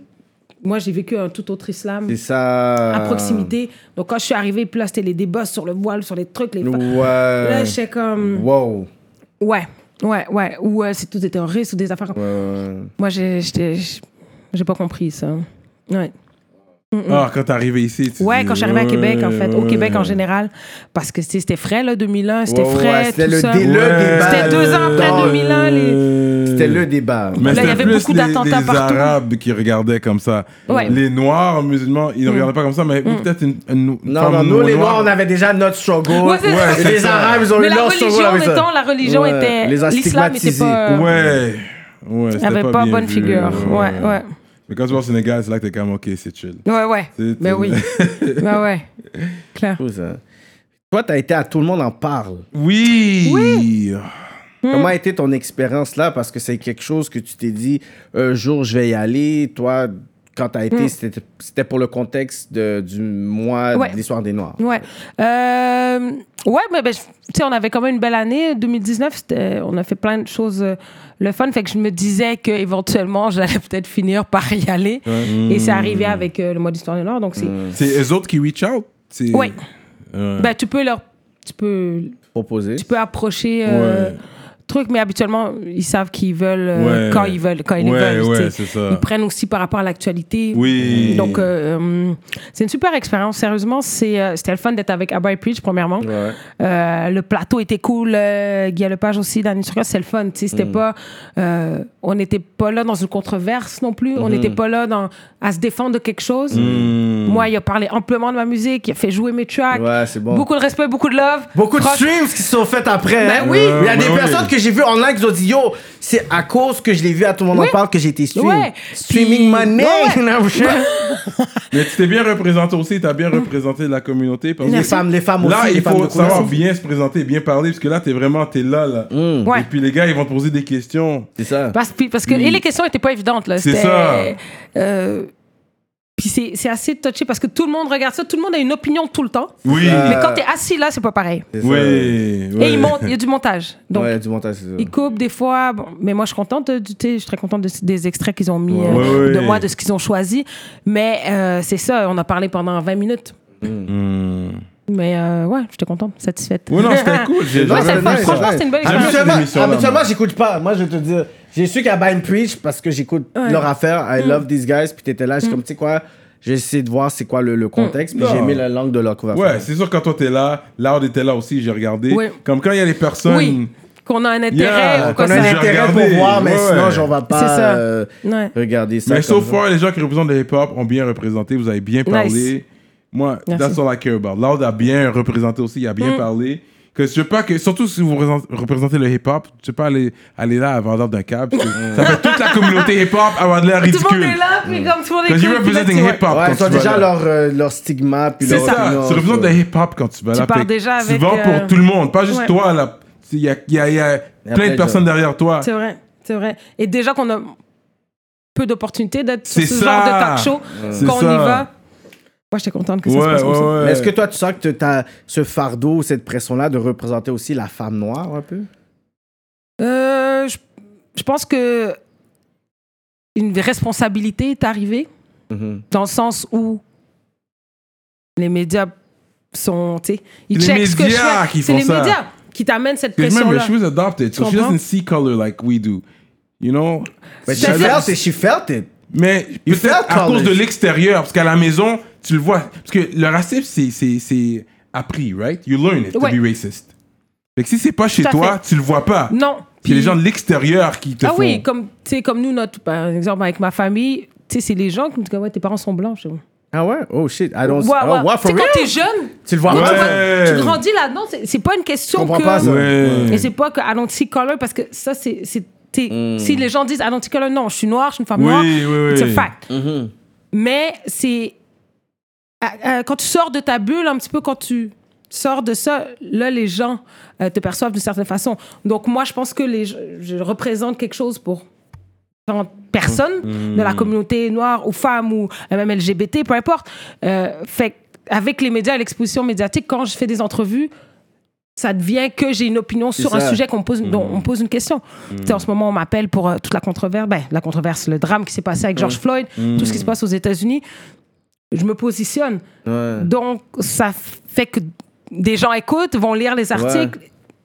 E: moi, j'ai vécu un tout autre islam
D: C'est ça.
E: à proximité. Donc, quand je suis arrivée, puis là, c'était les débats sur le voile, sur les trucs, les. fa- Là,
D: Ouais.
E: j'étais comme.
D: Wow.
E: Ouais, ouais, ouais. Ou euh, c'est tous des terroristes ou des affaires.
D: Ouais, ouais.
E: Moi, j'ai- j'étais. J'ai pas compris ça. Ouais.
C: Ah, quand t'es arrivé ici, tu
E: Ouais,
C: dis,
E: quand j'arrivais à
C: ouais,
E: Québec, en fait, au
C: ouais.
E: Québec en général, parce que tu sais, c'était frais, là, 2001, c'était
D: Ouais, ouais,
E: frais,
D: c'était
E: tout
D: le
E: ça.
D: délai.
E: débat, C'était deux ans après
D: dans-
E: 2001, les...
D: Oh, C'était le débat.
C: Mais
E: Là, il y
C: c'était
E: avait
C: plus
E: beaucoup
C: les-
E: d'attentats
C: les
E: partout.
C: Arabes qui regardaient comme ça.
E: Ouais. Mm.
C: Les Noirs musulmans, ils ne regardaient pas comme ça, mais oui, peut-être une, une
D: Non,
C: femme
D: non, nous, les Noirs,
C: noire.
D: on avait déjà notre struggle.
E: Ouais, c'est ça.
D: Et les Arabes, ils ont
E: Mais
D: eu
E: la
D: leur struggle
E: religion,
D: avec ça.
E: mettons, la religion
D: Ouais,
E: était...
D: les a
E: L'islam n'était
D: stigmatisés.
E: pas... euh,
C: Ouais. Ouais, c'était
E: avait pas
C: bien
E: bonne
C: vu,
E: figure. Ouais, ouais.
C: Mais quand tu vas au Sénégal, c'est là que t'es comme, ok, c'est chill.
E: Ouais, ouais.
C: C'est-
E: Mais Ben oui. bah ouais. Clair.
D: Tout ça. Toi, t'as été à Tout le monde en parle.
C: Oui.
E: Hmm.
D: Comment a été ton expérience là? Parce que c'est quelque chose que tu t'es dit, un jour, je vais y aller. Toi, quand t'as
E: Hmm.
D: été, c'était- c'était pour le contexte de- du mois
E: Ouais.
D: de l'histoire des Noirs.
E: Ouais. Euh, ouais, mais ben, je- tu sais, on avait quand même une belle année. 2019, c'était- euh, on a fait plein de choses euh, le fun. Fait que je me disais que éventuellement j'allais peut-être finir par y aller. Et
D: Mmh.
E: c'est arrivé avec euh, le mois d'histoire du Nord. Donc, c'est.
C: C'est eux autres qui reach out. C'est-
E: Ouais.
C: Ouais.
E: Ben, tu peux leur. Tu peux,
D: Proposé.
E: tu peux approcher. euh,
C: Ouais.
E: Truc, mais habituellement, ils savent qu'ils veulent euh,
C: Ouais.
E: quand ils veulent, quand ils
C: Ouais,
E: veulent.
C: ouais,
E: tu sais.
C: c'est ça.
E: Ils prennent aussi par rapport à l'actualité.
C: Oui.
E: Donc, euh, euh, c'est une super expérience. Sérieusement, c'est, euh, c'était le fun d'être avec Abba et Preach, premièrement.
D: Ouais.
E: Euh, le plateau était cool. Euh, Guy Lepage aussi, Danny Turcot, c'est le fun. tu sais, C'était
C: Mm.
E: pas, euh, on n'était pas là dans une controverse non plus.
C: Mm-hmm.
E: On n'était pas là dans, à se défendre de quelque chose.
C: Mm.
E: Moi, il a parlé amplement de ma musique, il a fait jouer mes tracks.
D: Ouais, c'est bon.
E: Beaucoup de respect, beaucoup de love.
D: Beaucoup de
E: Franch-
D: streams qui se sont faites après.
E: Ben
D: hein.
E: oui.
D: Il y a
C: Ouais,
D: des
C: ben
D: personnes
C: oui.
D: que j'ai vues online qui ont dit Yo, c'est à cause que je l'ai vu à tout le monde
E: Oui.
D: en parle que j'ai été stream.
E: Ouais.
D: Streaming
E: Puis-
D: money.
E: Ouais,
C: Mais tu t'es bien représenté aussi, t'as bien représenté la communauté. parce que-
D: les femmes, les
E: Ah,
D: femmes aussi.
C: Là,
D: les
C: il
D: femmes
C: faut
D: de couleur.
C: savoir bien se présenter, bien parler, parce que là, t'es vraiment, t'es là, là.
E: Ouais.
C: Et puis les gars, ils vont te poser des questions.
D: C'est ça.
E: Parce, puis- parce que et les questions n'étaient pas évidentes. là.
C: C'est
E: C'était,
C: ça.
E: euh, puis c'est, c'est assez touché parce que tout le monde regarde ça, tout le monde a une opinion tout le temps.
C: Oui.
D: ça.
E: Mais quand t'es assis là, c'est pas pareil.
D: C'est ça.
C: Oui.
E: Et
C: ouais.
E: il monte- il y a du montage. Donc,
D: ouais, du montage, c'est ça.
E: Ils coupent des fois, bon, mais moi je suis contente, de- du- tu sais, je suis très contente de- des extraits qu'ils ont mis
D: Ouais.
E: euh,
C: Ouais,
E: de
C: ouais.
E: moi, de ce qu'ils ont choisi. Mais euh, c'est ça, on a parlé pendant 20 minutes.
C: Hmm.
E: Mais euh, ouais, j'étais contente, satisfaite.
C: Oui, non, c'était cool. J'ai
E: Ouais,
C: j'avais
E: c'est le fun.
C: aimé ça.
E: Franchement, c'était une belle expérience.
C: J'aime cette
D: Habituellement,
C: émission-là,
D: habituellement
C: moi.
D: j'écoute pas. Moi, je vais te dire, j'ai su qu'à Bind Preach parce que j'écoute
E: Ouais. Mm.
D: leur affaire. I love these guys. Puis t'étais là, je suis comme, tu sais quoi, j'ai essayé de voir c'est quoi le, le contexte. Puis
C: Non.
D: j'ai aimé la langue de leur couverture.
C: Ouais, c'est sûr, quand toi, t'es là, Loud était là aussi, j'ai regardé.
E: Ouais.
C: Comme quand il y a les personnes.
E: Oui, qu'on a un intérêt
C: Yeah,
E: ou quoi
D: qu'on a
E: ça.
D: un
C: J'ai
D: intérêt
C: regardé,
D: pour voir, mais
C: ouais.
D: sinon, j'en vais
E: C'est
D: pas
E: ça.
D: euh,
E: Ouais.
D: regarder ça.
C: Mais
D: comme
C: so
D: ça.
C: far, les gens qui représentent le hip-hop ont bien représenté, vous avez bien parlé.
E: Nice.
C: Moi,
E: Merci. Mm.
C: that's all I care about. Loud a bien représenté aussi, il a bien parlé. Que je veux pas que, surtout si vous représente- représentez le hip-hop, je veux pas aller, aller là à vendre d'un câble. parce que ça fait toute la communauté hip-hop avoir de l'air
E: Tout le
C: ridicule.
E: monde est là, puis comme tout le monde est
C: Because you
E: cool, puis là,
C: representing
E: tu vois.
C: hip-hop.
D: Ouais,
C: quand
D: ils ont
C: tu vas
D: déjà
C: là.
D: leur, euh, leur stigma. puis
C: C'est
D: leur
C: ça.
D: opinion,
C: Tu représentes de
D: ça.
C: hip-hop quand tu vas là.
E: pars
C: Fait que
E: déjà
C: Tu
E: avec,
C: vends
E: euh,
C: pour tout le monde, pas juste
E: ouais.
C: toi. là. Il y a, il y a- il y a plein
D: plein
C: de
D: de
C: personnes derrière toi.
E: C'est vrai, c'est vrai. Et déjà qu'on a peu d'opportunités d'être sur
C: C'est
E: ce
C: ça.
E: genre de talk show,
C: C'est
E: qu'on y
C: ça.
E: va. Moi, j'étais contente que
C: Ouais,
E: ça se
C: ouais,
E: passe comme ça.
C: ouais.
D: Mais est-ce que toi, tu sens que tu as ce fardeau, cette pression-là de représenter aussi la femme noire un peu
E: Euh, je, je pense que une responsabilité est arrivée
C: Mm-hmm.
E: dans le sens où les médias sont, tu sais, ils
C: Les
E: checkent ce que je
C: médias
E: fais.
C: qui
E: C'est
C: font
E: les
C: ça.
E: médias qui t'amènent cette
C: Because remember,
E: pression-là.
C: she was adopted, so she
E: Comprends?
C: doesn't see color like we do. You know?
D: Mais she
E: C'est-à-dire-
D: felt it, she felt it.
C: Mais peut-être
D: felt
C: à cause de
D: color.
C: l'extérieur, parce qu'à la maison, tu le vois. Parce que le racisme, c'est- c'est- c'est appris, right? You learn it
E: Ouais.
C: to be racist. Fait que si c'est pas chez
E: Tout à
C: toi,
E: fait.
C: tu le vois pas.
E: Non.
C: C'est les
E: Puis-
C: gens de l'extérieur qui te
E: ah
C: font.
E: oui, comme, tu sais, comme nous, notre, par exemple, avec ma famille, tu sais, c'est les gens qui me disent que ouais, tes parents sont blancs. Je dis,
D: Ah ouais? Oh shit. I don't
E: Ouais,
D: oh,
E: ouais.
D: wow,
E: tu
D: for
E: sais, quand
D: real?
E: t'es jeune,
D: Tu le vois
E: tu,
D: pas.
E: vois, tu grandis là-dedans, c'est- c'est pas une question
D: comprends
E: que.
D: pas ça.
C: Ouais.
E: Et c'est pas que I don't see color parce que ça, c'est. c'est- t'es- Si les gens disent I don't see color, non, je suis noire, je suis une femme
C: Oui,
E: noire.
C: oui,
E: It's a
C: oui.
E: fact. Mais c'est. à- à- Quand tu sors de ta bulle, un petit peu, quand tu sors de ça, là, les gens euh, te perçoivent d'une certaine façon. Donc, moi, je pense que les, je, je représente quelque chose pour différentes personnes de la communauté noire ou femmes ou euh, même LGBT, peu importe. Euh, fait que avec les médias et l'exposition médiatique, quand je fais des entrevues, ça devient que j'ai une opinion sur un
D: ça.
E: sujet qu'on me pose, dont on me pose une question. Tu sais, En ce moment, on m'appelle pour euh, toute la controverse, ben, la controverse, le drame qui s'est passé avec George Floyd, tout ce qui se passe aux États-Unis. Je me positionne. Donc, ça fait que des gens écoutent, vont lire les articles.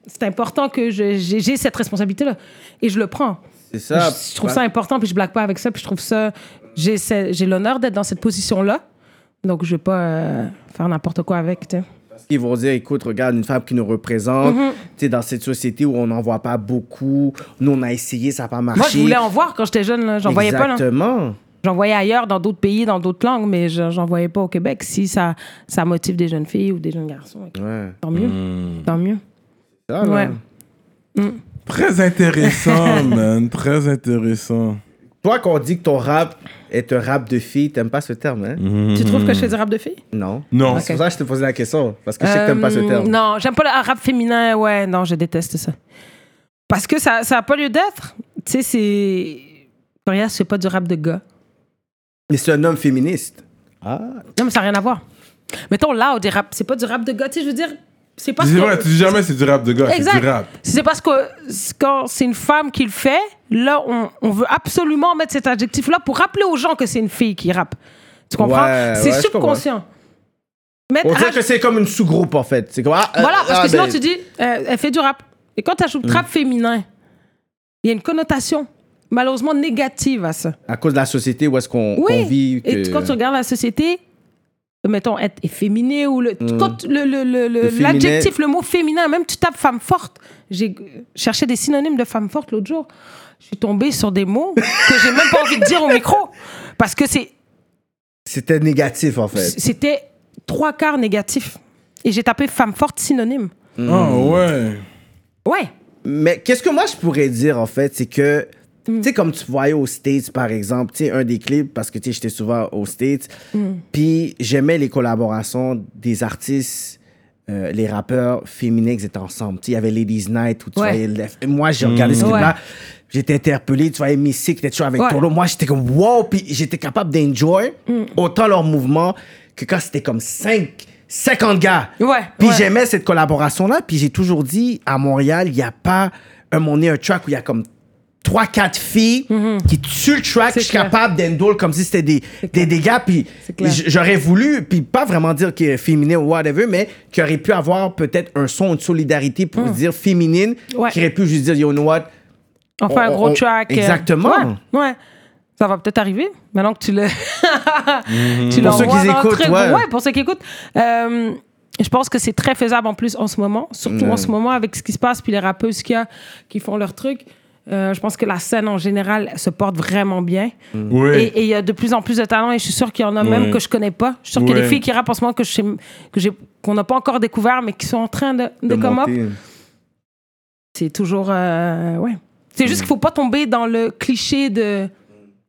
E: C'est important que je- j'ai j'ai cette responsabilité-là. Et je le prends.
D: C'est ça.
E: Je, je trouve ça important, puis je blague pas avec ça, puis je trouve ça. J'ai ce- j'ai l'honneur d'être dans cette position-là, donc je vais pas euh, faire n'importe quoi avec. tu sais.
D: Ils vont dire, écoute, regarde, une femme qui nous représente,
E: Mm-hmm.
D: tu sais, dans cette société où on n'en voit pas beaucoup, nous, on a essayé, ça n'a pas marché.
E: Moi, je voulais en voir quand j'étais jeune, là. j'en voyais pas. là.
D: Exactement.
E: J'en voyais ailleurs, dans d'autres pays, dans d'autres langues, mais je- j'en voyais pas au Québec. Si ça, ça motive des jeunes filles ou des jeunes garçons, ok,
D: Ouais.
E: tant mieux.
D: Hmm.
E: Tant mieux.
D: Ça, là.
E: Ouais.
C: Très intéressant, man. Très intéressant.
D: Toi, qu'on dit que ton rap est un rap de fille, t'aimes pas ce terme, hein?
E: Tu trouves que je fais du rap de filles
D: Non.
C: Mm-hmm. Non.
D: C'est pour ça que je te posais la question, parce que je sais que t'aimes pas ce
E: Euh,
D: terme.
E: Non, j'aime pas le rap féminin. Ouais, non, je déteste ça. Parce que ça n'a pas lieu d'être. Tu sais, c'est. Rien, c'est pas du rap de gars.
D: Mais c'est un homme féministe.
E: Non, mais ça n'a rien à voir. Mettons, là, des rap, c'est pas du rap de gars. Tu sais, je veux dire, c'est pas
C: C'est
E: que-
C: vrai, tu dis jamais c'est du rap de gars, c'est du
E: Exact.
C: rap.
E: C'est parce que c'est quand c'est une femme qui le fait, là, on, on veut absolument mettre cet adjectif-là pour rappeler aux gens que c'est une fille qui rappe. Tu comprends?
D: Ouais,
E: c'est
D: ouais, je comprends.
E: subconscient. Mettre
D: On dirait
E: rap-
D: que c'est comme une sous-groupe, en fait. C'est comme, ah,
E: Ah,
D: Mm.
E: Voilà, parce que sinon,
D: dis...
E: tu dis, euh, elle fait du rap. Et quand tu ajoutes rap féminin, il y a une connotation, malheureusement, négative à ça.
D: À cause de la société où est-ce qu'on
E: Oui.
D: qu'on vit.
E: Et
D: que-
E: quand tu regardes la société, mettons être efféminé ou le quand le- le- le- le-
D: Mm. Le féminin.
E: l'adjectif, le, mot féminin, même tu tapes femme forte. J'ai cherché des synonymes de femme forte l'autre jour. Je suis tombée sur des mots que j'ai même pas envie de dire au micro parce que c'est
D: C'était négatif, en fait.
E: c'était trois quarts négatif. Et j'ai tapé femme forte synonyme.
D: Mm.
C: Oh, ouais.
E: Ouais.
D: Mais qu'est-ce que moi je pourrais dire en fait, c'est que
E: Mm.
D: tu sais comme tu voyais aux States par exemple, tu sais un des clips parce que tu sais j'étais souvent aux States,
E: Mm.
D: puis j'aimais les collaborations des artistes euh, les rappeurs féminins qui étaient ensemble. Tu sais, Il y avait Ladies Night où tu
E: Ouais.
D: voyais Lef- et Moi, j'ai regardé ce
E: Ouais.
D: clip-là. J'étais interpellé. Tu voyais Missy qui était toujours avec
E: Ouais. Mm.
D: Tolo. Moi, j'étais comme wow. Puis j'étais capable d'enjoy autant leur mouvement que quand c'était comme 5, 50 gars.
E: Ouais,
D: Puis
E: ouais.
D: j'aimais cette collaboration-là. Puis j'ai toujours dit, à Montréal, il n'y a pas un monnaie, un track où il y a comme 3-4 filles qui tuent le track.
E: Mhm.
D: Je
E: C'est
D: suis
E: clair.
D: capable d'endole comme si c'était des, des, des gars. Puis
E: C'est clair.
D: j- j'aurais voulu, puis pas vraiment dire qu'il est féminin ou whatever, mais qu'il aurait pu avoir peut-être un son de solidarité pour dire féminine,
E: Mhm. Ouais.
D: qui aurait pu juste dire, you know what,
E: On fait
D: On-
E: un
D: on-
E: gros
D: on-
E: track. euh,
D: Exactement.
E: Ouais. ouais. Ça va peut-être arriver, maintenant que tu le.
C: Mhm.
E: tu
D: Pour ceux qui
E: l'envoies dans le
D: écoutent,
E: truc.
D: ouais.
E: pour ceux qui écoutent. Euh, je pense que c'est très faisable en plus en ce moment, surtout en ce moment avec ce qui se passe, puis les rappeuses qu'il y a qui font leur truc. Euh, je pense que la scène en général se porte vraiment bien.
D: Mm.
C: Oui.
E: Et- Et il y a de plus en plus de talents et je suis sûre qu'il y en a même que je connais pas. Je suis sûre qu'il y a des
C: Ouais.
E: filles qui rappent en ce moment que je sais- que j'ai- qu'on n'a pas encore découvert, mais qui sont en train de, de, come up.
D: monter.
E: C'est toujours. euh, ouais. C'est juste qu'il faut pas tomber dans le cliché de.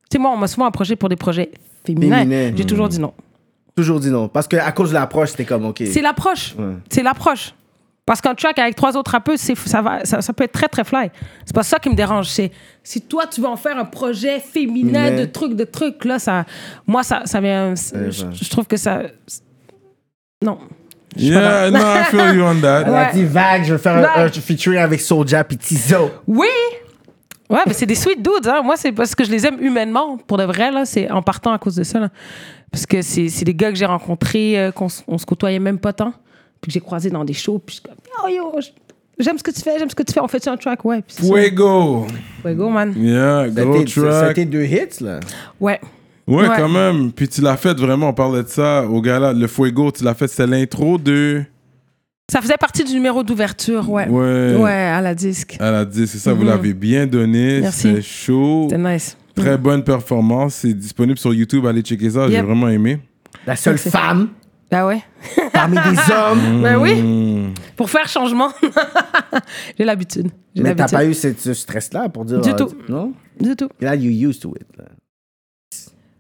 E: Tu sais, moi, on m'a souvent approché pour des projets féminins.
D: Féminin.
E: J'ai toujours dit non.
D: Mm. Toujours dit non. Parce qu'à cause de l'approche, c'était comme, OK.
E: C'est l'approche. C'est l'approche. Parce qu'un track avec trois autres rappeurs, c'est, ça, va, ça, ça peut être très, très fly. C'est pas ça qui me dérange. C'est si toi, tu veux en faire un projet féminin
D: Féminin.
E: de trucs, de trucs, là, ça. Moi, ça, ça vient.
D: Ouais,
E: je,
D: ouais.
E: je trouve que ça. Non.
C: Yeah, no, I feel you on that.
D: Elle a
E: Ouais.
D: dit vague, je vais faire un,
E: Vague.
D: un featuring avec Soulja puis Tizo.
E: Oui! Ouais, mais c'est des sweet dudes. Hein. Moi, c'est parce que je les aime humainement, pour de vrai. Là, c'est en partant à cause de ça. Là. Parce que c'est, c'est des gars que j'ai rencontrés, euh, qu'on s- on se côtoyait même pas tant, puis que j'ai croisés dans des shows, puis je suis comme, yo, yo, j- j'aime ce que tu fais, j'aime ce que tu fais. On fait un track, ouais. Puis c'est ça.
C: Fuego.
E: Ouais, go, man.
C: Yeah,
D: Ça a
C: gros
D: été- ça a
C: track.
D: été deux hits, là.
E: Ouais.
C: Ouais,
E: Ouais.
C: quand même. Puis tu l'as fait vraiment, on parlait de ça au gala. Le Fuego, tu l'as fait, c'est l'intro de.
E: Ça faisait partie du numéro d'ouverture, ouais.
C: Ouais.
E: Ouais, à la disque.
C: Elle a dit, c'est ça, vous l'avez bien donné.
E: Mhm. Merci.
C: C'était chaud.
E: C'était nice.
C: Très bonne performance. C'est disponible sur YouTube. Allez checker ça. J'ai
E: Yep.
C: vraiment aimé.
D: La seule
E: C'est-
D: femme
E: Bah ouais.
D: parmi des hommes.
E: Ben oui.
C: Mhm.
E: Pour faire changement. J'ai l'habitude. J'ai
D: Mais t'as
E: l'habitude.
D: pas eu cette- ce stress-là pour dire.
E: Du
D: euh,
E: tout.
D: tu- Non?
E: Du tout.
D: Là, you used to it. là.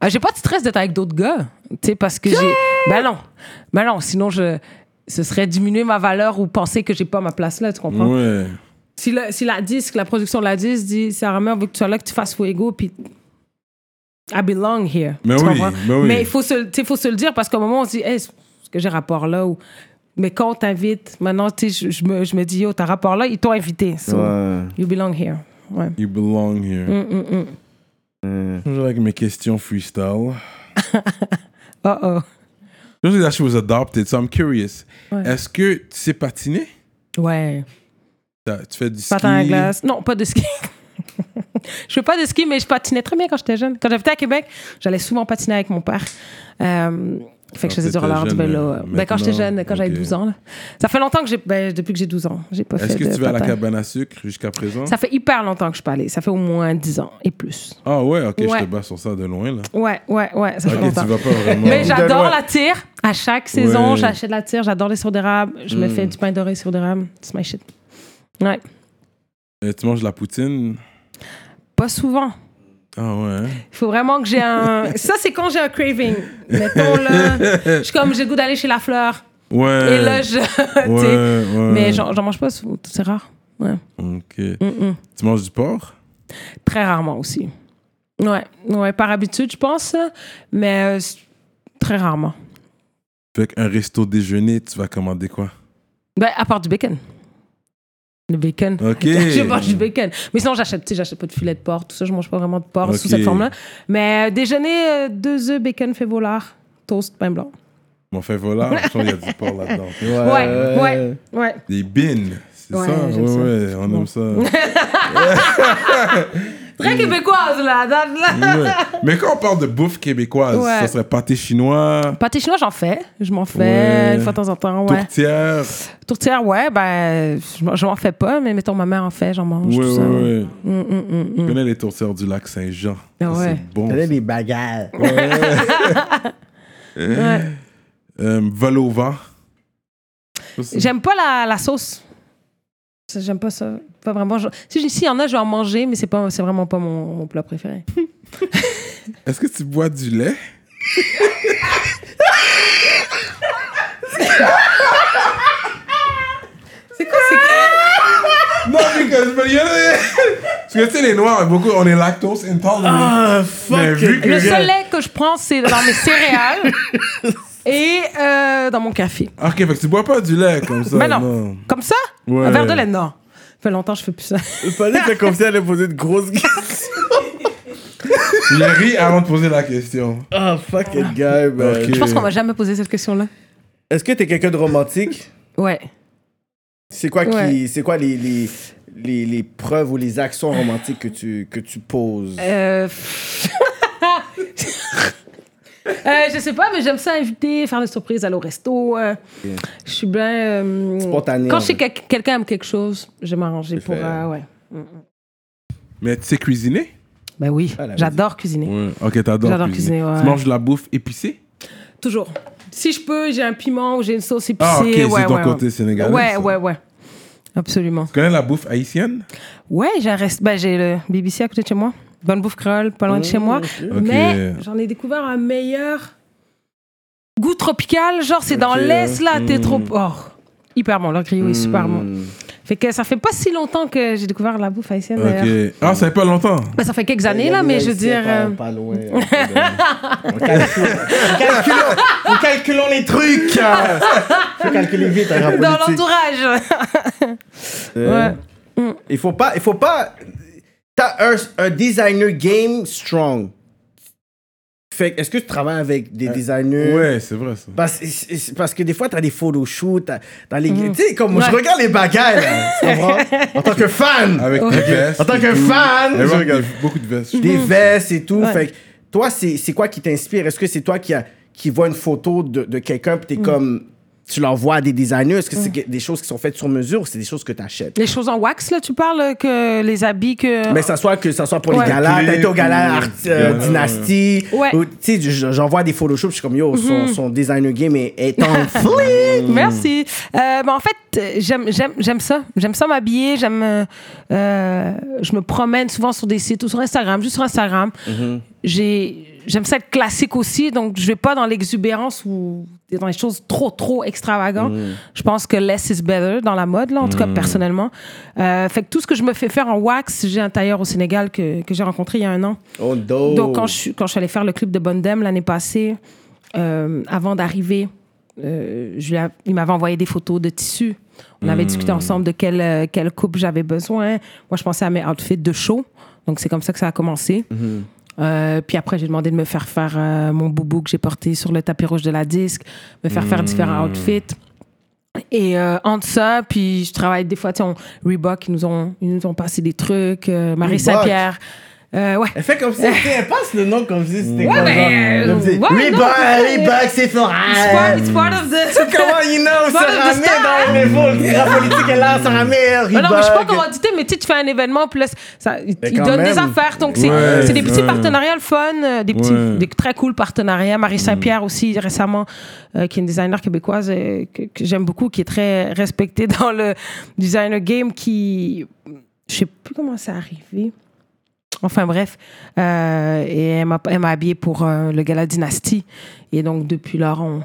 E: Ah, j'ai pas de stress d'être avec d'autres gars. Tu sais, parce que j'ai. Ben non. Ben non, sinon je. Ce serait diminuer ma valeur ou penser que j'ai pas ma place là, tu comprends?
C: Ouais.
E: Si, le- si la disque, la production de la disque dit, Sarah Mère veut que tu sois là, que tu fasses Fuego, puis I belong here.
C: Mais
E: Tu
C: oui,
E: comprends?
C: mais oui.
E: Mais il faut, se le- tu sais, faut se le dire parce qu'au moment, on se dit, Hey, est-ce que j'ai rapport là? Ou... Mais quand on t'invite, maintenant, tu sais, je, je me, je me dis, yo, t'as rapport là, ils t'ont invité. So,
D: Ouais.
E: You belong here. Ouais.
C: You belong here. Mhm.
E: Mm, mm, mm.
C: Toujours avec mes questions freestyle.
E: Oh, oh.
C: Je sais that she was adopted, so I'm curious.
E: Ouais.
C: Est-ce que tu sais patiner?
E: Ouais.
C: T'as- Tu fais du ski?
E: Patin à glace. Non, pas de ski. je fais pas de ski, mais je patinais très bien quand j'étais jeune. Quand j'habitais à Québec, j'allais souvent patiner avec mon père. Euh, fait que je faisais du
C: Ah, t'étais
E: roller, du
C: jeune,
E: vélo.
C: euh,
E: Ben, quand j'étais
C: maintenant,
E: jeune, quand j'avais
C: ok.
E: 12 ans. là. Ça fait longtemps que j'ai. Ben, depuis que j'ai 12 ans, j'ai pas fait
C: Est-ce que
E: de
C: tu vas à la
E: patin.
C: cabane à sucre jusqu'à présent?
E: Ça fait hyper longtemps que je suis pas allée. Ça fait au moins 10 ans et plus.
C: Ah ouais, ok,
E: Ouais.
C: je te bats sur ça de loin là.
E: Ouais, ouais, ouais, ça fait
C: Ok, tu
E: longtemps.
C: vas pas vraiment.
E: Mais j'adore
D: loin.
E: la tire. À chaque saison,
C: Ouais. Mm.
E: j'achète la tire. J'adore les sirop d'érable. Je me fais du pain doré sirop d'érable. It's my shit. Ouais.
C: Euh, tu manges de la poutine?
E: Pas souvent.
C: Ah ouais. hein?
E: Il faut vraiment que j'ai un. Ça, c'est quand j'ai un craving. Mettons là. Je suis comme, j'ai le goût d'aller chez La Fleur.
C: Ouais.
E: Et là, je. tu
C: ouais,
E: sais.
C: ouais.
E: Mais j'en j'en mange pas souvent. C'est rare. Ouais.
C: Ok. Tu manges du porc?
E: Très rarement aussi. Ouais. Ouais, par habitude, je pense. Mais euh, c'est- très rarement.
C: Fait qu'un resto déjeuner, tu vas commander quoi?
E: Ben, à part du bacon. Le bacon.
C: Ok.
E: je mange du bacon. Mais sinon, j'achète, tu sais, j'achète pas de filet de porc, tout ça, je mange pas vraiment de porc sous
C: Ok.
E: cette forme-là. Mais euh, déjeuner, euh, deux œufs, bacon, fait volard, toast, pain blanc.
C: Mon fait voilà, je sens qu'il y a du porc là-dedans.
E: Ouais, ouais, ouais.
C: Des bines, c'est
E: Ouais,
C: ça?
E: j'aime
C: Ouais,
E: ça.
C: ouais, on aime ça.
E: Très québécoise, là, là, là.
C: Ouais. Mais quand on parle de bouffe québécoise,
E: Ouais.
C: ça serait pâté chinois,
E: Pâté chinois, j'en fais. Je m'en fais
C: Ouais.
E: une fois de temps en temps, ouais.
C: tourtière.
E: Tourtière, ouais, ben, je m'en- je m'en fais pas, mais mettons, ma mère en fait, j'en mange,
C: Ouais,
E: tout
C: ouais,
E: ça.
C: ouais.
E: Mm, mm, mm,
C: Je
E: mm.
C: connais les tourtières du lac Saint-Jean.
E: Ah
C: Ça,
E: ouais.
C: C'est bon.
D: T'avais des bagarres.
E: Ouais.
C: Euh, Valova. Ça, c'est-
E: J'aime pas la, la sauce. Ça, J'aime pas ça. Pas vraiment. Je- Si s'il y en a, je vais en manger, mais c'est pas, c'est vraiment pas mon, mon plat préféré.
C: Est-ce que tu bois du lait?
E: C'est quoi
C: Non, because, but you know- parce que tu sais, les noirs, beaucoup, on est lactose intolerant.
E: Ah.
D: fuck.
C: Mais vu que-
E: Le seul lait que je prends, c'est dans mes céréales et euh, dans mon café.
C: Ah, Ok, fait que tu bois pas du lait comme ça.
E: Mais non. Comme ça
C: Ouais.
E: Un verre de lait, non. Ça fait longtemps que je fais plus ça.
D: fallait que comme si elle allait poser de grosses questions.
C: J'ai ri avant de poser la question.
D: Ah, fuck it, guy, man.
C: Ok.
E: Je pense qu'on m'a jamais posé cette question-là.
D: Est-ce que t'es quelqu'un de romantique?
E: Ouais.
D: C'est quoi,
E: Ouais.
D: qui, c'est quoi les, les, les, les preuves ou les actions romantiques que tu, que tu poses?
E: Euh... Euh, je sais pas, mais j'aime ça inviter, faire des surprises, aller au resto. euh, Je suis bien. euh,
D: Spontané, en
E: Quand je sais
D: fait.
C: hein.
E: que quelqu'un aime quelque chose, je vais m'arranger pour.
D: fait.
E: euh, ouais.
C: Mais tu sais cuisiner?
E: Ben oui,
D: Ah, la
E: j'adore cuisiner.
C: Ouais. Ok, t'adores
E: J'adore
C: cuisiner.
E: cuisiner, ouais.
C: Tu manges de la bouffe épicée?
E: Toujours. Si je peux, j'ai un piment ou j'ai une sauce épicée.
C: Ah, ok,
E: ouais,
C: c'est ton
E: ouais,
C: côté
E: ouais.
C: sénégalais.
E: Ouais,
C: ça.
E: ouais, ouais. Absolument.
C: Tu connais la bouffe haïtienne?
E: Ouais, j'ai un rest- ben, j'ai le BBC à côté de chez moi. Bonne bouffe créole, pas loin de chez moi.
C: Ok.
E: Mais j'en ai découvert un meilleur goût tropical. Genre, c'est dans
D: Ok,
E: l'Est, là, t'es trop. Oh, hyper bon. Leur griot est super bon.
D: Hmm.
E: Fait que ça fait pas si longtemps que j'ai découvert la bouffe haïtienne, d'ailleurs.
C: Ok. Ah, ça fait pas longtemps.
E: Ben, ça fait quelques
D: Il y
E: années,
D: a
E: là,
D: des
E: mais je veux
D: Haïtiens
E: dire. euh,
D: Pas, pas loin. euh, on calcule- on calculons, on calculons les trucs. euh. Faut calculer vite hein, en
E: Dans
D: politique.
E: l'entourage.
D: Euh,
E: Ouais.
D: Il faut pas, il faut pas. T'as un, un designer game strong. Fait que, est-ce que tu travailles avec des designers?
C: Ouais, c'est vrai ça.
D: Parce, c'est- c'est parce que des fois, t'as des photo shoots, t'as- dans les. Tu sais, comme
E: Mm. Ouais.
D: je regarde les bagailles, là, tu comprends? En tant que fan!
C: Avec des vestes.
D: En tant
C: et
D: que
C: tout.
D: fan,
C: Elle
D: je
C: porte
D: regarde.
C: des- beaucoup de vestes.
D: des vestes et tout.
E: Mhm. Ouais.
D: Fait que
E: Mm.
D: toi, c'est c'est quoi qui t'inspire? Est-ce que c'est toi qui, a, qui vois une photo de, de quelqu'un puis t'es comme tu l'envoies à des designers? Est-ce que c'est que- des choses qui sont faites sur mesure ou c'est des choses que tu achètes?
E: Les choses en wax, là, tu parles que les habits que.
D: Mais ça soit que ça soit pour
E: Ouais.
D: les galas, t'as été au gala
C: Clip,
D: Art- euh,
C: gala.
D: Dynasty.
E: Ouais. Mhm.
D: ou, Tu sais, j- j'envoie des Photoshop, je suis comme yo, son, son designer game est, est en flic.
E: Merci. Euh, ben, en fait, euh, j'aime, j'aime, j'aime ça. J'aime ça m'habiller. J'aime. euh, euh, je me promène souvent sur des sites ou sur Instagram, juste sur Instagram. J'ai, j'aime ça être classique aussi. Donc, je vais pas dans l'exubérance ou dans les choses trop, trop extravagantes. Je pense que less is better dans la mode, là, en tout cas, personnellement. Euh, fait que tout ce que je me fais faire en wax, j'ai un tailleur au Sénégal que, que j'ai rencontré il y a un an.
D: Oh, no.
E: Donc, quand je, suis- quand je suis allée faire le clip de Bondem l'année passée, euh, avant d'arriver, euh, je lui a- il m'avait envoyé des photos de tissus. On avait discuté
D: Hmm.
E: ensemble de quelle, euh, quelle coupe j'avais besoin. Moi, je pensais à mes outfits de show. Donc, c'est comme ça que ça a commencé.
D: Hmm.
E: Euh, puis après, j'ai demandé de me faire faire euh, mon boubou que j'ai porté sur le tapis rouge de la disque, me faire
D: Hmm.
E: faire différents outfits. Et euh, entre ça, puis je travaille des fois, tu sais, on- Reebok, ils nous ont, ils nous ont passé des trucs, euh, Marie
D: Reebok.
E: Saint-Pierre. Euh, ouais.
D: Elle fait comme si, tu sais, elle passe le nom comme si c'était
E: Ouais,
D: comme
E: mais,
D: ça. Comme si,
E: euh, ouais, non,
D: Reebok,
E: mais-
D: Reebok, c'est fort.
E: It's part, it's part of the.
D: Comment il know,
E: Voilà,
D: Sarah
E: de
D: May
E: star.
D: dans les mots, la politique est là, Sarah May,
E: Mais non, mais je sais pas
D: Reebok.
E: comment tu t'es, mais tu sais, tu fais un événement, puis là, ça, ils
D: Mais
E: ils
D: quand
E: donnent
D: même.
E: des affaires. Donc, c'est
C: Ouais,
E: c'est des petits
C: ouais.
E: partenariats le fun, euh, des, petits,
C: Ouais.
E: des très cool partenariats. Marie Saint-Pierre aussi, récemment, euh, qui est une designer québécoise euh, que, que j'aime beaucoup, qui est très respectée dans le designer game, qui. Je sais plus comment c'est arrivé. Enfin bref, Euh, et elle m'a elle m'a habillée pour euh, le gala Dynastie. Et donc depuis lors, on,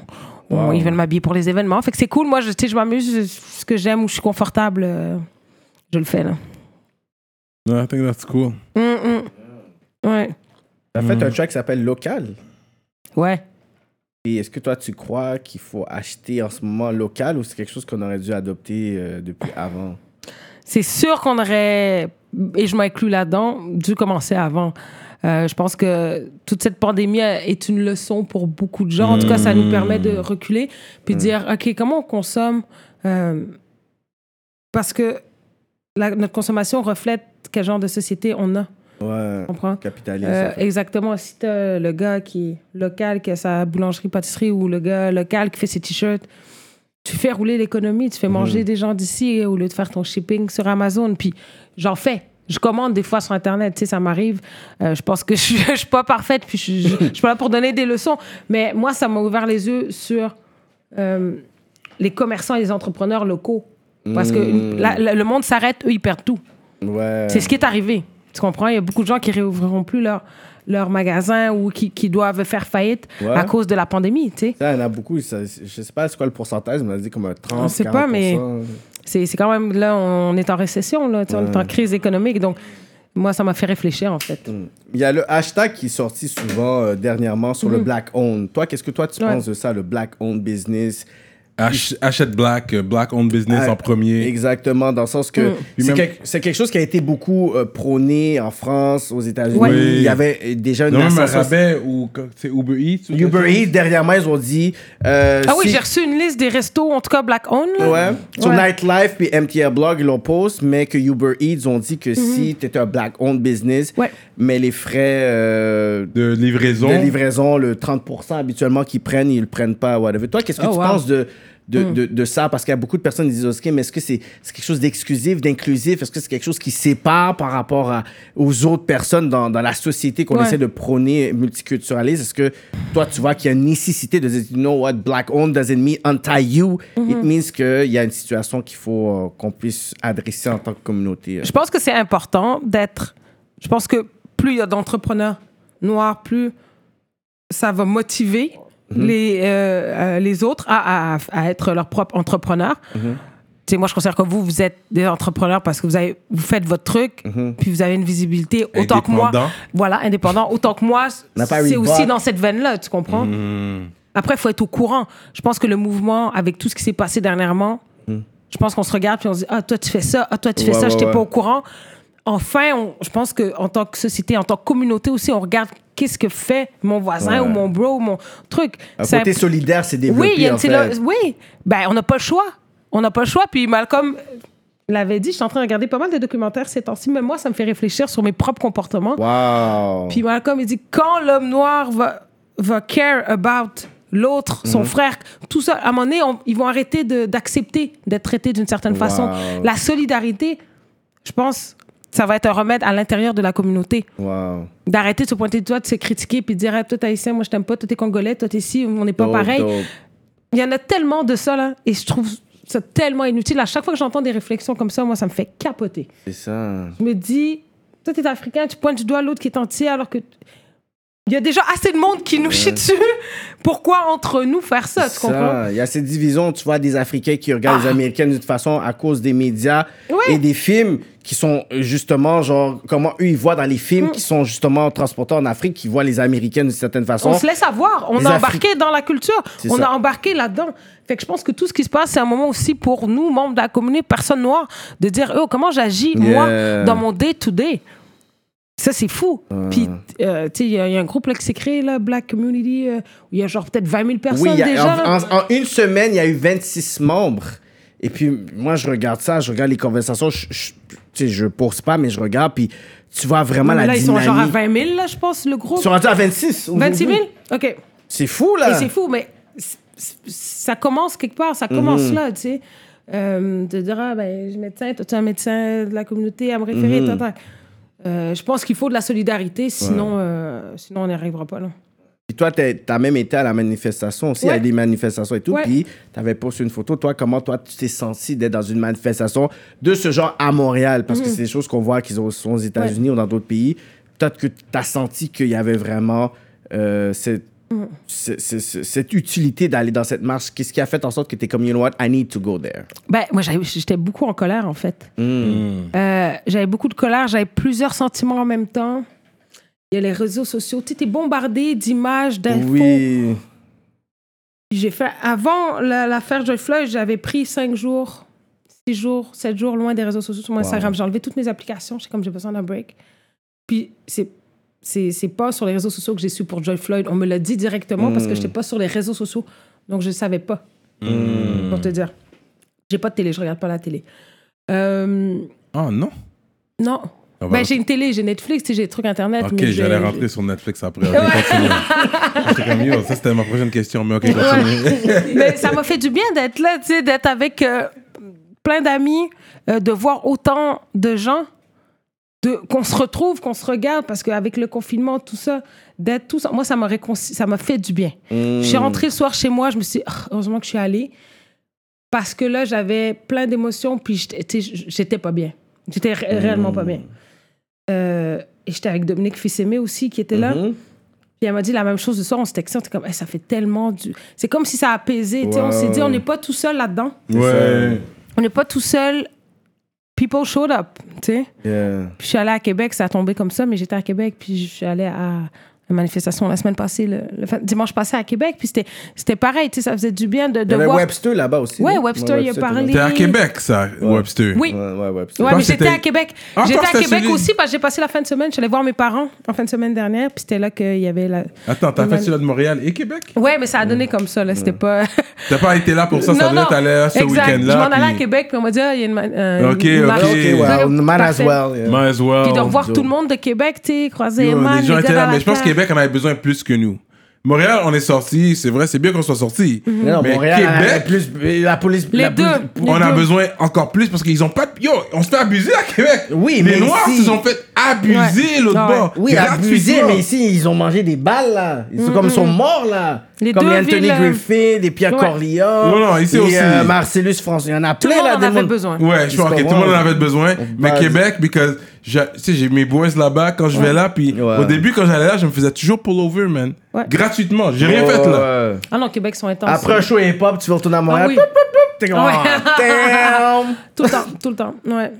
E: on- ils veulent m'habiller pour les événements. Fait que c'est cool, moi je, tu sais, je m'amuse, je- ce que j'aime, où je suis confortable, euh, je le fais là.
C: No, I think that's cool.
E: Hum, hum. Ouais.
D: T'as fait un track qui s'appelle Local.
E: Ouais.
D: Et est-ce que toi, tu crois qu'il faut acheter en ce moment local ou c'est quelque chose qu'on aurait dû adopter euh, depuis avant?
E: C'est sûr qu'on aurait, et je m'inclus là-dedans, dû commencer avant. Euh, je pense que toute cette pandémie est une leçon pour beaucoup de gens. En tout cas, ça nous permet de reculer puis de dire, OK, comment on consomme Euh, Parce que la- notre consommation reflète quel genre de société on a, tu
D: Ouais,
E: comprends
D: capitaliste.
E: Euh,
D: ça fait-
E: exactement. Si t'as le gars qui est local, qui a sa boulangerie-pâtisserie, ou le gars local qui fait ses t-shirts, tu fais rouler l'économie, tu fais
D: Mhm.
E: manger des gens d'ici eh, au lieu de faire ton shipping sur Amazon. Puis j'en fais. Je commande des fois sur Internet, tu sais, ça m'arrive. Euh, je pense que je suis, je suis pas parfaite, puis je, suis- je- je suis pas là pour donner des leçons. Mais moi, ça m'a ouvert les yeux sur euh, les commerçants et les entrepreneurs locaux. Parce que
D: Mhm.
E: la- la- le monde s'arrête, eux, ils perdent tout.
D: ouais.
E: C'est ce qui est arrivé. Tu comprends? Il y a beaucoup de gens qui réouvriront plus leur, leur magasin ou qui, qui doivent faire faillite
D: Ouais.
E: à cause de la pandémie, tu sais.
D: Ça, il y en a beaucoup. ça- je sais pas c'est quoi le pourcentage, mais on a dit comme un 30,
E: On sait pas, mais-
D: 40%.
E: C'est c'est quand même, là, on est en récession, là, tu sais, on est en
D: Ouais. Mm.
E: crise économique. Donc, moi, ça m'a fait réfléchir, en fait.
D: Hmm. Il y a le hashtag qui est sorti souvent euh, dernièrement sur le Black Owned. Toi, qu'est-ce que toi, tu
E: Mhm. Ouais.
D: penses de ça, le Black Owned business?
C: Ach- Achète black, euh, black owned business
D: Ah,
C: en premier.
D: Exactement, dans le sens
E: Mm.
D: que
C: Puis
D: c'est
C: même-
D: quelque- c'est quelque chose qui a été beaucoup euh, prôné en France, aux États-Unis.
E: Ouais.
C: Oui.
D: Il y avait euh, déjà une
C: Non, même un
D: ascension-
C: rabais ou co- c'est Uber Eats. ou quelque
D: Uber
C: chose.
D: Eats, dernièrement, ils ont dit. euh,
E: Ah oui,
D: si-
E: j'ai reçu une liste des restos, en tout cas Black Owned. là.
D: Ouais. Sur
E: Ouais.
D: Nightlife puis MTR Blog, ils l'ont post, mais que Uber Eats ont dit que si t'étais un black-owned business,
E: Mm-hmm. Ouais.
D: mais les frais euh,
C: De livraison.
D: de livraison, le 30% habituellement qu'ils prennent, ils le prennent pas. Whatever. Toi, qu'est-ce que
E: Oh,
D: tu
E: wow. Hmm.
D: penses de, de, de, de ça? Parce qu'il y a beaucoup de personnes qui disent, OK, mais est-ce que c'est c'est quelque chose d'exclusif, d'inclusif? Est-ce que c'est quelque chose qui sépare par rapport à- aux autres personnes dans, dans la société qu'on
E: Ouais.
D: essaie de prôner multiculturaliste? Est-ce que toi, tu vois qu'il y a une nécessité de dire, you know what, black owned doesn't mean anti-you.
E: Mm-hmm.
D: It means qu'il y a une situation qu'il faut euh, qu'on puisse adresser en tant que communauté. euh.
E: Je pense que c'est important d'être. Je pense que plus il y a d'entrepreneurs noirs, plus ça va motiver
D: Mhm.
E: les, euh, euh, les autres à, à- à être leur propre entrepreneur.
D: Mhm.
E: Tu sais, moi, je considère que vous, vous êtes des entrepreneurs parce que vous, avez, vous faites votre truc,
D: Mhm.
E: puis vous avez une visibilité autant que moi.
C: Indépendant.
E: Voilà, indépendant. Autant que moi,
D: n'a pas
E: c'est
D: Reebok.
E: aussi dans cette veine-là, tu comprends?
D: Mhm.
E: Après, il faut être au courant. Je pense que le mouvement, avec tout ce qui s'est passé dernièrement,
D: Mhm.
E: je pense qu'on se regarde puis on se dit Ah, toi, tu fais ça, ah, toi, tu fais
D: Ouais,
E: ça,
D: ouais,
E: je n'étais
D: ouais.
E: pas au courant. Enfin, on- je pense qu'en tant que société, en tant que communauté aussi, on regarde qu'est-ce que fait mon voisin
D: Ouais.
E: ou mon bro ou mon truc.
D: Un
E: C'est
D: côté
E: imp-
D: solidaire, c'est développé.
E: oui, il y a une
D: en fait.
E: télo- oui, ben, on n'a pas le choix. On n'a pas le choix. Puis Malcolm l'avait dit, je suis en train de regarder pas mal de documentaires ces temps-ci, mais moi, ça me fait réfléchir sur mes propres comportements.
D: Wow.
E: Puis Malcolm, il dit quand l'homme noir va, va care about l'autre,
D: Mhm.
E: son frère, tout ça. À un moment donné, on- ils vont arrêter de- d'accepter d'être traités d'une certaine façon.
D: Wow.
E: La solidarité, je pense, ça va être un remède à l'intérieur de la communauté.
D: Wow.
E: D'arrêter de se pointer du doigt, de se critiquer, puis de dire, Hey, toi, t'es haïtien, moi, je t'aime pas, toi, t'es congolais, toi, t'es ci, on n'est pas
D: Dope,
E: pareil.
D: dope.
E: Il y en a tellement de ça, là, et je trouve ça tellement inutile. À chaque fois que j'entends des réflexions comme ça, moi, ça me fait capoter.
D: C'est ça.
E: Je me dis, toi, t'es africain, tu pointes du doigt l'autre qui est entier, alors que. Il y a déjà assez de monde qui nous chie dessus. Pourquoi entre nous faire ça, tu comprends? Ah!
D: Ça, Il y a cette division, tu vois, des Africains qui regardent les Américains d'une façon à cause des médias
E: Ouais.
D: et des films qui sont euh, justement, genre, comment eux, ils voient dans les films qui sont justement transportés en Afrique, qui voient les Américains d'une certaine façon.
E: Mm. On se laisse avoir. On
D: Les
E: a
D: Afri-
E: embarqué dans la culture.
D: C'est
E: On
D: ça.
E: a embarqué là-dedans. Fait que je pense que tout ce qui se passe, c'est un moment aussi pour nous, membres de la communauté, personnes noires, de dire oh, comment j'agis,
D: Yeah.
E: moi, dans mon day-to-day. Ça, c'est fou. Puis, euh, tu sais, il y, a il y a un groupe là, qui s'est créé, là, Black Community, euh, où il y a genre peut-être 20 000 personnes
D: Oui, il y a-
E: déjà. là.
D: en, en- en une semaine, il y a eu 26 membres. Et puis, moi, je regarde ça, je regarde les conversations, je, je, tu sais, je poursuis pas, mais je regarde, puis tu vois vraiment
E: Mais
D: la
E: là, ils sont
D: dynamique.
E: genre à 20 000, là, je pense, le groupe.
D: Ils sont rendus à 26. aujourd'hui.
E: 26 000 OK.
D: C'est fou,
E: Et
D: là.
E: c'est fou, mais c- c- ça commence quelque part, ça commence là, tu sais. Euh, de dire, ah, ben, je suis médecin, toi, tu es un médecin de la communauté à me référer, tac, tac. Euh, je pense qu'il faut de la solidarité, sinon, euh, sinon on n'y arrivera pas. Là.
D: Puis toi, t'es- t'as même été à la manifestation aussi, il y a
E: Ouais.
D: des manifestations et tout.
E: Ouais.
D: Puis t'avais posté une photo. Toi, comment toi, tu t'es senti d'être dans une manifestation de ce genre à Montréal? Parce que
E: Mhm.
D: c'est des choses qu'on voit qu'ils ont- sont aux États-Unis ou dans d'autres pays. Peut-être que t'as senti qu'il y avait vraiment euh, cette,
E: Mhm.
D: ce- ce- ce- cette utilité d'aller dans cette marche. Qu'est-ce qui a fait en sorte que t'es comme, you know what, I need to go there? Hmm.
E: Ben, moi, j'avais- j'étais beaucoup en colère, en fait. Euh, j'avais beaucoup de colère, j'avais plusieurs sentiments en même temps. Il y a les réseaux sociaux, tu es bombardé d'images, d'infos.
D: Oui.
E: J'ai fait avant la- l'affaire Joy Floyd, j'avais pris 5 jours, 6 jours, 7 jours loin des réseaux sociaux sur mon
D: Wow.
E: Instagram. J'ai enlevé toutes mes applications, c'est comme j'ai besoin d'un break. Puis c'est c'est c'est pas sur les réseaux sociaux que j'ai su pour Joy Floyd, on me l'a dit directement
C: Hmm.
E: parce que j'étais pas sur les réseaux sociaux. Donc je savais pas.
C: Hmm.
E: Pour te dire. J'ai pas de télé, je regarde pas la télé. Euh,
D: Ah,
C: Oh non.
E: non.
C: Ah, bah,
E: Ben, j'ai une télé, j'ai Netflix, tu sais, j'ai des trucs internet.
C: Ok,
E: mais j'ai-
C: j'allais rentrer sur Netflix après. Ok, continue. J'étais comme, yo, ça c'était ma prochaine question, mais ok, continue.
E: Mais ça m'a fait du bien d'être là, tu sais, d'être avec euh, plein d'amis, euh, de voir autant de gens, de, qu'on se retrouve, qu'on se regarde, parce qu'avec le confinement, tout ça, d'être tous. Moi, ça m'a, réconci- ça m'a fait du bien. Je
D: Hmm.
E: suis rentrée le soir chez moi, je me suis dit, Ah, heureusement que je suis allée, parce que là, j'avais plein d'émotions, puis j'étais, tu sais, j'étais pas bien. J'étais ré- réellement pas bien. Euh, et j'étais avec Dominique Fils-Aimé aussi, qui était là.
D: Mhm.
E: Puis elle m'a dit la même chose le soir, on se textait, on était comme, Hey, ça fait tellement du. C'est comme si ça a apaisé, tu sais, on s'est dit, on n'est pas tout seul là-dedans.
C: Ouais.
E: On n'est pas tout seul. People showed up, tu sais.
D: Yeah.
E: Puis je suis allée à Québec, ça a tombé comme ça, mais j'étais à Québec, puis je suis allée à la manifestation la semaine passée, le, le fin- dimanche passé à Québec, puis c'était, c'était pareil, tu sais, ça faisait du bien de,
D: Il y
E: de
D: avait
E: voir.
D: Webster là-bas aussi.
E: Ouais,
D: non?
E: Webster, il a
D: était là.
E: parlé.
C: T'es à Québec, ça, Webster.
E: Oui.
D: Ouais, ouais, Webster.
E: Ouais,
C: pense
E: mais
C: que
E: j'étais
C: c'était-
E: à Québec.
C: Ah, je
E: j'étais
C: pense
E: à
C: que c'était
E: Québec
C: celui-
E: aussi parce que j'ai passé la fin de semaine. Je suis allée voir mes parents en fin de semaine dernière. Puis c'était là qu'il y avait la.
C: Attends, t'as
E: une
C: fait
E: mani-
C: celui-là de Montréal et Québec
E: Ouais, mais ça a donné comme ça. Là, c'était pas.
C: T'as pas été là pour ça, ça veut dire que t'allais là ce
E: exact.
C: week-end-là.
E: Je m'en allais à
C: puis-
E: Québec, puis on m'a dit, ah, il y a une. ma- euh,
C: Ok,
E: une
C: ok.
E: marche.
D: Ah, Ok, well,
E: Donc,
D: man as
E: parfait.
D: well. yeah.
C: Might as well.
E: Puis de revoir
D: Joe.
E: tout le monde de Québec, tu sais, croiser
C: Yo,
E: Eman,
C: les gens
E: les
C: étaient
E: gars
C: là,
E: dans
C: mais
E: la
C: je pense que
E: terre.
C: Québec en avait besoin plus que nous. Montréal, on est sorti, c'est vrai, c'est bien qu'on soit sorti.
E: Mm-hmm.
D: Non,
C: Mais
D: Montréal, hein,
C: Québec,
D: la- plus, la police.
E: Les
D: la
E: deux.
D: police-
E: Les
C: on a
E: deux.
C: besoin encore plus parce qu'ils ont pas. de- Yo, on se fait abuser à Québec.
D: Oui,
C: les
D: mais
C: Noirs
D: ici-
C: se sont fait abuser
E: Ouais.
C: l'autre
E: Ouais.
C: bord.
D: Oui,
C: Gratuitement.
D: abusé, mais ici, ils ont mangé des balles, là. Ils sont comme ils sont morts, là.
E: Mm, Les
D: comme
E: deux
D: Anthony
E: villes, euh,
D: Griffith, et Pierre
E: ouais.
D: Corleone.
C: Non, non, ici
D: et,
C: aussi.
D: euh, Marcellus François. Il y en a
E: Tout
D: plein,
E: le monde
D: là,
E: en
D: des
E: avait
D: monde-
E: besoin.
C: Ouais, je
D: Ils
C: pense
D: se
C: que tout le
D: font
C: monde en
D: voir.
C: avait besoin. Mais
D: Vas-y.
C: Québec, because, j'a- tu sais, j'ai mes boys là-bas quand je vais là. Puis
D: Ouais.
C: au début, quand j'allais là, je me faisais toujours pull over, man.
E: Ouais.
C: Gratuitement, j'ai rien
D: Ouais,
C: fait là.
D: Oh, ouais.
E: Ah non, Québec sont intenses.
D: Après un show hip-hop, tu vas retourner à Montréal.
E: oui.
D: Poup, poup, poup, T'es comme,
E: Ouais.
D: ah, damn.
E: Tout le temps, tout le temps. Ouais.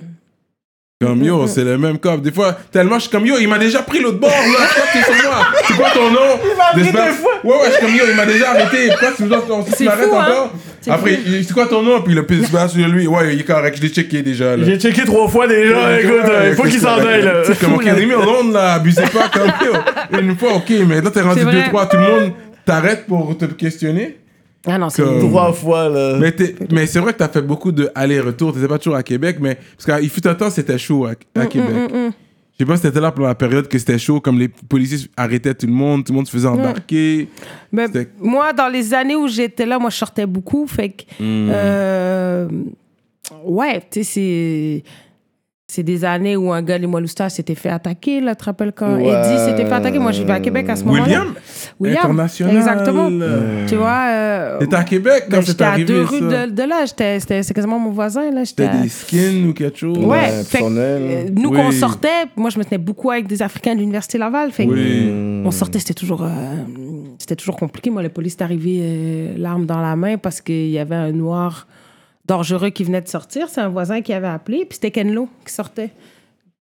C: Comme yo, c'est le même cop. Des fois, tellement je suis comme yo, il m'a déjà pris l'autre bord là. Toi, t'es sur moi. C'est quoi ton nom Il
D: m'a arrêté deux fois.
C: Ouais, ouais, je suis comme yo, il m'a déjà arrêté. Pourquoi tu me dois on- tu
E: C'est
C: m'arrêtes
E: fou, hein.
C: encore
E: C'est
C: Après, il- c'est quoi ton nom Puis le pisse sur lui. Ouais, il est correct, je l'ai checké déjà là.
D: J'ai checké trois fois déjà, écoute, euh, il faut qu'ils s'en aillent, là.
C: C'est comme ok, les mis en onde là, abusez pas comme yo. Une fois, ok, mais là t'es rendu
E: C'est
C: deux
E: vrai.
C: trois, tout le monde t'arrête pour te questionner.
E: Ah non, c'est.
C: Comme-
D: Trois fois, là.
C: Mais, t'es- mais c'est vrai que t'as fait
E: Mm,
C: beaucoup de aller-retour. T'étais pas toujours à Québec, mais parce qu'il fut un temps, c'était chaud à, à Québec. Je sais pas si t'étais là pendant la période que c'était chaud, comme les policiers arrêtaient tout le monde, tout le monde se faisait
E: Mm.
C: embarquer.
E: Mais
C: C'était-
E: moi, dans les années où j'étais là, moi, je sortais beaucoup. Fait que.
C: Hmm.
E: euh, ouais, tu sais, c'est. C'est des années où un gars, les Moilousta, s'était fait attaquer, là. Tu te rappelles quand
D: Ouais.
E: Eddie s'était fait attaquer? Moi, je vivais à Québec à ce moment-là.
C: William?
E: William.
C: International.
E: ah, Exactement.
C: Euh.
E: Tu vois. euh,
C: T'étais à Québec quand
E: ben,
C: c'était
E: J'étais à
C: arrivé.
E: deux rues
C: ça.
E: de, de là. J'étais- c'était- C'est quasiment mon voisin, là. J'étais
C: T'as
E: à-
C: des skins ou quelque chose.
E: Ouais,
D: Ouais,
E: fait que,
D: personnel.
E: euh, nous
C: Oui.
E: quand on sortait, moi je me tenais beaucoup avec des Africains de l'université Laval, fait que
C: Oui.
E: on sortait, c'était toujours, euh, c'était toujours compliqué. Moi, la police est arrivée euh, l'arme dans la main parce qu'il y avait un noir dangereux qui venait de sortir. C'est un voisin qui avait appelé, puis c'était Kenlo qui sortait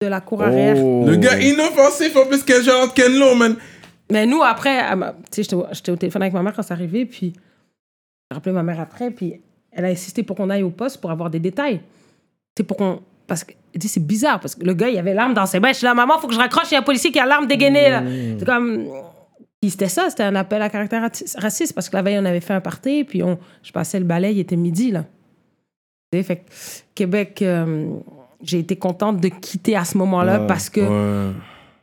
E: de la cour arrière.
D: Oh.
C: Le gars inoffensif en plus que genre Kenlo, man.
E: Mais nous, après, à ma- tu sais, j'étais au- j'étais au téléphone avec ma mère quand c'est arrivé, puis j'ai rappelé ma mère après, puis elle a insisté pour qu'on aille au poste pour avoir des détails. C'est pour qu'on. Parce que, elle dit, c'est bizarre, parce que le gars, il avait l'arme dans ses mains. Je suis là, maman, faut que je raccroche, il y a un policier qui a l'arme dégainée, là.
C: Mmh.
E: C'est comme. Puis c'était ça, c'était un appel à caractère rati- raciste, parce que la veille, on avait fait un party, puis on, je passais le balai, il était midi, là. Tu sais, Fait que Québec, euh, j'ai été contente de quitter à ce moment-là, parce que
C: Ouais.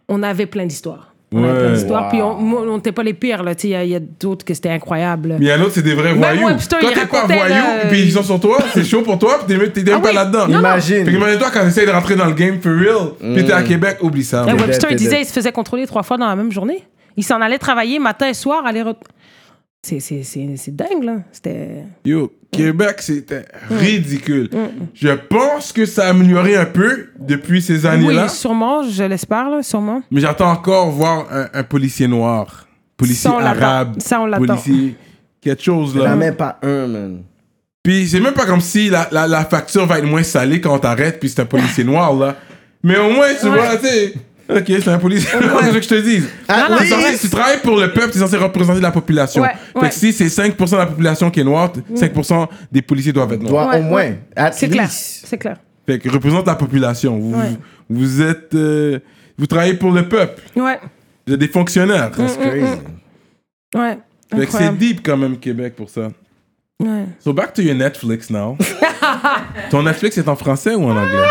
E: on avait plein d'histoires. On
C: Ouais.
E: avait plein d'histoires, puis on- moi, on n'était pas les pires, là. Tu sais, il y a- il y a, d'autres que c'était incroyable.
C: Mais il y en a d'autres, c'est des vrais
E: Même
C: voyous.
E: moi, putain,
C: quand
E: il
C: t'es pas
E: racontait,
C: voyou,
E: là, euh,
C: puis ils sont sur toi, c'est chaud pour toi, puis t'es même, t'es même
E: Ah
C: pas
E: oui.
C: là-dedans.
E: Non, non.
C: Fait que
D: Imagine.
C: imagine-toi quand t'essayes de rentrer dans le game for real, puis t'es à Québec, oublie ça.
E: Là,
C: man.
E: Webster,
D: t'es
E: il disait,
D: dead.
E: il se faisait contrôler trois fois dans la même journée. Il s'en allait travailler matin et soir, aller... re- C'est, c'est, c'est, c'est dingue, là. C'était...
C: Yo, Québec, c'était
E: Mm.
C: ridicule. Je pense que ça a amélioré un peu depuis ces années-là,
E: Oui, sûrement, je l'espère, là, sûrement.
C: mais j'attends encore voir un, un policier noir, policier
E: Ça, on l'attend.
C: arabe,
E: Ça, on l'attend.
C: policier quelque chose là.
D: Jamais pas un, man.
C: Puis c'est même pas comme si la, la, la facture va être moins salée quand on t'arrête, puis c'est un policier noir, là. Mais au moins, tu
E: Ouais.
C: vois, tu sais. Ok, c'est un policier noir, c'est ce que je te dis.
D: At
E: non,
C: T'es censé-
D: least-
C: tu travailles pour le peuple, tu es censé représenter la population.
E: Ah, Ouais,
C: Fait
E: ouais. Mm.
C: que si c'est 5% de la population qui est noire, 5% des policiers doivent être noirs.
D: Doit
E: Ouais,
D: au moins.
E: ouais.
D: At
E: C'est clair,
D: least.
E: c'est clair.
C: Fait que représente la population. Vous,
E: Ouais.
C: vous êtes. euh, vous travaillez pour le peuple.
E: Ouais,
C: Vous êtes des fonctionnaires.
D: That's crazy.
C: Fait que
E: ouais.
C: c'est
E: Mm, Incroyable.
C: deep quand même, Québec, pour ça.
E: Ouais.
C: So back to your Netflix now. Ton Netflix est en français ou en anglais?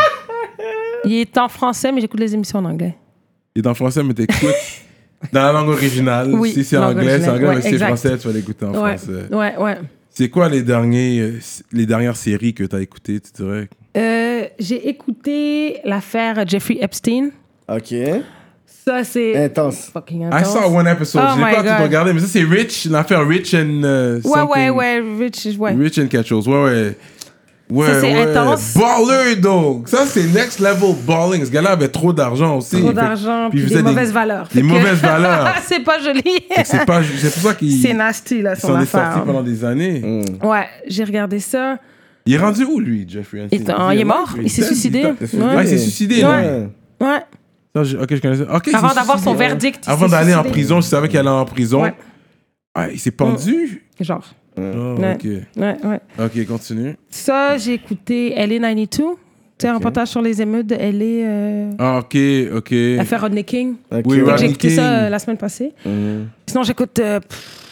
E: Il est en français, mais j'écoute les émissions en anglais.
C: Il est en français, mais t'écoutes dans la langue originale.
E: Oui,
C: si c'est
E: langue
C: anglais, c'est
E: originale.
C: anglais,
E: Ouais,
C: mais si c'est
E: exact.
C: français, tu vas l'écouter en
E: ouais,
C: français.
E: ouais, ouais.
C: C'est quoi les, derniers, euh, les dernières séries que t'as écoutées, tu dirais?
E: Euh, j'ai écouté l'affaire Jeffrey Epstein.
D: OK.
E: Ça, c'est...
D: Intense.
E: Fucking
C: I
E: intense.
C: saw one episode.
E: Oh
C: J'ai
E: my
C: pas
E: God.
C: tout regardé, mais ça, c'est Rich, l'affaire Rich and. euh,
E: Ouais, ouais,
C: something.
E: ouais, Rich, ouais.
C: Rich and quelque chose. Ouais, ouais. Ouais,
E: Ça, c'est
C: ouais.
E: intense.
C: Baller, donc. Ça, c'est next level balling. Ce gars-là avait trop d'argent aussi.
E: Trop
C: Fait-
E: d'argent,
C: il
E: puis
C: faisait
E: des mauvaises valeurs.
C: Des
E: Fait que-
C: mauvaises valeurs.
E: c'est pas joli.
C: Fait que C'est pas- c'est pour ça qu'il
E: C'est
C: s'en
E: nasty, là, son
C: est sorti
E: affaire. hein.
C: pendant des années.
D: Mm.
E: Ouais, j'ai regardé ça.
C: Il est rendu où, lui, Jeffrey Epstein?
E: Il est- ah, il est mort. Il s'est
C: dead,
E: suicidé.
C: il est-
E: Ouais.
C: Ah, il s'est suicidé, non?
E: Ouais. Ouais,
C: Ça, je- ok, je connaissais. Ok, il
E: Avant
C: s'est
E: d'avoir
C: suicidé.
E: son verdict, il
C: Avant
E: s'est
C: d'aller en
E: suicidé.
C: prison, je savais qu'il allait en prison.
E: Ouais.
C: Ah, il s'est pendu?
E: genre.
C: Oh,
E: Ouais.
C: ok.
E: Ouais, ouais.
C: Ok, continue.
E: Ça, j'ai écouté LA 92. Tu sais, un reportage sur les émeutes de LA, euh,
C: Ah, ok, ok.
E: l'affaire Rodney King.
D: OK.
C: Oui, ouais.
E: J'ai
C: Rodney
E: écouté
C: King.
E: ça euh, la semaine passée.
D: Mhm.
E: Sinon, j'écoute euh, pff,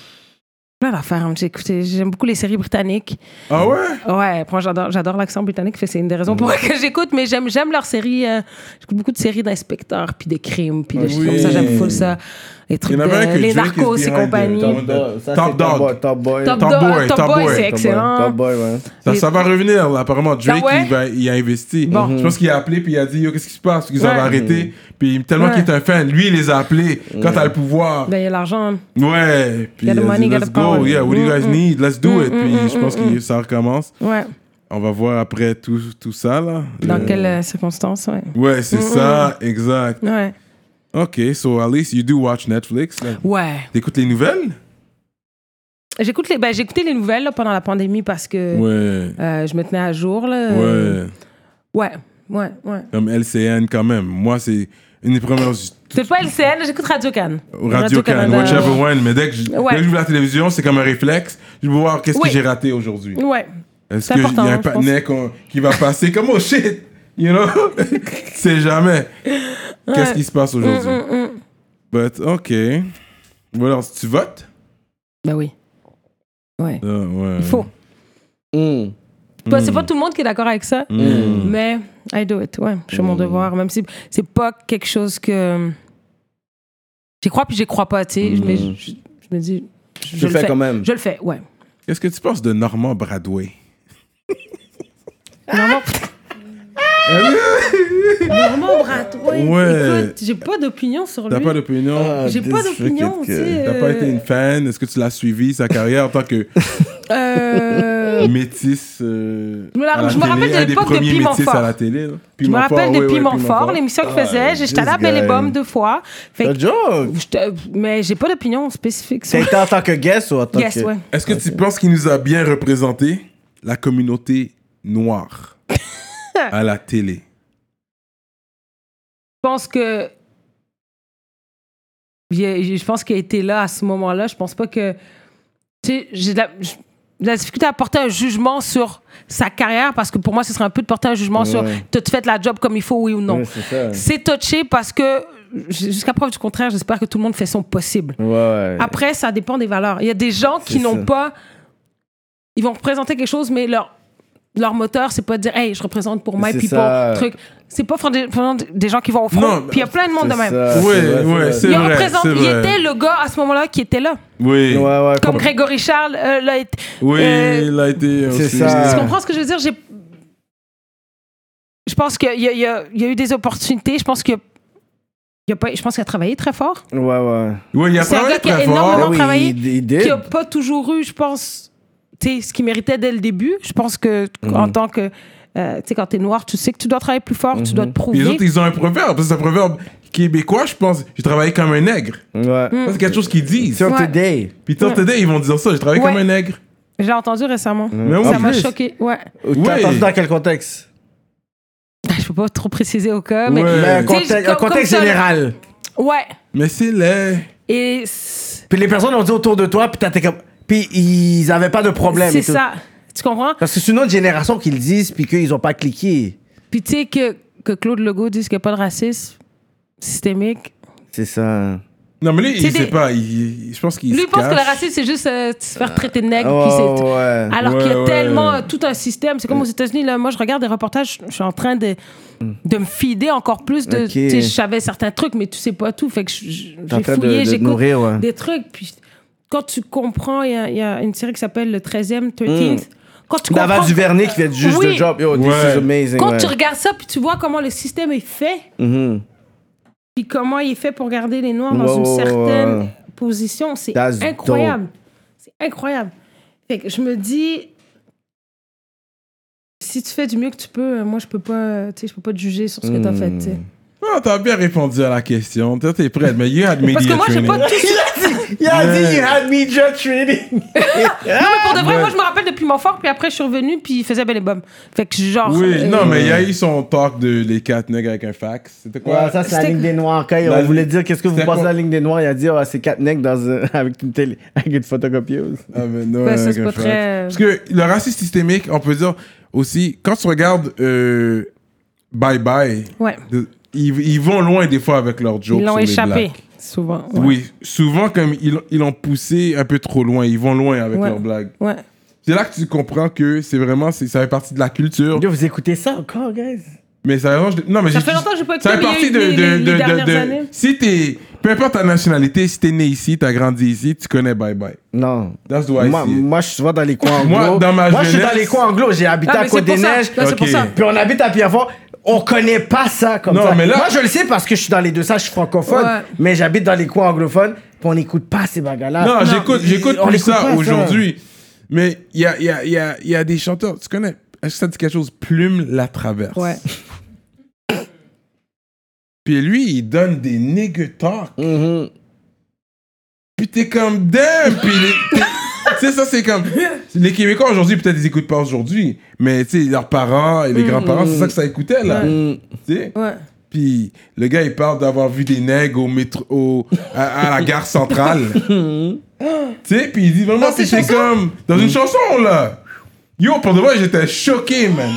E: plein d'affaires. hein. J'ai écouté, j'aime beaucoup les séries britanniques.
C: Ah ouais?
E: Ouais, moi j'adore, j'adore l'accent britannique, fait que c'est une des raisons
C: Mm.
E: pour lesquelles j'écoute, mais j'aime, j'aime leurs séries. euh, j'écoute beaucoup de séries d'inspecteurs, puis de crimes, puis de choses
C: Ah Oui.
E: comme ça. J'aime full ça. Les
C: Il
E: trucs,
C: y en avait un
E: de-
C: que
E: les
C: Drake is
E: narcos et
C: behind
E: compagnie.
C: the-
D: Top Dog. Ça, c'est
C: Top Dog.
D: Boy, Top Boy.
E: Top,
C: Top
E: Dog-
C: Boy,
E: Top
C: Top
E: Boy,
C: Boy,
E: c'est
C: Top
D: Boy.
E: excellent.
D: Top Boy, ouais.
C: Ça,
E: Les-
C: ça va revenir, là. Apparemment, Drake,
E: Ah ouais?
C: il, va- il a investi.
E: Bon.
C: Je pense qu'il a appelé, puis il a dit, yo, qu'est-ce qui se passe? Ils ont
E: Ouais. Mm.
C: arrêté. Puis tellement
E: Ouais.
C: qu'il est un fan, lui, il les a appelés quand t'as le pouvoir.
E: Ben, il y a l'argent.
C: Ouais. Puis
E: Get the
C: il a
E: money,
C: dit,
E: get
C: let's
E: the
C: go.
E: power.
C: Yeah, what do you
E: Mm,
C: guys
E: mm.
C: need? Let's do
E: Mm,
C: it.
E: mm,
C: Puis
E: mm,
C: je pense
E: mm,
C: que ça recommence.
E: Ouais.
C: On va voir après tout, tout ça, là.
E: Dans
C: Le-
E: quelles euh, circonstances, ouais.
C: Ouais, c'est ça, exact.
E: Ouais.
C: OK, so at least you do watch Netflix. là.
E: Ouais.
C: T'écoutes les nouvelles?
E: J'écoute les, ben, j'ai écouté les nouvelles là, pendant la pandémie parce que
C: Ouais.
E: euh, je me tenais à jour. Là. Euh,
C: Ouais.
E: Ouais, ouais, ouais.
C: Comme LCN, quand même. Moi, c'est une des premières
E: C'est pas LCN, j'écoute Radio Cannes.
C: Radio Can, whichever one. Mais dès que, je,
E: Ouais.
C: dès que j'ouvre la télévision, c'est comme un réflexe. Je veux voir qu'est-ce
E: Oui.
C: que j'ai raté aujourd'hui.
E: Ouais.
C: Est-ce
E: C'est
C: qu'il y
E: important,
C: a un
E: hein, je
C: patinet qu'on- qui va passer comme oh shit, you know? c'est jamais. Qu'est-ce
E: Ouais. Mm,
C: qui se passe aujourd'hui? But ok. Ou alors, tu votes?
E: Ben oui. Ouais.
C: Ah, ouais.
E: Il faut.
D: Mm.
E: Pas-
C: Hmm.
E: C'est pas tout le monde qui est d'accord avec ça,
D: Hmm.
E: mais I do it. Ouais, je fais
C: Hmm.
E: mon devoir, même si c'est pas quelque chose que. J'y crois, puis j'y crois pas, tu sais. Mais je, je- je me dis. Je,
D: Hmm. le fais quand même.
E: Je le fais, ouais.
C: Qu'est-ce que tu penses de Norman Bradway?
E: Normand. Normand Bratois.
C: Ouais.
E: Écoute, j'ai pas d'opinion sur
C: T'as
E: lui. Ah,
C: pas d'opinion?
E: J'ai pas d'opinion, tu sais.
C: T'as pas
E: euh,
C: été une fan? Est-ce que tu l'as suivi, sa carrière, en tant que
E: euh,
C: métisse euh,
E: Je me la-
C: à la
E: je me rappelle
C: télé,
E: de
C: un des
E: l'époque de
C: premiers
E: Piment
C: métisses
E: Fort.
C: à la télé. là.
E: Je me
C: Piment Fort,
E: rappelle
C: ouais,
E: de
C: ouais,
E: Piment Fort,
C: Fort. Ah,
E: l'émission qu'il faisait. J'étais allée à
D: this
E: Belle et
D: guy.
E: Bomme deux fois. Fait que-
D: Good job.
E: je te- mais j'ai pas d'opinion spécifique
D: T'as
E: sur
D: été en tant que guest ou en tant
E: Yes,
D: que...
E: ouais.
C: Est-ce que tu penses qu'il nous a bien représenté la communauté noire à la télé?
E: Je pense que. Il est- Je pense qu'il a été là à ce moment-là. Je pense pas que. Tu sais, j'ai de la, j'ai de la difficulté à porter un jugement sur sa carrière parce que pour moi, ce serait un peu de porter un jugement sur t'as-tu fait la job comme il faut, oui ou non.
D: Ouais, c'est ça.
E: c'est touché parce que, j- jusqu'à preuve du contraire, j'espère que tout le monde fait son possible.
D: Ouais.
E: Après, ça dépend des valeurs. Il y a des gens qui
D: Euh, C'est
E: n'ont
D: ça.
E: pas. Ils vont représenter quelque chose, mais leur, leur moteur, c'est pas de dire, hey, je représente pour my
D: C'est
E: people,
D: ça.
E: truc. C'est pas fondé- fondé- des gens qui vont au front.
C: Non,
E: Puis il y a plein de monde de
D: C'est
E: même.
D: ça,
C: Ouais,
D: c'est vrai,
C: ouais,
D: vrai.
C: c'est-
E: Il,
C: vrai,
E: représente-
C: c'est
E: il
C: vrai. Ah,
E: était le gars à ce moment-là qui était là.
C: Oui.
D: Ouais, ouais.
E: Comme
D: com-
E: Grégory Charles euh, l'a été.
C: Oui,
E: euh,
C: il a été.
D: c'est
C: aussi-
D: ça.
E: Tu comprends ce que je veux dire? J'ai... Je pense qu'il y a, il y a- il y a eu des opportunités. Je pense qu'il y a- il y a pas, je pense qu'il a travaillé très fort.
D: Ouais, ouais.
C: Oui, il a
E: C'est un
C: travaillé
E: gars qui a
C: très
E: énormément-
C: fort.
E: Vraiment
D: Ah oui,
E: travaillé,
D: il- il
E: Qui
D: did.
E: n'a pas toujours eu, je pense, tu sais, ce qu'il méritait dès le début. Je pense que
D: Mhm.
E: en tant que. euh, tu sais, quand t'es noir, tu sais que tu dois travailler plus fort, tu
D: Mhm.
E: dois
C: Puis
E: te
C: les
E: prouver.
C: autres, ils ont un proverbe. C'est un proverbe québécois, je pense. J'ai travaillé comme un nègre.
D: Ouais.
C: Ça, c'est quelque chose qu'ils disent.
D: Sur
E: Mm. Ouais.
D: Today.
C: Puis tant today, ils vont dire ça. J'ai travaillé
E: Ouais.
C: comme un nègre.
E: Je l'ai entendu récemment.
C: Mais
E: Ça
C: oui.
E: m'a
D: Mhm. plus.
E: choqué. Ouais. Ben,
D: T'as
C: Oui.
D: entendu dans quel contexte?
E: Je peux pas trop préciser au cas, mais.
C: Ouais.
D: Mais un
E: Tu sais,
D: contexte,
E: comme-
D: un contexte
E: comme ça,
D: général.
E: Ouais.
C: Mais c'est laid.
E: Et c'est
D: Puis les personnes ont dit autour de toi, puis t'étais comme... Puis ils avaient pas de problème
E: c'est
D: et tout.
E: ça. Tu comprends?
D: Parce que c'est une autre génération qui le disent, puis qu'ils ont pas cliqué.
E: Puis tu sais que, que Claude Legault dise qu'il n'y a pas de racisme systémique.
D: C'est ça.
C: Non, mais lui,
E: C'est
C: il sait
E: des-
C: pas. Il- il- je pense qu'il
E: Lui
C: se
E: il pense que le
C: cache.
E: racisme, c'est juste euh, se faire traiter de nègre. puis
D: Oh,
E: c'est-
D: ouais. Mm.
E: Alors qu'il y a
C: Ouais, ouais.
E: tellement euh, tout un système. C'est comme aux États-Unis, là, moi, je regarde des reportages, je suis en train de, de me fider encore plus. De,
D: Ok.
E: tu sais, Je savais certains trucs, mais tu sais pas tout. Fait que je- je-
D: en
E: j'ai
D: train de-
E: fouillé,
D: de te
E: j'écoute
D: nourrir, ouais.
E: des trucs. Puis quand tu comprends, il y a- il y, a une série qui s'appelle Le 13e, 13th.
D: Mm.
E: Quand tu
D: Dava
E: comprends...
D: Duvernay qui fait juste
E: Oui.
D: le job. Yo, this
C: Ouais.
D: is amazing.
E: Quand
D: ouais.
E: tu regardes ça, puis tu vois comment le système est fait,
D: Mhm.
E: puis comment il est fait pour garder les Noirs dans
D: Ouais,
E: une
D: ouais,
E: certaine
D: ouais.
E: position, c'est
D: That's
E: incroyable. C'est incroyable. Fait que je me dis, si tu fais du mieux que tu peux, euh, moi, je peux pas, euh, tu sais, je peux pas te juger sur ce que t'as fait, tu
C: Hmm.
E: sais.
C: Non, Ah, t'as bien répondu à la question. Toi, t'es prête. Mais you had media
E: Parce que moi, j'ai
C: training.
E: pas tout
D: Il a dit, you had me just reading.
E: Pour de vrai, moi, je me rappelle depuis mon fort, puis après, je suis revenue, puis il faisait belle et bombe. Fait que genre...
C: Oui,
E: euh,
C: non, mais il y a eu son talk de les quatre nègres avec un fax. C'était quoi?
D: Ouais, ça, c'est la
E: C'était-
D: ligne des Noirs. Quand
C: La-
D: on voulait dire qu'est-ce que vous
C: C'était
D: pensez de
C: quoi?
D: la ligne des Noirs, il a dit, Ah, c'est quatre nègres dans un- avec une télé, avec une photocopieuse.
C: Ah, mais non,
E: Ouais, bah, ça,
C: avec
E: c'est
C: un
E: pas
C: fax.
E: très- euh,
C: Parce que le racisme systémique, on peut dire aussi, quand tu regardes euh, Bye Bye,
E: euh, Ouais.
C: de- ils, ils vont loin des fois avec leurs jokes.
E: Ils l'ont
C: sur les
E: échappé,
C: blacks.
E: souvent. ouais.
C: Oui, souvent, comme ils ils l'ont poussé un peu trop loin, ils vont loin avec
E: Ouais.
C: leurs blagues.
E: Ouais.
C: C'est là que tu comprends que c'est vraiment, c'est- ça fait partie de la culture.
D: Yo, vous écoutez ça encore, guys?
C: Mais ça vraiment, je- non, mais
E: Ça
C: j'ai-
E: fait longtemps que j'ai pas
C: Ça fait
E: écouté, mais
C: partie
E: il
C: de,
E: y a eu les-
C: de,
E: les-
C: de,
E: les
C: de-
E: dernières
C: de-
E: années.
C: Si t'es. Peu importe ta nationalité, si t'es né ici, t'as grandi ici, tu connais Bye Bye.
D: Non.
C: That's the way I
D: Moi,
C: see it.
D: moi, je suis souvent dans les coins anglo.
C: Moi, dans ma
D: Moi, je suis
C: jeunesse-
D: dans les coins anglo. J'ai habité
E: Ah,
D: à
E: mais c'est pour ça.
D: Côte-des-Neiges.
E: Là, c'est pour
C: Ok.
E: ça.
D: Puis on habite à Pierrefonds. On connaît pas ça comme
C: Non,
D: ça.
C: mais là-
D: Moi, je le sais parce que je suis dans les deux salles, je suis francophone,
E: Ouais.
D: mais j'habite dans les coins anglophones, puis on n'écoute pas ces bagarres-là.
C: Non, j'écoute, j'écoute
D: On
C: plus
D: l'écoute pas,
C: ça aujourd'hui. Mais il y a, il y, a, il y, a, il y a des chanteurs, tu connais, est-ce que ça dit quelque chose? Plume la traverse.
E: Ouais.
C: Puis lui, il donne des nigger talk.
D: Mhm.
C: Puis t'es comme damn. Puis les- tu sais, ça, c'est comme. Les Québécois aujourd'hui, peut-être ils écoutent pas aujourd'hui, mais tu sais, leurs parents et les grands-parents, c'est ça que ça écoutait là. Tu sais?
E: Ouais.
C: Puis le gars, il parle d'avoir vu des nègres au métro, au- à, à la gare centrale. tu sais, puis il dit vraiment,
E: Dans ses
C: c'était
E: chansons?
C: comme dans une chanson là. Yo, pour de vrai, j'étais choqué, man.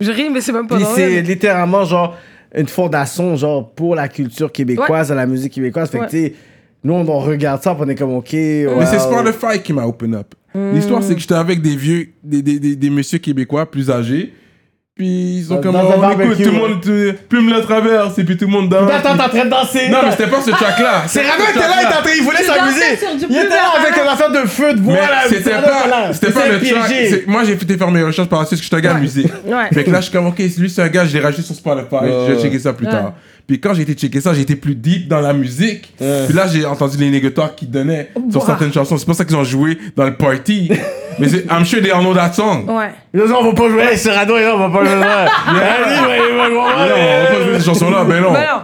E: Je ris, mais c'est même pas
D: Puis
E: drôle.
D: c'est littéralement genre une fondation genre pour la culture québécoise, à la musique québécoise. Fait
E: Ouais.
D: que tu sais, nous on, on regarde ça, puis on est comme ok.
C: Mais
D: wow.
C: c'est Spotify qui m'a open up. L'histoire, c'est que j'étais avec des vieux, des, des, des, des messieurs québécois plus âgés. Puis ils ont
D: Dans
C: comme,
D: un
C: oh, on
D: barbecue,
C: écoute, tout le
D: ouais.
C: monde, tout- plume la traverse, et puis tout le monde danse.
D: Attends, t'es en train de danser.
C: non, mais c'était pas ce track-là.
D: Ah, C'est Raven était là, il était en train, il voulait
E: Tu dansais
D: s'amuser.
E: sur du
D: Il était là
E: boulevard,
D: avec
E: hein.
D: une affaire de feu de bois
C: Mais
D: là.
C: c'était
D: là,
C: pas,
D: là.
C: c'était pas
D: Essayez
C: le
D: de
C: track.
D: piéger.
C: C'est- Moi, j'ai fait faire mes recherches par la suite, parce que je suis un gars de musique.
E: Ouais.
C: Fait que là, je suis comme, ok, lui, c'est un gars, je l'ai rajouté sur Spotify, je vais checker ça plus
E: Ouais.
C: tard. Puis quand j'ai été checker ça, j'ai été plus deep dans la musique. Puis là, j'ai entendu les négatoires qui donnaient sur
E: Ouah.
C: certaines chansons. C'est pour ça qu'ils ont joué dans le party. Mais c'est, I'm sure they all know that song.
E: Ouais.
D: Là, on va pas jouer avec Serrano et là, on va pas jouer.
C: Mais non, on va pas jouer cette chanson-là, mais non.
E: Ben non.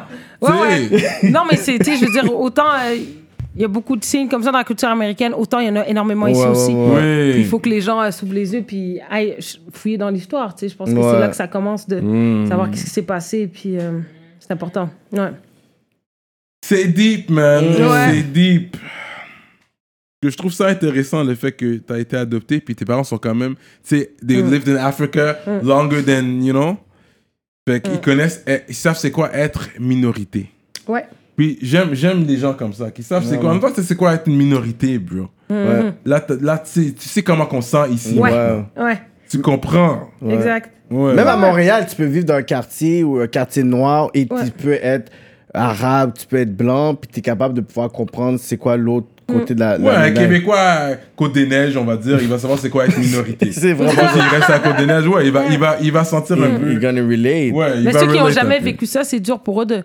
E: Ouais,
C: Tu
E: ouais. non, mais c'est, tu sais, je veux dire, autant euh, il y a beaucoup de signes comme ça dans la culture américaine, autant il y en a énormément ici
D: Ouais, ouais,
E: aussi.
D: ouais.
C: Oui.
E: Puis il faut que les gens euh, s'ouvrent les yeux puis aillent ch- fouiller dans l'histoire, tu sais. Je pense que
D: Ouais. Hmm.
E: c'est là que ça commence de savoir qu'est-ce qui s'est passé, puis euh, c'est important. Ouais.
C: C'est deep, man.
E: Ouais.
C: C'est deep. Que je trouve ça intéressant le fait que tu as été adopté puis tes parents sont quand même, tu sais, they lived in Africa longer than, you know. Fait qu'ils connaissent, eh, ils savent c'est quoi être minorité.
E: Ouais.
C: Puis j'aime j'aime les gens comme ça qui savent c'est quoi. En même temps, tu sais c'est quoi être une minorité, bro.
D: Ouais.
C: Là, t'as- là tu sais- tu sais comment qu'on sent ici.
E: Mhm. Ouais.
D: Ouais.
E: Ouais.
C: Tu comprends.
E: Exact.
C: Ouais.
D: Même à Montréal, tu peux vivre dans un quartier ou un quartier noir et
E: Ouais.
D: tu peux être arabe, tu peux être blanc, puis tu es capable de pouvoir comprendre c'est quoi l'autre
E: Mm.
D: côté de la. la
C: Ouais, un
D: médaille.
C: Québécois, euh, Côte des Neiges, on va dire, il va savoir c'est quoi être minorité.
D: C'est
C: Je
D: vraiment
C: pense qu'il reste à Côte des Neiges, ouais, il va, il va, il va sentir un peu.
D: You're gonna relate.
C: Ouais, il
E: Mais
C: va
E: ceux qui n'ont
C: relate un
E: jamais
C: peu.
E: vécu ça, c'est dur pour eux de.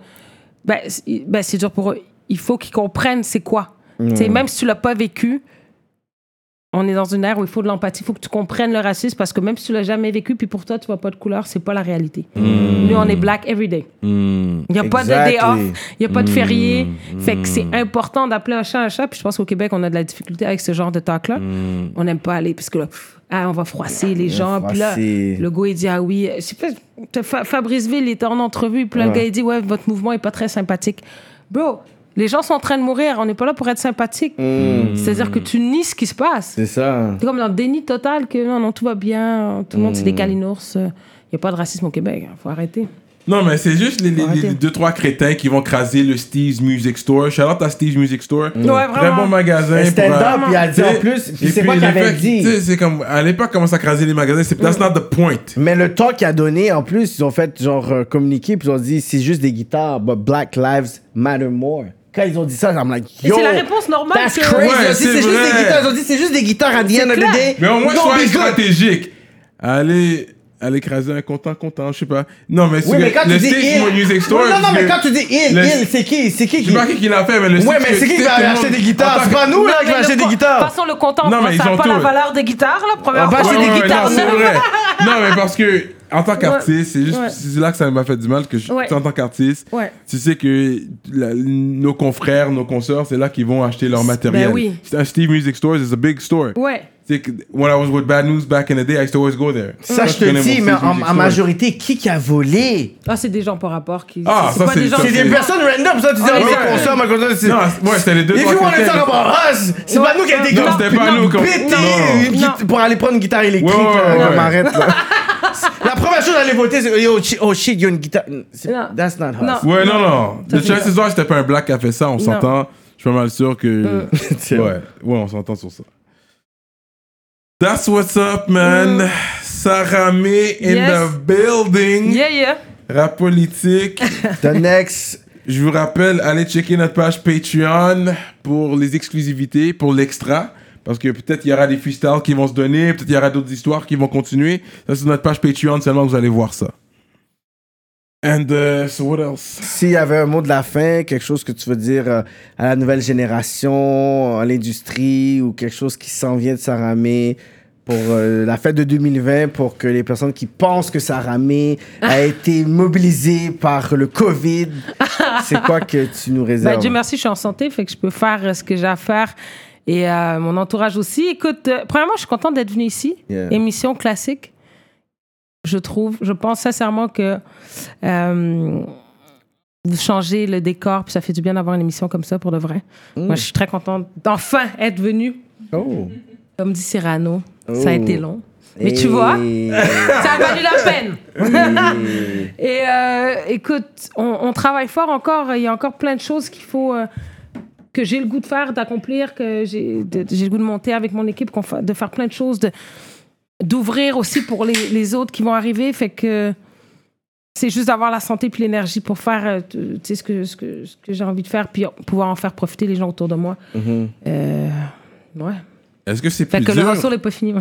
E: Ben, c'est ben, c'est dur pour eux. Il faut qu'ils comprennent c'est quoi. Tu sais, Même si tu l'as pas vécu, on est dans une ère où il faut de l'empathie. Il faut que tu comprennes le racisme parce que même si tu l'as jamais vécu, puis pour toi, tu vois pas de couleur, c'est pas la réalité. Nous, on est black every day. Il n'y a pas de day off,
D: Exactly.
E: il n'y a pas de férié. Fait que c'est important d'appeler un chat un chat. Puis je pense qu'au Québec, on a de la difficulté avec ce genre de talk-là. On n'aime pas aller parce que là, pff, ah, on va froisser les gens. Puis là,
D: froisser.
E: le gars, il dit Ah oui. Je sais pas, t'as Fa- Fabrice Ville était en entrevue. Puis là, le
D: Ouais.
E: gars, il dit Ouais, votre mouvement est pas très sympathique. Bro, les gens sont en train de mourir. On n'est pas là pour être sympathique.
C: Hmm.
E: C'est-à-dire que tu nies ce qui se passe.
D: C'est ça.
E: C'est comme dans le déni total que non, non, tout va bien. Tout le monde, c'est
C: Hmm.
E: des calinours. Il n'y a pas de racisme au Québec. Il faut arrêter.
C: Non, mais c'est juste les, les-
E: Arrêtez.
C: les deux, trois crétins qui vont craser le Steve's Music Store. Shout out à Steve's Music Store.
E: vraiment.
C: Très bon magasin.
D: Un stand-up,
C: pour, euh,
D: puis il a dit en
C: t'sais,
D: plus, puis
C: et
D: c'est quoi qu'il
C: le
D: avait
C: fait-
D: dit?
C: t'sais, C'est comme, à l'époque, commence à craser les magasins. C'est,
E: Mm.
C: that's not the point.
D: Mais le temps qu'il a donné, en plus, ils ont fait genre euh, communiquer, puis ils ont dit c'est juste des guitares, but Black Lives Matter More. Quand ils ont dit ça, I'm like,
E: Et
D: yo.
E: c'est la réponse normale
D: That's
E: que-
D: crazy.
C: Ouais,
D: Ils ont dit,
C: c'est
D: c'est juste
C: vrai.
D: des guitares. Ils ont dit c'est juste des guitares à the end of
E: clair.
D: the day.
C: Mais au moins,
D: Don't
C: soyez
D: be good.
C: stratégique. Allez, allez écraser un content, content, je sais pas. Non, mais,
D: Oui,
C: le-
D: mais quand
C: le
D: tu dis
C: Steve's
D: il.
C: Music Store.
D: Oui, non, non,
C: parce
D: mais
C: que-
D: quand tu dis il,
C: le-
D: il, c'est qui C'est qui
C: Je
D: qui
C: sais pas qui qui l'a fait, mais le
D: Ouais,
C: Steve's
D: mais c'est qui qui
C: tout
D: va
C: le
D: aller acheter
C: monde-
D: des guitares
C: en tant
D: C'est
C: que-
D: pas nous, là,
E: Non,
D: qui
E: mais
D: va acheter
E: le
D: des
E: con- De
D: guitares.
E: toute façon, le comptant,
C: Non,
E: non,
C: mais
E: ça
C: ils ont
E: n'a pas la
C: tout.
E: valeur des guitares, là,
D: va
E: première fois.
D: acheter
C: Ouais,
D: des
C: ouais,
D: guitares,
C: non,
D: non,
C: c'est
D: non,
C: vrai. Non, mais parce que, en tant qu'artiste, c'est juste,
E: Ouais.
C: c'est là que ça m'a fait du mal, que je,
E: Ouais.
C: tu sais, en tant qu'artiste,
E: Ouais.
C: tu sais que la- nos confrères, nos consoeurs, c'est là qu'ils vont acheter
D: Ben
C: leur matériel.
E: oui.
C: C'est un Steve Music Store, it's a big store.
E: Ouais.
C: Tu sais que when I was with Bad News back in the day, I used to always go there.
D: Ça, je te
C: connais mon
D: dis,
C: Steve
D: mais
C: Music
D: en en
C: Store.
D: majorité, qui qui a volé
E: Ah, c'est des gens par rapport qui.
C: Ah, ça,
E: pas
C: c'est-
E: des gens
C: ça,
D: C'est
E: qui-
D: des personnes random, ça, tu dis,
E: Ah,
D: on
E: ouais.
D: consomme, on consomme. c'est-
C: Non, c'est- ouais, c'était les deux.
D: If
C: trois
D: you want to
C: critères.
D: talk about us, c'est pas nous qui a des
C: Non,
D: gars
C: c'était pas nous. comme-
D: pétés une
E: Non.
D: guit- pour aller prendre une guitare électrique.
C: Ouais, ouais,
D: euh,
C: ouais,
D: on
C: ouais.
D: m'arrête, là. La première chose à aller voter, c'est oh, chi- oh shit, il y a une guitare. C'est-
E: Non.
D: That's not us.
E: Non.
C: Ouais, non, non.
E: Ça
C: Le
E: fait
C: Chelsea
E: ça.
C: Store, c'était pas un black qui a fait ça, on s'entend. Je suis pas mal sûr que.
D: C'est
C: ouais.
D: vrai.
C: ouais, on s'entend sur ça. That's what's up, man. Sarah May in
E: Yes.
C: the building.
E: Yeah, yeah.
C: Rap politique.
D: The next.
C: Je vous rappelle, allez checker notre page Patreon pour les exclusivités, pour l'extra. Parce que peut-être il y aura des freestyles qui vont se donner, peut-être il y aura d'autres histoires qui vont continuer. Ça, c'est notre page Patreon, seulement vous allez voir ça. And uh, so what else?
D: S'il y avait un mot de la fin, quelque chose que tu veux dire euh, à la nouvelle génération, à l'industrie, ou quelque chose qui s'en vient de Saramé pour euh, la fête de 2020, pour que les personnes qui pensent que Saramé a été mobilisée par le COVID, c'est quoi que tu nous
E: Ben,
D: réserves?
E: Dieu merci, je suis en santé, fait que je peux faire euh, ce que j'ai à faire. Et euh, mon entourage aussi. Écoute, euh, premièrement, je suis contente d'être venue ici.
D: Yeah.
E: Émission classique. Je trouve, je pense sincèrement que euh, vous changez le décor, puis ça fait du bien d'avoir une émission comme ça pour de vrai.
D: Mm.
E: Moi, je suis très contente d'enfin être venue.
D: Oh.
E: Comme dit Cyrano, ça a
D: Oh.
E: été long. Mais tu vois, ça a valu la peine. Et euh, écoute, on, on travaille fort encore. Il y a encore plein de choses qu'il faut. euh, que j'ai le goût de faire, d'accomplir, que j'ai de- j'ai le goût de monter avec mon équipe, qu'on fa- de faire plein de choses, de- d'ouvrir aussi pour les, les autres qui vont arriver. Fait que c'est juste d'avoir la santé puis l'énergie pour faire euh, tu sais, ce que, ce que, ce que j'ai envie de faire, puis pouvoir en faire profiter les gens autour de moi. Euh, ouais.
C: Est-ce que c'est
E: Fait
C: plus
E: que le
C: dur?
E: hustle n'est pas fini.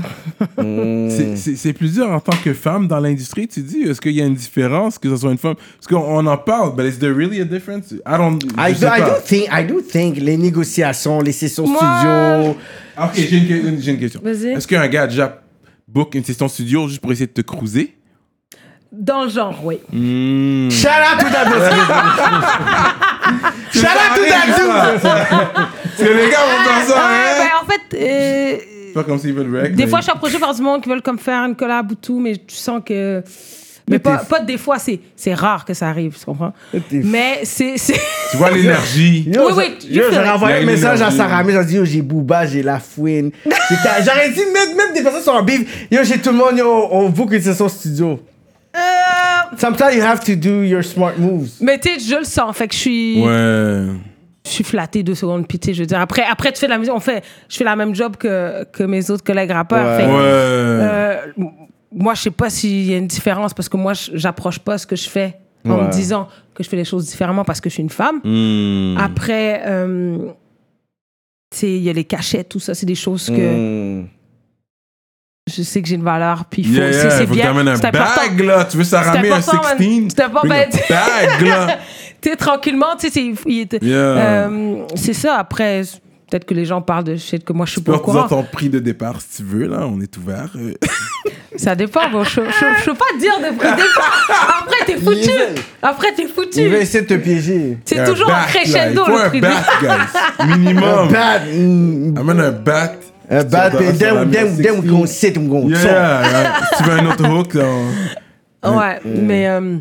C: C'est- C'est c'est plus dur en tant que femme dans l'industrie, tu dis? Est-ce qu'il y a une différence que ce soit une femme? Parce qu'on on en parle, but is there really a difference? I don't.
D: I
C: je sais
D: do, I
C: pas.
D: do think, I do think les négociations, les sessions
E: Moi-
D: studio.
C: Ah, Ok, j'ai une, que- une- j'ai une question.
E: Vas-y.
C: Est-ce qu'un gars a déjà book une session studio juste pour essayer de te cruiser?
E: Dans le genre, oui.
D: Shout out to that dude. Shout out to that dude.
C: Parce que les gars vont faire ça,
E: Ouais,
C: hein?
E: ben, en fait, euh,
C: Pas comme s'ils veulent wreck.
E: Des
C: mais-
E: fois, je suis approchée par du monde qui veulent comme faire une collab ou tout, mais tu sens que. Mais pas,
D: t'es-
E: pas des fois, c'est, c'est rare que ça arrive, tu comprends?
D: t'es-
E: Mais c'est. c'est...
C: Tu vois l'énergie.
D: Yo,
E: Oui,
D: je-
E: oui,
D: yo,
E: you feel
D: j'aurais
E: it.
D: envoyé
C: Il
D: un
C: y a une
D: message à
C: énergie.
D: Saramé, j'ai dit, yo, j'ai Booba, j'ai la fouine. J'ai ta- J'aurais dit, même, même des personnes sont en bif, yo, j'ai tout le monde, yo, on book une session studio.
E: Euh.
D: Sometimes you have to do your smart moves.
E: Mais tu sais, je le sens, fait que je suis,
C: Ouais.
E: je suis flattée deux secondes, puis tu sais, je veux dire, après, après, tu fais de la musique, on fait, je fais la même job que, que mes autres collègues rappeurs. fait que,
C: Ouais.
E: euh, moi, je sais pas s'il y a une différence, parce que moi, je- j'approche pas ce que je fais en
D: Ouais.
E: me disant que je fais les choses différemment parce que je suis une femme.
C: Hmm.
E: Après, euh, tu sais, il y a les cachets, tout ça, c'est des choses que.
C: Hmm.
D: Mm.
E: je sais que j'ai une valeur, puis il faut,
C: Yeah,
E: c'est-
C: yeah,
E: c'est
C: faut que
E: bien,
C: t'amènes un
E: c'est important.
C: bag, là. Tu veux ça ramener un
E: important, man.
C: 16?
E: C'est important,
C: Bring a
E: ben, tu-
C: Bag, là.
E: Tu sais, tranquillement, tu sais, c'est, il est-
C: Yeah.
E: euh, c'est ça. Après, c'est- peut-être que les gens parlent de shit que moi je suis
C: Tu
E: pas
C: peux
E: au
C: dire
E: courant.
C: ton prix de départ si tu veux, là. On est ouvert. Euh,
E: Ça dépend. Bon, je, je, je peux pas dire de prix départ. Après, t'es foutu. Après, t'es
D: Il veut
E: foutu.
D: essayer de te piéger.
E: C'est
C: un
E: toujours
C: bat,
E: un crescendo
C: là.
E: le prix
C: Il faut un
E: départ.
C: bat, guys.
D: Un
C: Minimum.
D: bad, mm,
C: Amène un bat.
D: a bad,
C: Sur-
D: then,
C: sur la
D: then, then,
C: musique.
D: we gonna sit, we gonna
C: Yeah,
D: talk.
C: yeah, yeah. Si tu veux un autre hook, là, on-
E: Ouais, mais euh,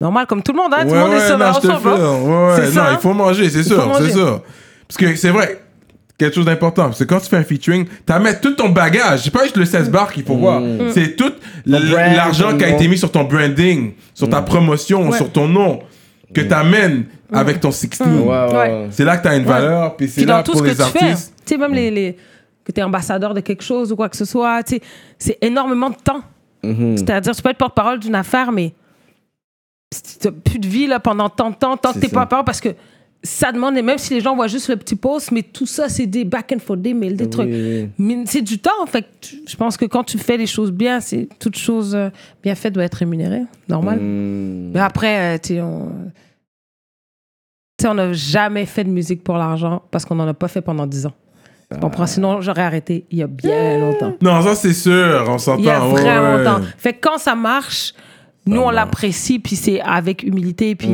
E: normal, comme tout le monde, hein, tout
C: Ouais,
E: le monde est
C: ouais,
E: sur
C: non, je
E: leur
C: te
E: ensemble.
C: file.
E: hein.
C: Ouais, ouais,
E: C'est ça,
C: non,
E: hein.
C: il faut manger, c'est sûr,
E: manger.
C: c'est sûr. Parce que c'est vrai, quelque chose d'important, parce que quand tu fais un featuring, t'as mettre tout ton bagage. C'est pas juste le 16 bar qu'il faut voir.
E: Mm.
C: C'est tout l-
D: brand,
C: l'argent
D: ton
C: qui a été
D: nom.
C: mis sur ton branding, sur ta promotion,
E: Ouais. Mm.
C: sur ton nom, que t'amènes avec ton 16.
D: Ouais, ouais, ouais.
C: C'est là que t'as une valeur, puis c'est
E: Puis dans
C: là
E: tout ce
C: pour
E: que
C: les
E: tu fais, tu
C: artistes.
E: sais, même les, les- que tu es ambassadeur de quelque chose ou quoi que ce soit, tu sais, c'est énormément de temps.
C: Mhm.
E: C'est-à-dire, tu peux être porte-parole d'une affaire, mais si tu n'as plus de vie là, pendant tant de temps, tant que
D: C'est
E: tu n'es
D: ça.
E: pas porte-parole, parce que ça demande, et même si les gens voient juste le petit post, mais tout ça, c'est des back and forth, des mails, des trucs.
D: oui.
E: Mais C'est du temps, en fait. que tu- Je pense que quand tu fais les choses bien, c'est toute chose euh, bien faite doit être rémunérée, normal.
C: Mhm.
D: Mm.
E: Mais après, euh, tu sais, on... tu sais, on n'a jamais fait de musique pour l'argent parce qu'on n'en a pas fait pendant 10 ans. Tu comprends? Sinon, j'aurais arrêté il y a bien longtemps.
C: Non, ça c'est sûr, on s'entend.
E: Il y a
C: ouais,
E: vraiment
C: ouais.
E: longtemps. Fait que quand ça marche, nous, on l'apprécie, puis c'est avec humilité, puis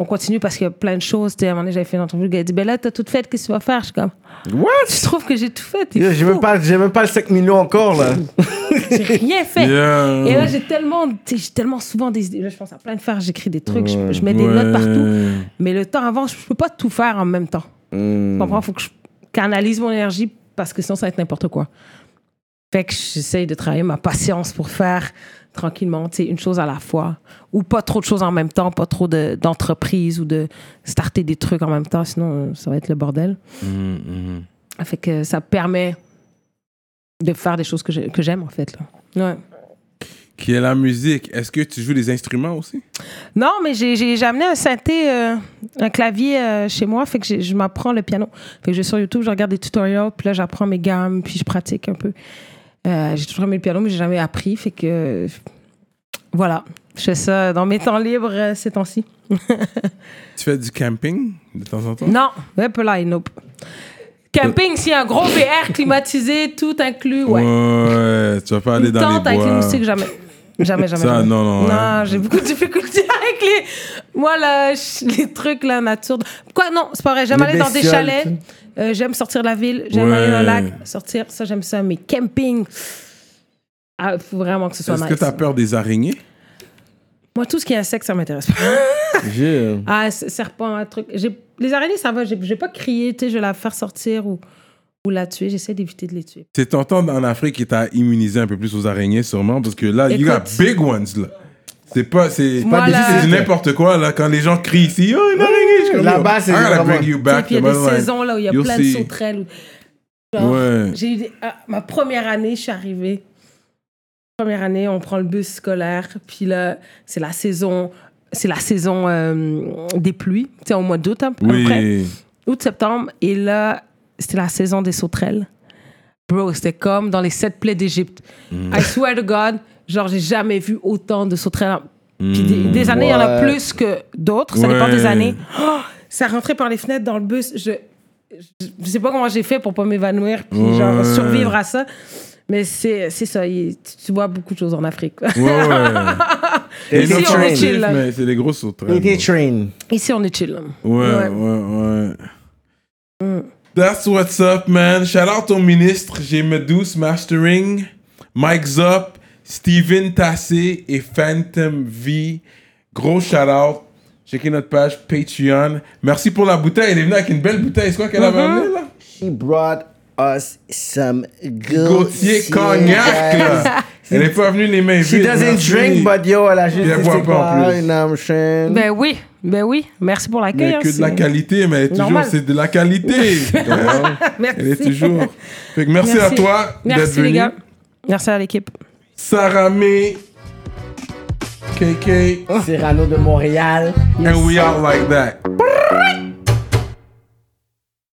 E: on continue parce qu'il y a plein de choses. Tu sais, à un moment donné, j'avais fait une entrevue, le gars il dit Ben là, t'as tout fait, qu'est-ce que tu vas faire? Je suis comme
D: What?
E: Je trouve que j'ai tout fait. t'es
D: Yo, J'ai
E: fou.
D: même, pas- j'ai même pas le 5 millions encore, là.
E: J'ai rien fait.
C: Yeah.
E: Et là, j'ai tellement, tu sais, j'ai tellement souvent des idées. Là, je pense à plein de faire, j'écris des trucs, je, je mets des notes partout.
C: Ouais.
E: Mais le temps avant, je peux pas tout faire en même temps. Tu comprends? Faut que je canalise mon énergie parce que sinon, ça va être n'importe quoi. Fait que j'essaye de travailler ma patience pour faire tranquillement, tu sais, une chose à la fois. Ou pas trop de choses en même temps, pas trop de- d'entreprises ou de starter des trucs en même temps, sinon euh, ça va être le bordel. Fait que ça permet de faire des choses que j'ai- que j'aime, en fait. Là. Ouais.
C: Qui est la musique Est-ce que tu joues des instruments aussi
E: Non, mais j'ai- j'ai j'ai amené un synthé, euh, un clavier euh, chez moi, fait que j'ai- je m'apprends le piano. Fait que je vais sur YouTube, je regarde des tutoriels, puis là j'apprends mes gammes, puis je pratique un peu. Euh, j'ai toujours aimé le piano, mais j'ai jamais appris, fait que euh, voilà, je fais ça dans mes temps libres euh, ces temps-ci.
C: Tu fais du camping de temps en temps
E: Non, un peu là, nope. Camping, s'il y a un gros VR climatisé, tout inclus, ouais.
C: Ouais, tu vas pas aller
E: Une
C: dans les
E: tente
C: bois.
E: avec les moustiques, jamais. Jamais, jamais.
C: Ça,
E: jamais.
C: non, non, hein.
E: j'ai beaucoup de difficultés avec les. Moi, là, je- les trucs, la nature. Quoi, non, c'est pas vrai. J'aime
D: Les
E: aller dans des
D: bestioles,
E: chalets.
D: tu sais.
E: Euh, j'aime sortir de la ville. J'aime
C: Ouais.
E: aller dans le lac, sortir. Ça, j'aime ça. Mais camping. Ah, faut vraiment que ce soit
C: Est-ce que
E: nice.
C: t'as peur des araignées
E: Moi, tout ce qui est insecte, ça m'intéresse pas.
D: J'ai.
E: Ah, c- serpent, un truc. J'ai- Les araignées, ça va. J'ai- Je vais pas crier, tu sais, je vais la faire sortir ou, ou la tuer. J'essaie d'éviter de les tuer.
C: C'est ton temps en Afrique qui t'a immunisé un peu plus aux araignées, sûrement, parce que là, you got
E: Écoute.
C: big ones, là. C'est pas, c'est
E: Moi,
C: pas des
E: là-
C: c'est du n'importe quoi, là. Quand les gens crient ici, oh, une araignée, je suis comme,
D: Là-bas,
C: yo,
D: c'est
C: I gotta
D: vraiment-
C: bring you
E: Tu sais,
C: back.
E: puis il y a
C: Ouais,
E: des
C: ouais.
E: saisons là où il y a
C: You'll
E: plein
C: see.
E: de sauterelles. Genre,
C: Ouais.
E: J'ai eu des- ah, ma première année, je suis arrivée. Première année, on prend le bus scolaire, puis là, c'est la saison, c'est la saison euh, des pluies, tu sais, au mois d'août, hein, à peu près.
C: Oui.
E: août septembre, et là, c'était la saison des sauterelles. Bro, c'était comme dans les sept plaies d'Égypte.
C: Hmm.
E: I swear to God, genre, j'ai jamais vu autant de sauterelles. Puis des, des années, il y en a
D: Ouais.
E: plus que d'autres, ça dépend
C: Hmm, Ouais.
E: des années. Oh, ça rentrait par les fenêtres dans le bus. Je, je, je sais pas comment j'ai fait pour pas m'évanouir, puis genre,
C: Ouais.
E: survivre à ça. Mais c'est c'est ça, il- tu, tu vois beaucoup de choses en Afrique.
C: Ouais, ouais.
D: They
C: Et non,
E: on
C: c'est
E: est
D: train.
E: chill. là.
C: mais c'est des grosses sauterelles.
D: They
C: Ouais,
D: train.
E: Ici, on est chill.
C: ouais,
E: Ouais.
C: ouais. That's what's up, man. Shout out au ministre. J'ai Medus Mastering, Mike Zop, Steven Tassé et Phantom V. Gros shout out. Checkez notre page Patreon. Merci pour la bouteille. Elle est venue avec une belle bouteille. C'est quoi qu'elle avait amené là?
D: She brought us some good
C: Gauthier
D: shit,
C: Cognac,
D: guys.
C: là. Elle est pas venue les mains
D: She
C: vides,
D: doesn't
C: merci.
D: drink, but yo, elle a juste
C: Puis elle
D: dit
C: boit
D: c'est
C: pas en
D: quoi,
C: plus.
D: you know what I'm saying?
E: Ben oui, ben oui. Merci pour l'accueil.
C: Mais
E: hein,
C: que de la
E: c'est-
C: qualité, mais toujours
E: Normal.
C: c'est de la qualité.
E: Merci.
C: Elle est toujours. Fait que merci, à toi d'être
E: Merci
C: venu.
E: les gars. Merci à l'équipe.
C: Sarah May, KK,
D: Oh, Cyrano de Montréal.
C: and we out like that.